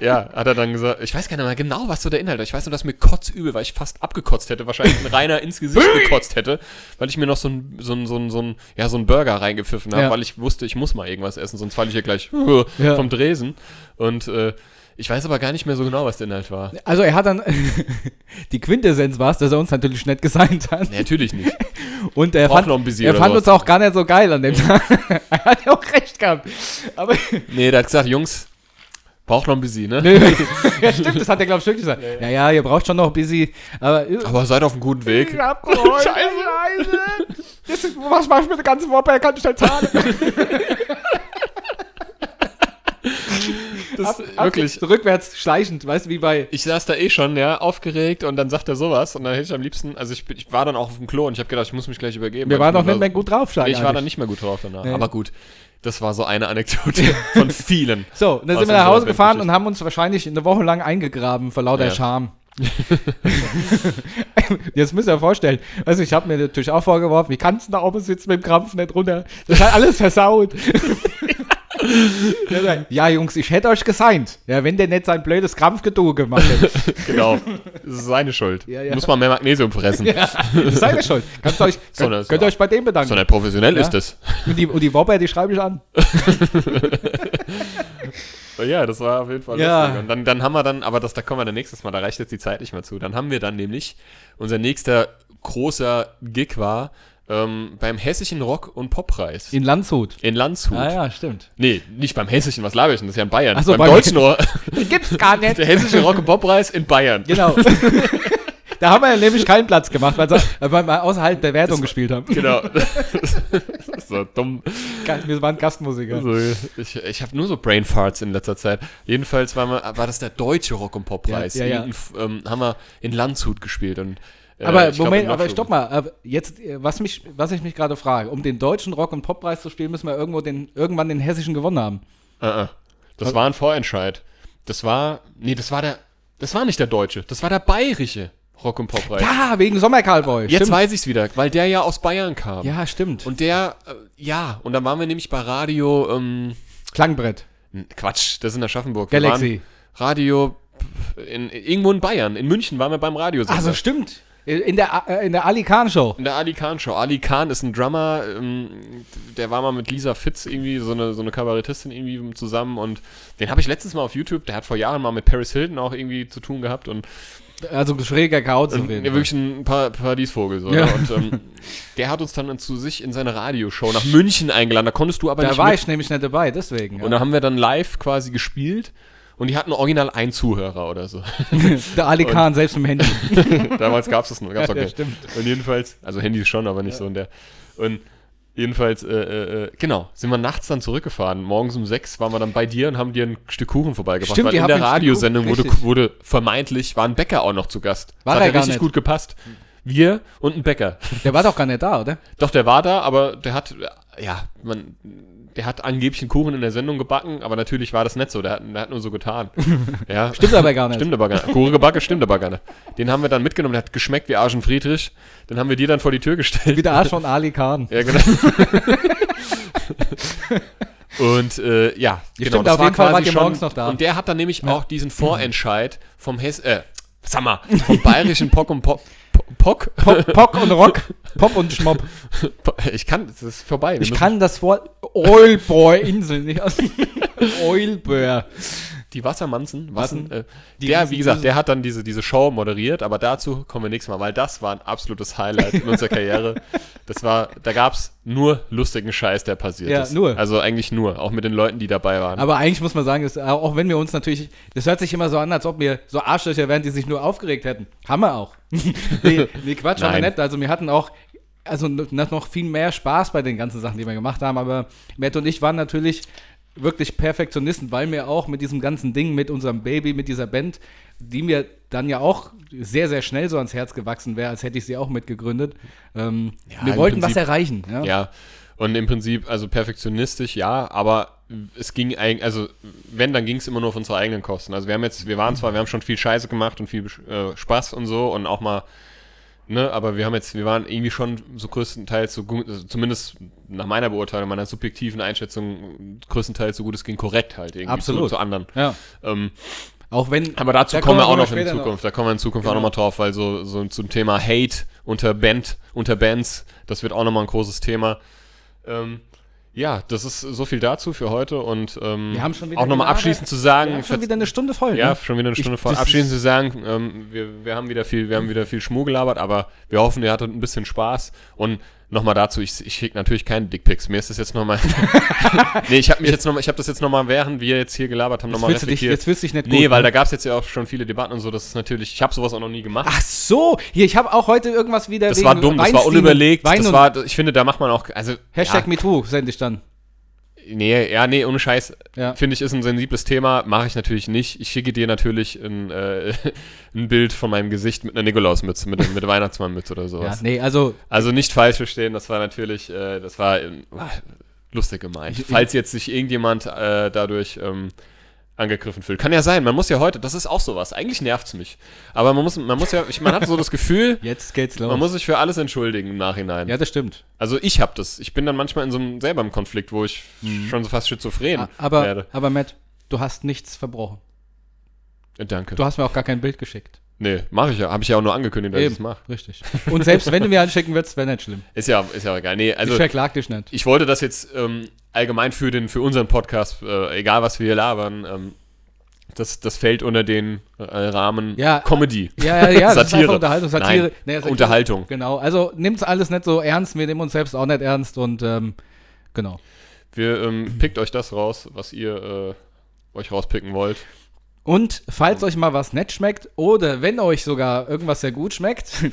[SPEAKER 2] ja, hat er dann gesagt, ich weiß gar nicht mal genau, was so der Inhalt war. Ich weiß nur, dass mir kotzübel, weil ich fast abgekotzt hätte, wahrscheinlich ein Rainer ins Gesicht gekotzt hätte, weil ich mir noch so ein, so ein, so ein, so ein, ja, so ein Burger reingepfiffen habe,
[SPEAKER 3] Ja.
[SPEAKER 2] weil ich wusste, ich muss mal irgendwas essen, sonst falle ich hier gleich
[SPEAKER 3] Ja.
[SPEAKER 2] vom Dresen. Und äh, ich weiß aber gar nicht mehr so genau, was der Inhalt war.
[SPEAKER 3] Also er hat dann, die Quintessenz war es, dass er uns natürlich nett gesigned hat.
[SPEAKER 2] Nee, natürlich nicht.
[SPEAKER 3] Und er
[SPEAKER 2] Braucht
[SPEAKER 3] fand,
[SPEAKER 2] noch ein bisschen
[SPEAKER 3] er
[SPEAKER 2] oder
[SPEAKER 3] fand
[SPEAKER 2] sowas.
[SPEAKER 3] uns auch gar nicht so geil an dem Tag. er hat ja auch recht gehabt. Aber
[SPEAKER 2] Nee, der hat gesagt, Jungs, braucht noch ein bisschen, ne?
[SPEAKER 3] nö. ja, stimmt, das hat er, glaube ich, wirklich gesagt. Ja, ja, ihr braucht schon noch ein bisschen. Aber,
[SPEAKER 2] Aber seid auf einem guten Weg.
[SPEAKER 3] Ich hab geheult. Scheiße. Das ist, was mach ich mit der ganzen Wopper? Er kann nicht halt zahlen.
[SPEAKER 2] Das,
[SPEAKER 3] Ab- Rückwärts schleichend, weißt du, wie bei.
[SPEAKER 2] ich saß da eh schon, ja, aufgeregt und dann sagt er sowas und dann hätte ich am liebsten, also ich, bin- ich war dann auch auf dem Klo und ich habe gedacht, ich muss mich gleich übergeben.
[SPEAKER 3] Wir
[SPEAKER 2] weil
[SPEAKER 3] waren
[SPEAKER 2] ich
[SPEAKER 3] noch
[SPEAKER 2] mir
[SPEAKER 3] nicht mehr gut drauf,
[SPEAKER 2] so, nee,
[SPEAKER 3] schlagartig.
[SPEAKER 2] Also Ich war dann nicht mehr gut drauf danach.
[SPEAKER 3] Nee.
[SPEAKER 2] Aber gut, das war so eine Anekdote von vielen.
[SPEAKER 3] So, und dann
[SPEAKER 2] Aus
[SPEAKER 3] sind wir nach
[SPEAKER 2] unserer
[SPEAKER 3] Hause gefahren
[SPEAKER 2] Bandgeschichte.
[SPEAKER 3] und haben uns wahrscheinlich eine Woche lang eingegraben vor lauter
[SPEAKER 2] Ja.
[SPEAKER 3] Scham. Jetzt müsst ihr euch vorstellen, also ich habe mir natürlich auch vorgeworfen, wie kannst du da oben sitzen mit dem Krampf nicht runter? Das hat alles versaut. Ja, dann, ja, Jungs, ich hätte euch gesigned. Ja, wenn der nicht sein blödes Krampfgedu gemacht hätte.
[SPEAKER 2] Genau. Das ist seine Schuld.
[SPEAKER 3] Ja, ja.
[SPEAKER 2] Muss man mehr Magnesium fressen.
[SPEAKER 3] ja, das ist seine Schuld. Kannst euch,
[SPEAKER 2] So,
[SPEAKER 3] könnt,
[SPEAKER 2] das-
[SPEAKER 3] könnt ihr euch bei dem bedanken.
[SPEAKER 2] Sondern professionell
[SPEAKER 3] Ja.
[SPEAKER 2] ist es.
[SPEAKER 3] und, die, und die Wopper, die schreibe ich an.
[SPEAKER 2] Ja, das war auf jeden Fall
[SPEAKER 3] Ja.
[SPEAKER 2] lustig. Und dann, dann haben wir dann, aber das, da kommen wir dann nächstes Mal, da reicht jetzt die Zeit nicht mehr zu. Dann haben wir dann nämlich, unser nächster großer Gig war ähm, beim Hessischen Rock- und Poppreis
[SPEAKER 3] In Landshut. Ah
[SPEAKER 2] in Landshut.
[SPEAKER 3] ja, stimmt.
[SPEAKER 2] Nee, nicht beim Hessischen, was laber ich denn? Das ist ja in Bayern.
[SPEAKER 3] Ach so,
[SPEAKER 2] beim,
[SPEAKER 3] beim-
[SPEAKER 2] Deutschen Rock.
[SPEAKER 3] Den gibt's gar nicht.
[SPEAKER 2] Der Hessische Rock- und Poppreis in Bayern.
[SPEAKER 3] Genau. da haben wir ja nämlich keinen Platz gemacht, weil sie- weil wir mal außerhalb der Wertung gespielt haben.
[SPEAKER 2] Genau. Das ist so dumm.
[SPEAKER 3] Wir waren Gastmusiker.
[SPEAKER 2] So, ich ich habe nur so Brainfarts in letzter Zeit. Jedenfalls war, mal, war das der Deutsche Rock- und Poppreis.
[SPEAKER 3] Ja, ja, ja.
[SPEAKER 2] Irgendein- Ähm, haben wir in Landshut gespielt. Und, äh,
[SPEAKER 3] aber
[SPEAKER 2] ich glaub,
[SPEAKER 3] Moment,
[SPEAKER 2] in
[SPEAKER 3] aber
[SPEAKER 2] Nachschub.
[SPEAKER 3] stopp mal. Aber Jetzt, äh, was, mich, was ich mich gerade frage, um den deutschen Rock- und Poppreis zu spielen, müssen wir irgendwo den, irgendwann den hessischen gewonnen haben.
[SPEAKER 2] Äh, äh. Das
[SPEAKER 3] Also
[SPEAKER 2] war ein Vorentscheid. Das war, nee, das war der, das war nicht der Deutsche, das war der Bayerische Rock- und Poppreis.
[SPEAKER 3] Ja, wegen Sommerkarlboy.
[SPEAKER 2] Jetzt
[SPEAKER 3] stimmt.
[SPEAKER 2] weiß ich's wieder, weil der ja aus Bayern kam.
[SPEAKER 3] Ja, stimmt.
[SPEAKER 2] Und der, äh, ja, und dann waren wir nämlich bei Radio, ähm,
[SPEAKER 3] Klangbrett.
[SPEAKER 2] N- Quatsch, das ist in Aschaffenburg.
[SPEAKER 3] Galaxy.
[SPEAKER 2] Wir waren Radio pf, in, irgendwo in Bayern. In München waren wir beim Radiosender.
[SPEAKER 3] Also stimmt. In der, äh, in der Ali Khan Show.
[SPEAKER 2] in der Ali Khan Show. Ali Khan ist ein Drummer, ähm, der war mal mit Lisa Fitz irgendwie, so eine, so eine Kabarettistin irgendwie zusammen und den habe ich letztens mal auf YouTube, der hat vor Jahren mal mit Paris Hilton auch irgendwie zu tun gehabt und
[SPEAKER 3] Also schräger Kauz.
[SPEAKER 2] und ja, wirklich ein pa Paradiesvogel. So,
[SPEAKER 3] Ja.
[SPEAKER 2] ne? Und ähm, der hat uns dann zu sich in seine Radioshow nach München eingeladen, da konntest du aber
[SPEAKER 3] Da
[SPEAKER 2] nicht
[SPEAKER 3] war
[SPEAKER 2] mit.
[SPEAKER 3] ich nämlich nicht dabei, deswegen.
[SPEAKER 2] Und da haben wir dann live quasi gespielt und die hatten original einen Zuhörer oder so.
[SPEAKER 3] Der Ali Khan selbst im Handy.
[SPEAKER 2] Damals gab es das noch. Gab's noch
[SPEAKER 3] Ja,
[SPEAKER 2] kein-
[SPEAKER 3] stimmt.
[SPEAKER 2] Und jedenfalls, also Handys schon, aber nicht so in der. Und jedenfalls, äh, äh, äh, genau, sind wir nachts dann zurückgefahren. Morgens um sechs waren wir dann bei dir und haben dir ein Stück Kuchen vorbeigebracht.
[SPEAKER 3] Stimmt,
[SPEAKER 2] weil
[SPEAKER 3] ihr
[SPEAKER 2] in
[SPEAKER 3] habt
[SPEAKER 2] der
[SPEAKER 3] mir ein Stück
[SPEAKER 2] Radiosendung
[SPEAKER 3] Kuchen-
[SPEAKER 2] wurde,
[SPEAKER 3] richtig.
[SPEAKER 2] wurde vermeintlich, war ein Bäcker auch noch zu Gast.
[SPEAKER 3] War
[SPEAKER 2] das
[SPEAKER 3] der
[SPEAKER 2] hat ja
[SPEAKER 3] gar
[SPEAKER 2] richtig
[SPEAKER 3] nicht.
[SPEAKER 2] gut gepasst. Wir und ein Bäcker.
[SPEAKER 3] Der war doch gar nicht da, oder?
[SPEAKER 2] Doch, der war da, aber der hat, äh, ja, man, der hat angeblich einen Kuchen in der Sendung gebacken, aber natürlich war das nicht so. Der hat, der hat nur so getan. Ja.
[SPEAKER 3] Stimmt aber gar nicht.
[SPEAKER 2] Stimmt aber gar nicht. Kuchengebacke stimmt aber gar nicht. Den haben wir dann mitgenommen, der hat geschmeckt wie Arschen Friedrich. Den haben wir dir dann vor die Tür gestellt.
[SPEAKER 3] Wie der Arsch von Ali Khan.
[SPEAKER 2] Ja, genau. und äh, ja, genau,
[SPEAKER 3] stimmt, auf jeden Fall wart ihr morgens noch da.
[SPEAKER 2] Und der hat dann nämlich auch diesen Vorentscheid vom Hess, äh, sag mal, vom bayerischen Pock und Pop. Pock?
[SPEAKER 3] Pop, Pock und Rock. Pop und Schmopp.
[SPEAKER 2] Ich kann, das ist vorbei. Wir
[SPEAKER 3] Ich
[SPEAKER 2] müssen-
[SPEAKER 3] kann das Wort Oilboy-Insel nicht aus. Oilboy.
[SPEAKER 2] die Wassermanzen,
[SPEAKER 3] Wassen,
[SPEAKER 2] Wassen, äh,
[SPEAKER 3] die
[SPEAKER 2] der,
[SPEAKER 3] riesen
[SPEAKER 2] wie gesagt,
[SPEAKER 3] Düsen.
[SPEAKER 2] der hat dann diese, diese Show moderiert, aber dazu kommen wir nächstes Mal, weil das war ein absolutes Highlight in unserer Karriere. Das war, da gab es nur lustigen Scheiß, der passiert
[SPEAKER 3] Ja,
[SPEAKER 2] ist.
[SPEAKER 3] nur.
[SPEAKER 2] Also eigentlich nur, auch mit den Leuten, die dabei waren.
[SPEAKER 3] Aber eigentlich muss man sagen, dass, äh, auch wenn wir uns natürlich, das hört sich immer so an, als ob wir so Arschlöcher wären, die sich nur aufgeregt hätten. Haben wir auch. nee, nee, Quatsch, haben wir
[SPEAKER 2] Nein.
[SPEAKER 3] nicht. Also wir hatten auch, also noch noch viel mehr Spaß bei den ganzen Sachen, die wir gemacht haben. Aber Matt und ich waren natürlich wirklich Perfektionisten, weil wir auch mit diesem ganzen Ding, mit unserem Baby, mit dieser Band, die mir dann ja auch sehr, sehr schnell so ans Herz gewachsen wäre, als hätte ich sie auch mitgegründet. Ähm, wir
[SPEAKER 2] im
[SPEAKER 3] wollten was
[SPEAKER 2] Prinzip-
[SPEAKER 3] erreichen. Ja.
[SPEAKER 2] Ja. Und im Prinzip, also perfektionistisch, ja, aber es ging eigentlich, also wenn, dann ging es immer nur auf unsere eigenen Kosten. Also wir haben jetzt, wir waren zwar, wir haben schon viel Scheiße gemacht und viel äh, Spaß und so und auch mal, ne, aber wir haben jetzt, wir waren irgendwie schon so größtenteils so gut, also zumindest nach meiner Beurteilung, meiner subjektiven Einschätzung, größtenteils so gut es ging, korrekt halt irgendwie
[SPEAKER 3] Absolut.
[SPEAKER 2] Zu, zu anderen.
[SPEAKER 3] Ja.
[SPEAKER 2] Ähm,
[SPEAKER 3] Auch wenn.
[SPEAKER 2] aber dazu
[SPEAKER 3] da
[SPEAKER 2] kommen wir auch
[SPEAKER 3] sogar
[SPEAKER 2] noch in
[SPEAKER 3] später
[SPEAKER 2] Zukunft. Da kommen wir in Zukunft
[SPEAKER 3] Genau.
[SPEAKER 2] auch nochmal drauf, weil so, so zum Thema Hate unter Band, unter Bands, das wird auch nochmal ein großes Thema. Ähm, ja, das ist so viel dazu für heute und ähm,
[SPEAKER 3] Wir haben schon wieder
[SPEAKER 2] auch nochmal
[SPEAKER 3] eine
[SPEAKER 2] abschließend
[SPEAKER 3] Arbeit-
[SPEAKER 2] zu
[SPEAKER 3] Wir
[SPEAKER 2] sagen,
[SPEAKER 3] haben schon wieder eine Stunde voll.
[SPEAKER 2] ja,
[SPEAKER 3] ne?
[SPEAKER 2] schon wieder eine
[SPEAKER 3] Ich-
[SPEAKER 2] Stunde voll.
[SPEAKER 3] das
[SPEAKER 2] Abschließend zu
[SPEAKER 3] ist-
[SPEAKER 2] sagen, ähm, wir, wir haben wieder viel, wir haben wieder viel Schmuh gelabert, aber wir hoffen, ihr hattet ein bisschen Spaß. Und nochmal dazu, ich, ich schicke natürlich keine Dickpics. Mir ist das jetzt nochmal. nee, ich habe mich jetzt nochmal, ich habe das jetzt nochmal, während wir jetzt hier gelabert haben, nochmal
[SPEAKER 3] fühlst du dich-
[SPEAKER 2] reflektiert.
[SPEAKER 3] jetzt fühlst du dich nicht
[SPEAKER 2] Nee,
[SPEAKER 3] gut,
[SPEAKER 2] weil
[SPEAKER 3] ne?
[SPEAKER 2] da gab es jetzt ja auch schon viele Debatten und so. Das ist natürlich, ich habe sowas auch noch nie gemacht.
[SPEAKER 3] Ach so, hier, ich habe auch heute irgendwas wieder.
[SPEAKER 2] das
[SPEAKER 3] wegen
[SPEAKER 2] war dumm, das war
[SPEAKER 3] Weinstein-
[SPEAKER 2] unüberlegt.
[SPEAKER 3] Wein
[SPEAKER 2] Das
[SPEAKER 3] und
[SPEAKER 2] war, ich finde, da macht man auch, also
[SPEAKER 3] Hashtag
[SPEAKER 2] ja,
[SPEAKER 3] MeToo sende ich dann.
[SPEAKER 2] Nee, ja, nee, ohne Scheiß.
[SPEAKER 3] Ja.
[SPEAKER 2] Finde ich, ist ein sensibles Thema. Mache ich natürlich nicht. Ich schicke dir natürlich ein, äh, ein Bild von meinem Gesicht mit einer Nikolausmütze, mit, mit Weihnachtsmannmütze oder
[SPEAKER 3] Ja,
[SPEAKER 2] sowas.
[SPEAKER 3] nee, also,
[SPEAKER 2] Also nicht falsch verstehen, das war natürlich, äh, das war ähm, lustig gemeint. Falls jetzt sich irgendjemand äh, dadurch ähm, angegriffen fühlt. Kann ja sein, man muss ja heute, das ist auch sowas. Eigentlich nervt's mich. Aber man muss, man muss ja, ich, man hat so das Gefühl,
[SPEAKER 3] jetzt geht's los.
[SPEAKER 2] man muss sich für alles entschuldigen im Nachhinein.
[SPEAKER 3] ja, das stimmt.
[SPEAKER 2] Also ich hab das. Ich bin dann manchmal in so einem selber im Konflikt, wo ich schon so fast schizophren
[SPEAKER 3] Mhm. A- Aber,
[SPEAKER 2] werde.
[SPEAKER 3] aber Matt, du hast nichts verbrochen.
[SPEAKER 2] Äh, Danke.
[SPEAKER 3] Du hast mir auch gar kein Bild geschickt.
[SPEAKER 2] Nee, mache ich ja. Habe ich ja auch nur angekündigt, dass ich es mache.
[SPEAKER 3] richtig. Und selbst wenn du mir anschicken würdest, wäre nicht schlimm.
[SPEAKER 2] Ist ja, ist ja egal. Nee, also
[SPEAKER 3] ich
[SPEAKER 2] ich,
[SPEAKER 3] verklag dich nicht.
[SPEAKER 2] wollte das jetzt ähm, allgemein für, den, für unseren Podcast, äh, egal was wir hier labern, ähm, das, das fällt unter den äh, Rahmen
[SPEAKER 3] Ja,
[SPEAKER 2] Comedy.
[SPEAKER 3] Ja, ja, ja, das ist
[SPEAKER 2] Satire.
[SPEAKER 3] einfach Unterhaltung. Satire.
[SPEAKER 2] Nein,
[SPEAKER 3] Nee, Satire.
[SPEAKER 2] Unterhaltung.
[SPEAKER 3] Genau, also nimmt's alles nicht so ernst, wir nehmen uns selbst auch nicht ernst und ähm, genau.
[SPEAKER 2] Wir ähm, pickt euch das raus, was ihr äh, euch rauspicken wollt.
[SPEAKER 3] Und falls euch mal was nett schmeckt oder wenn euch sogar irgendwas sehr gut schmeckt,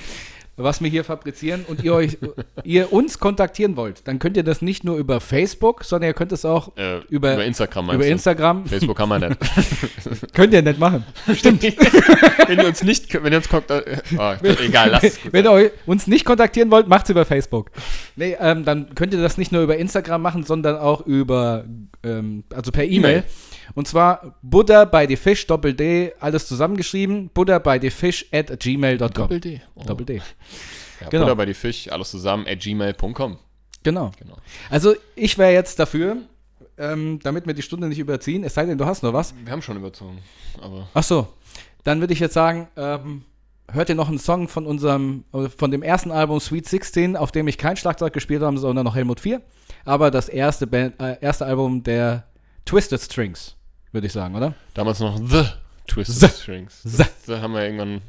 [SPEAKER 3] was wir hier fabrizieren und ihr, euch, ihr uns kontaktieren wollt, dann könnt ihr das nicht nur über Facebook, sondern ihr könnt es auch
[SPEAKER 2] Äh,
[SPEAKER 3] Über-
[SPEAKER 2] Instagram
[SPEAKER 3] über
[SPEAKER 2] du?
[SPEAKER 3] Instagram.
[SPEAKER 2] Facebook haben wir nicht.
[SPEAKER 3] Könnt ihr nicht machen. Stimmt.
[SPEAKER 2] wenn ihr uns nicht, wenn ihr uns guckt, äh, ah, egal, lasst es gut.
[SPEAKER 3] Wenn ihr eu- uns nicht kontaktieren wollt, macht's über Facebook. Nee, ähm, dann könnt ihr das nicht nur über Instagram machen, sondern auch über, ähm, also per E-Mail.
[SPEAKER 2] E-Mail.
[SPEAKER 3] Und zwar Buddha by the Fish, Doppel D, alles zusammengeschrieben, Buddha by the Fish at gmail.com. Doppel,
[SPEAKER 2] D. Oh.
[SPEAKER 3] Doppel D.
[SPEAKER 2] Ja,
[SPEAKER 3] Genau.
[SPEAKER 2] Butter bei die Fisch, alles zusammen, at gmail.com.
[SPEAKER 3] Genau.
[SPEAKER 2] Genau.
[SPEAKER 3] Also ich wäre jetzt dafür, ähm, damit wir die Stunde nicht überziehen, es sei denn, du hast noch was.
[SPEAKER 2] Wir haben schon überzogen, aber
[SPEAKER 3] Ach so, dann würde ich jetzt sagen, ähm, hört ihr noch einen Song von unserem, äh, von dem ersten Album Sweet 16, auf dem ich kein Schlagzeug gespielt habe, sondern noch Helmut 4. Aber das erste, Band, äh, erste Album der Twisted Strings, würde ich sagen, oder?
[SPEAKER 2] damals noch The Twisted
[SPEAKER 3] The.
[SPEAKER 2] Strings.
[SPEAKER 3] The.
[SPEAKER 2] The haben wir irgendwann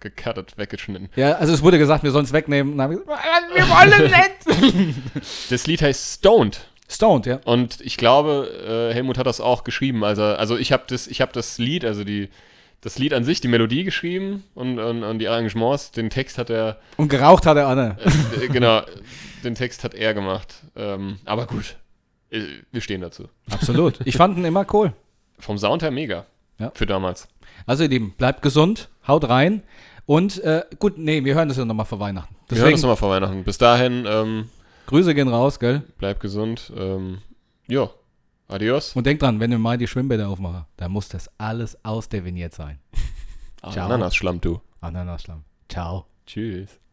[SPEAKER 2] gecuttet, weggeschnitten.
[SPEAKER 3] Ja, also es wurde gesagt, wir sollen es wegnehmen. Dann hab ich gesagt, wir wollen nicht.
[SPEAKER 2] Das Lied heißt Stoned
[SPEAKER 3] Stoned, ja.
[SPEAKER 2] und ich glaube, äh, Helmut hat das auch geschrieben. Also, also ich habe das, ich hab das Lied, also die, das Lied an sich, die Melodie geschrieben und, und, und die Arrangements. Den Text hat er,
[SPEAKER 3] Und geraucht hat er Anne.
[SPEAKER 2] äh, genau, den Text hat er gemacht. Ähm, aber gut, äh, wir stehen dazu.
[SPEAKER 3] Absolut. Ich fand ihn immer cool.
[SPEAKER 2] Vom Sound her mega.
[SPEAKER 3] Ja.
[SPEAKER 2] Für damals.
[SPEAKER 3] Also ihr Lieben, bleibt gesund, haut rein und äh, gut, nee, wir hören das ja nochmal vor Weihnachten.
[SPEAKER 2] wir hören
[SPEAKER 3] Deswegen,
[SPEAKER 2] uns nochmal vor Weihnachten. Bis dahin, ähm,
[SPEAKER 3] Grüße gehen raus, gell?
[SPEAKER 2] Bleib gesund. Ähm, ja, adios.
[SPEAKER 3] Und denkt dran, wenn wir mal die Schwimmbäder aufmachen, dann muss das alles ausdefiniert sein.
[SPEAKER 2] Ananas-Schlamm, du.
[SPEAKER 3] Ananasschlamm. Ciao.
[SPEAKER 2] Tschüss.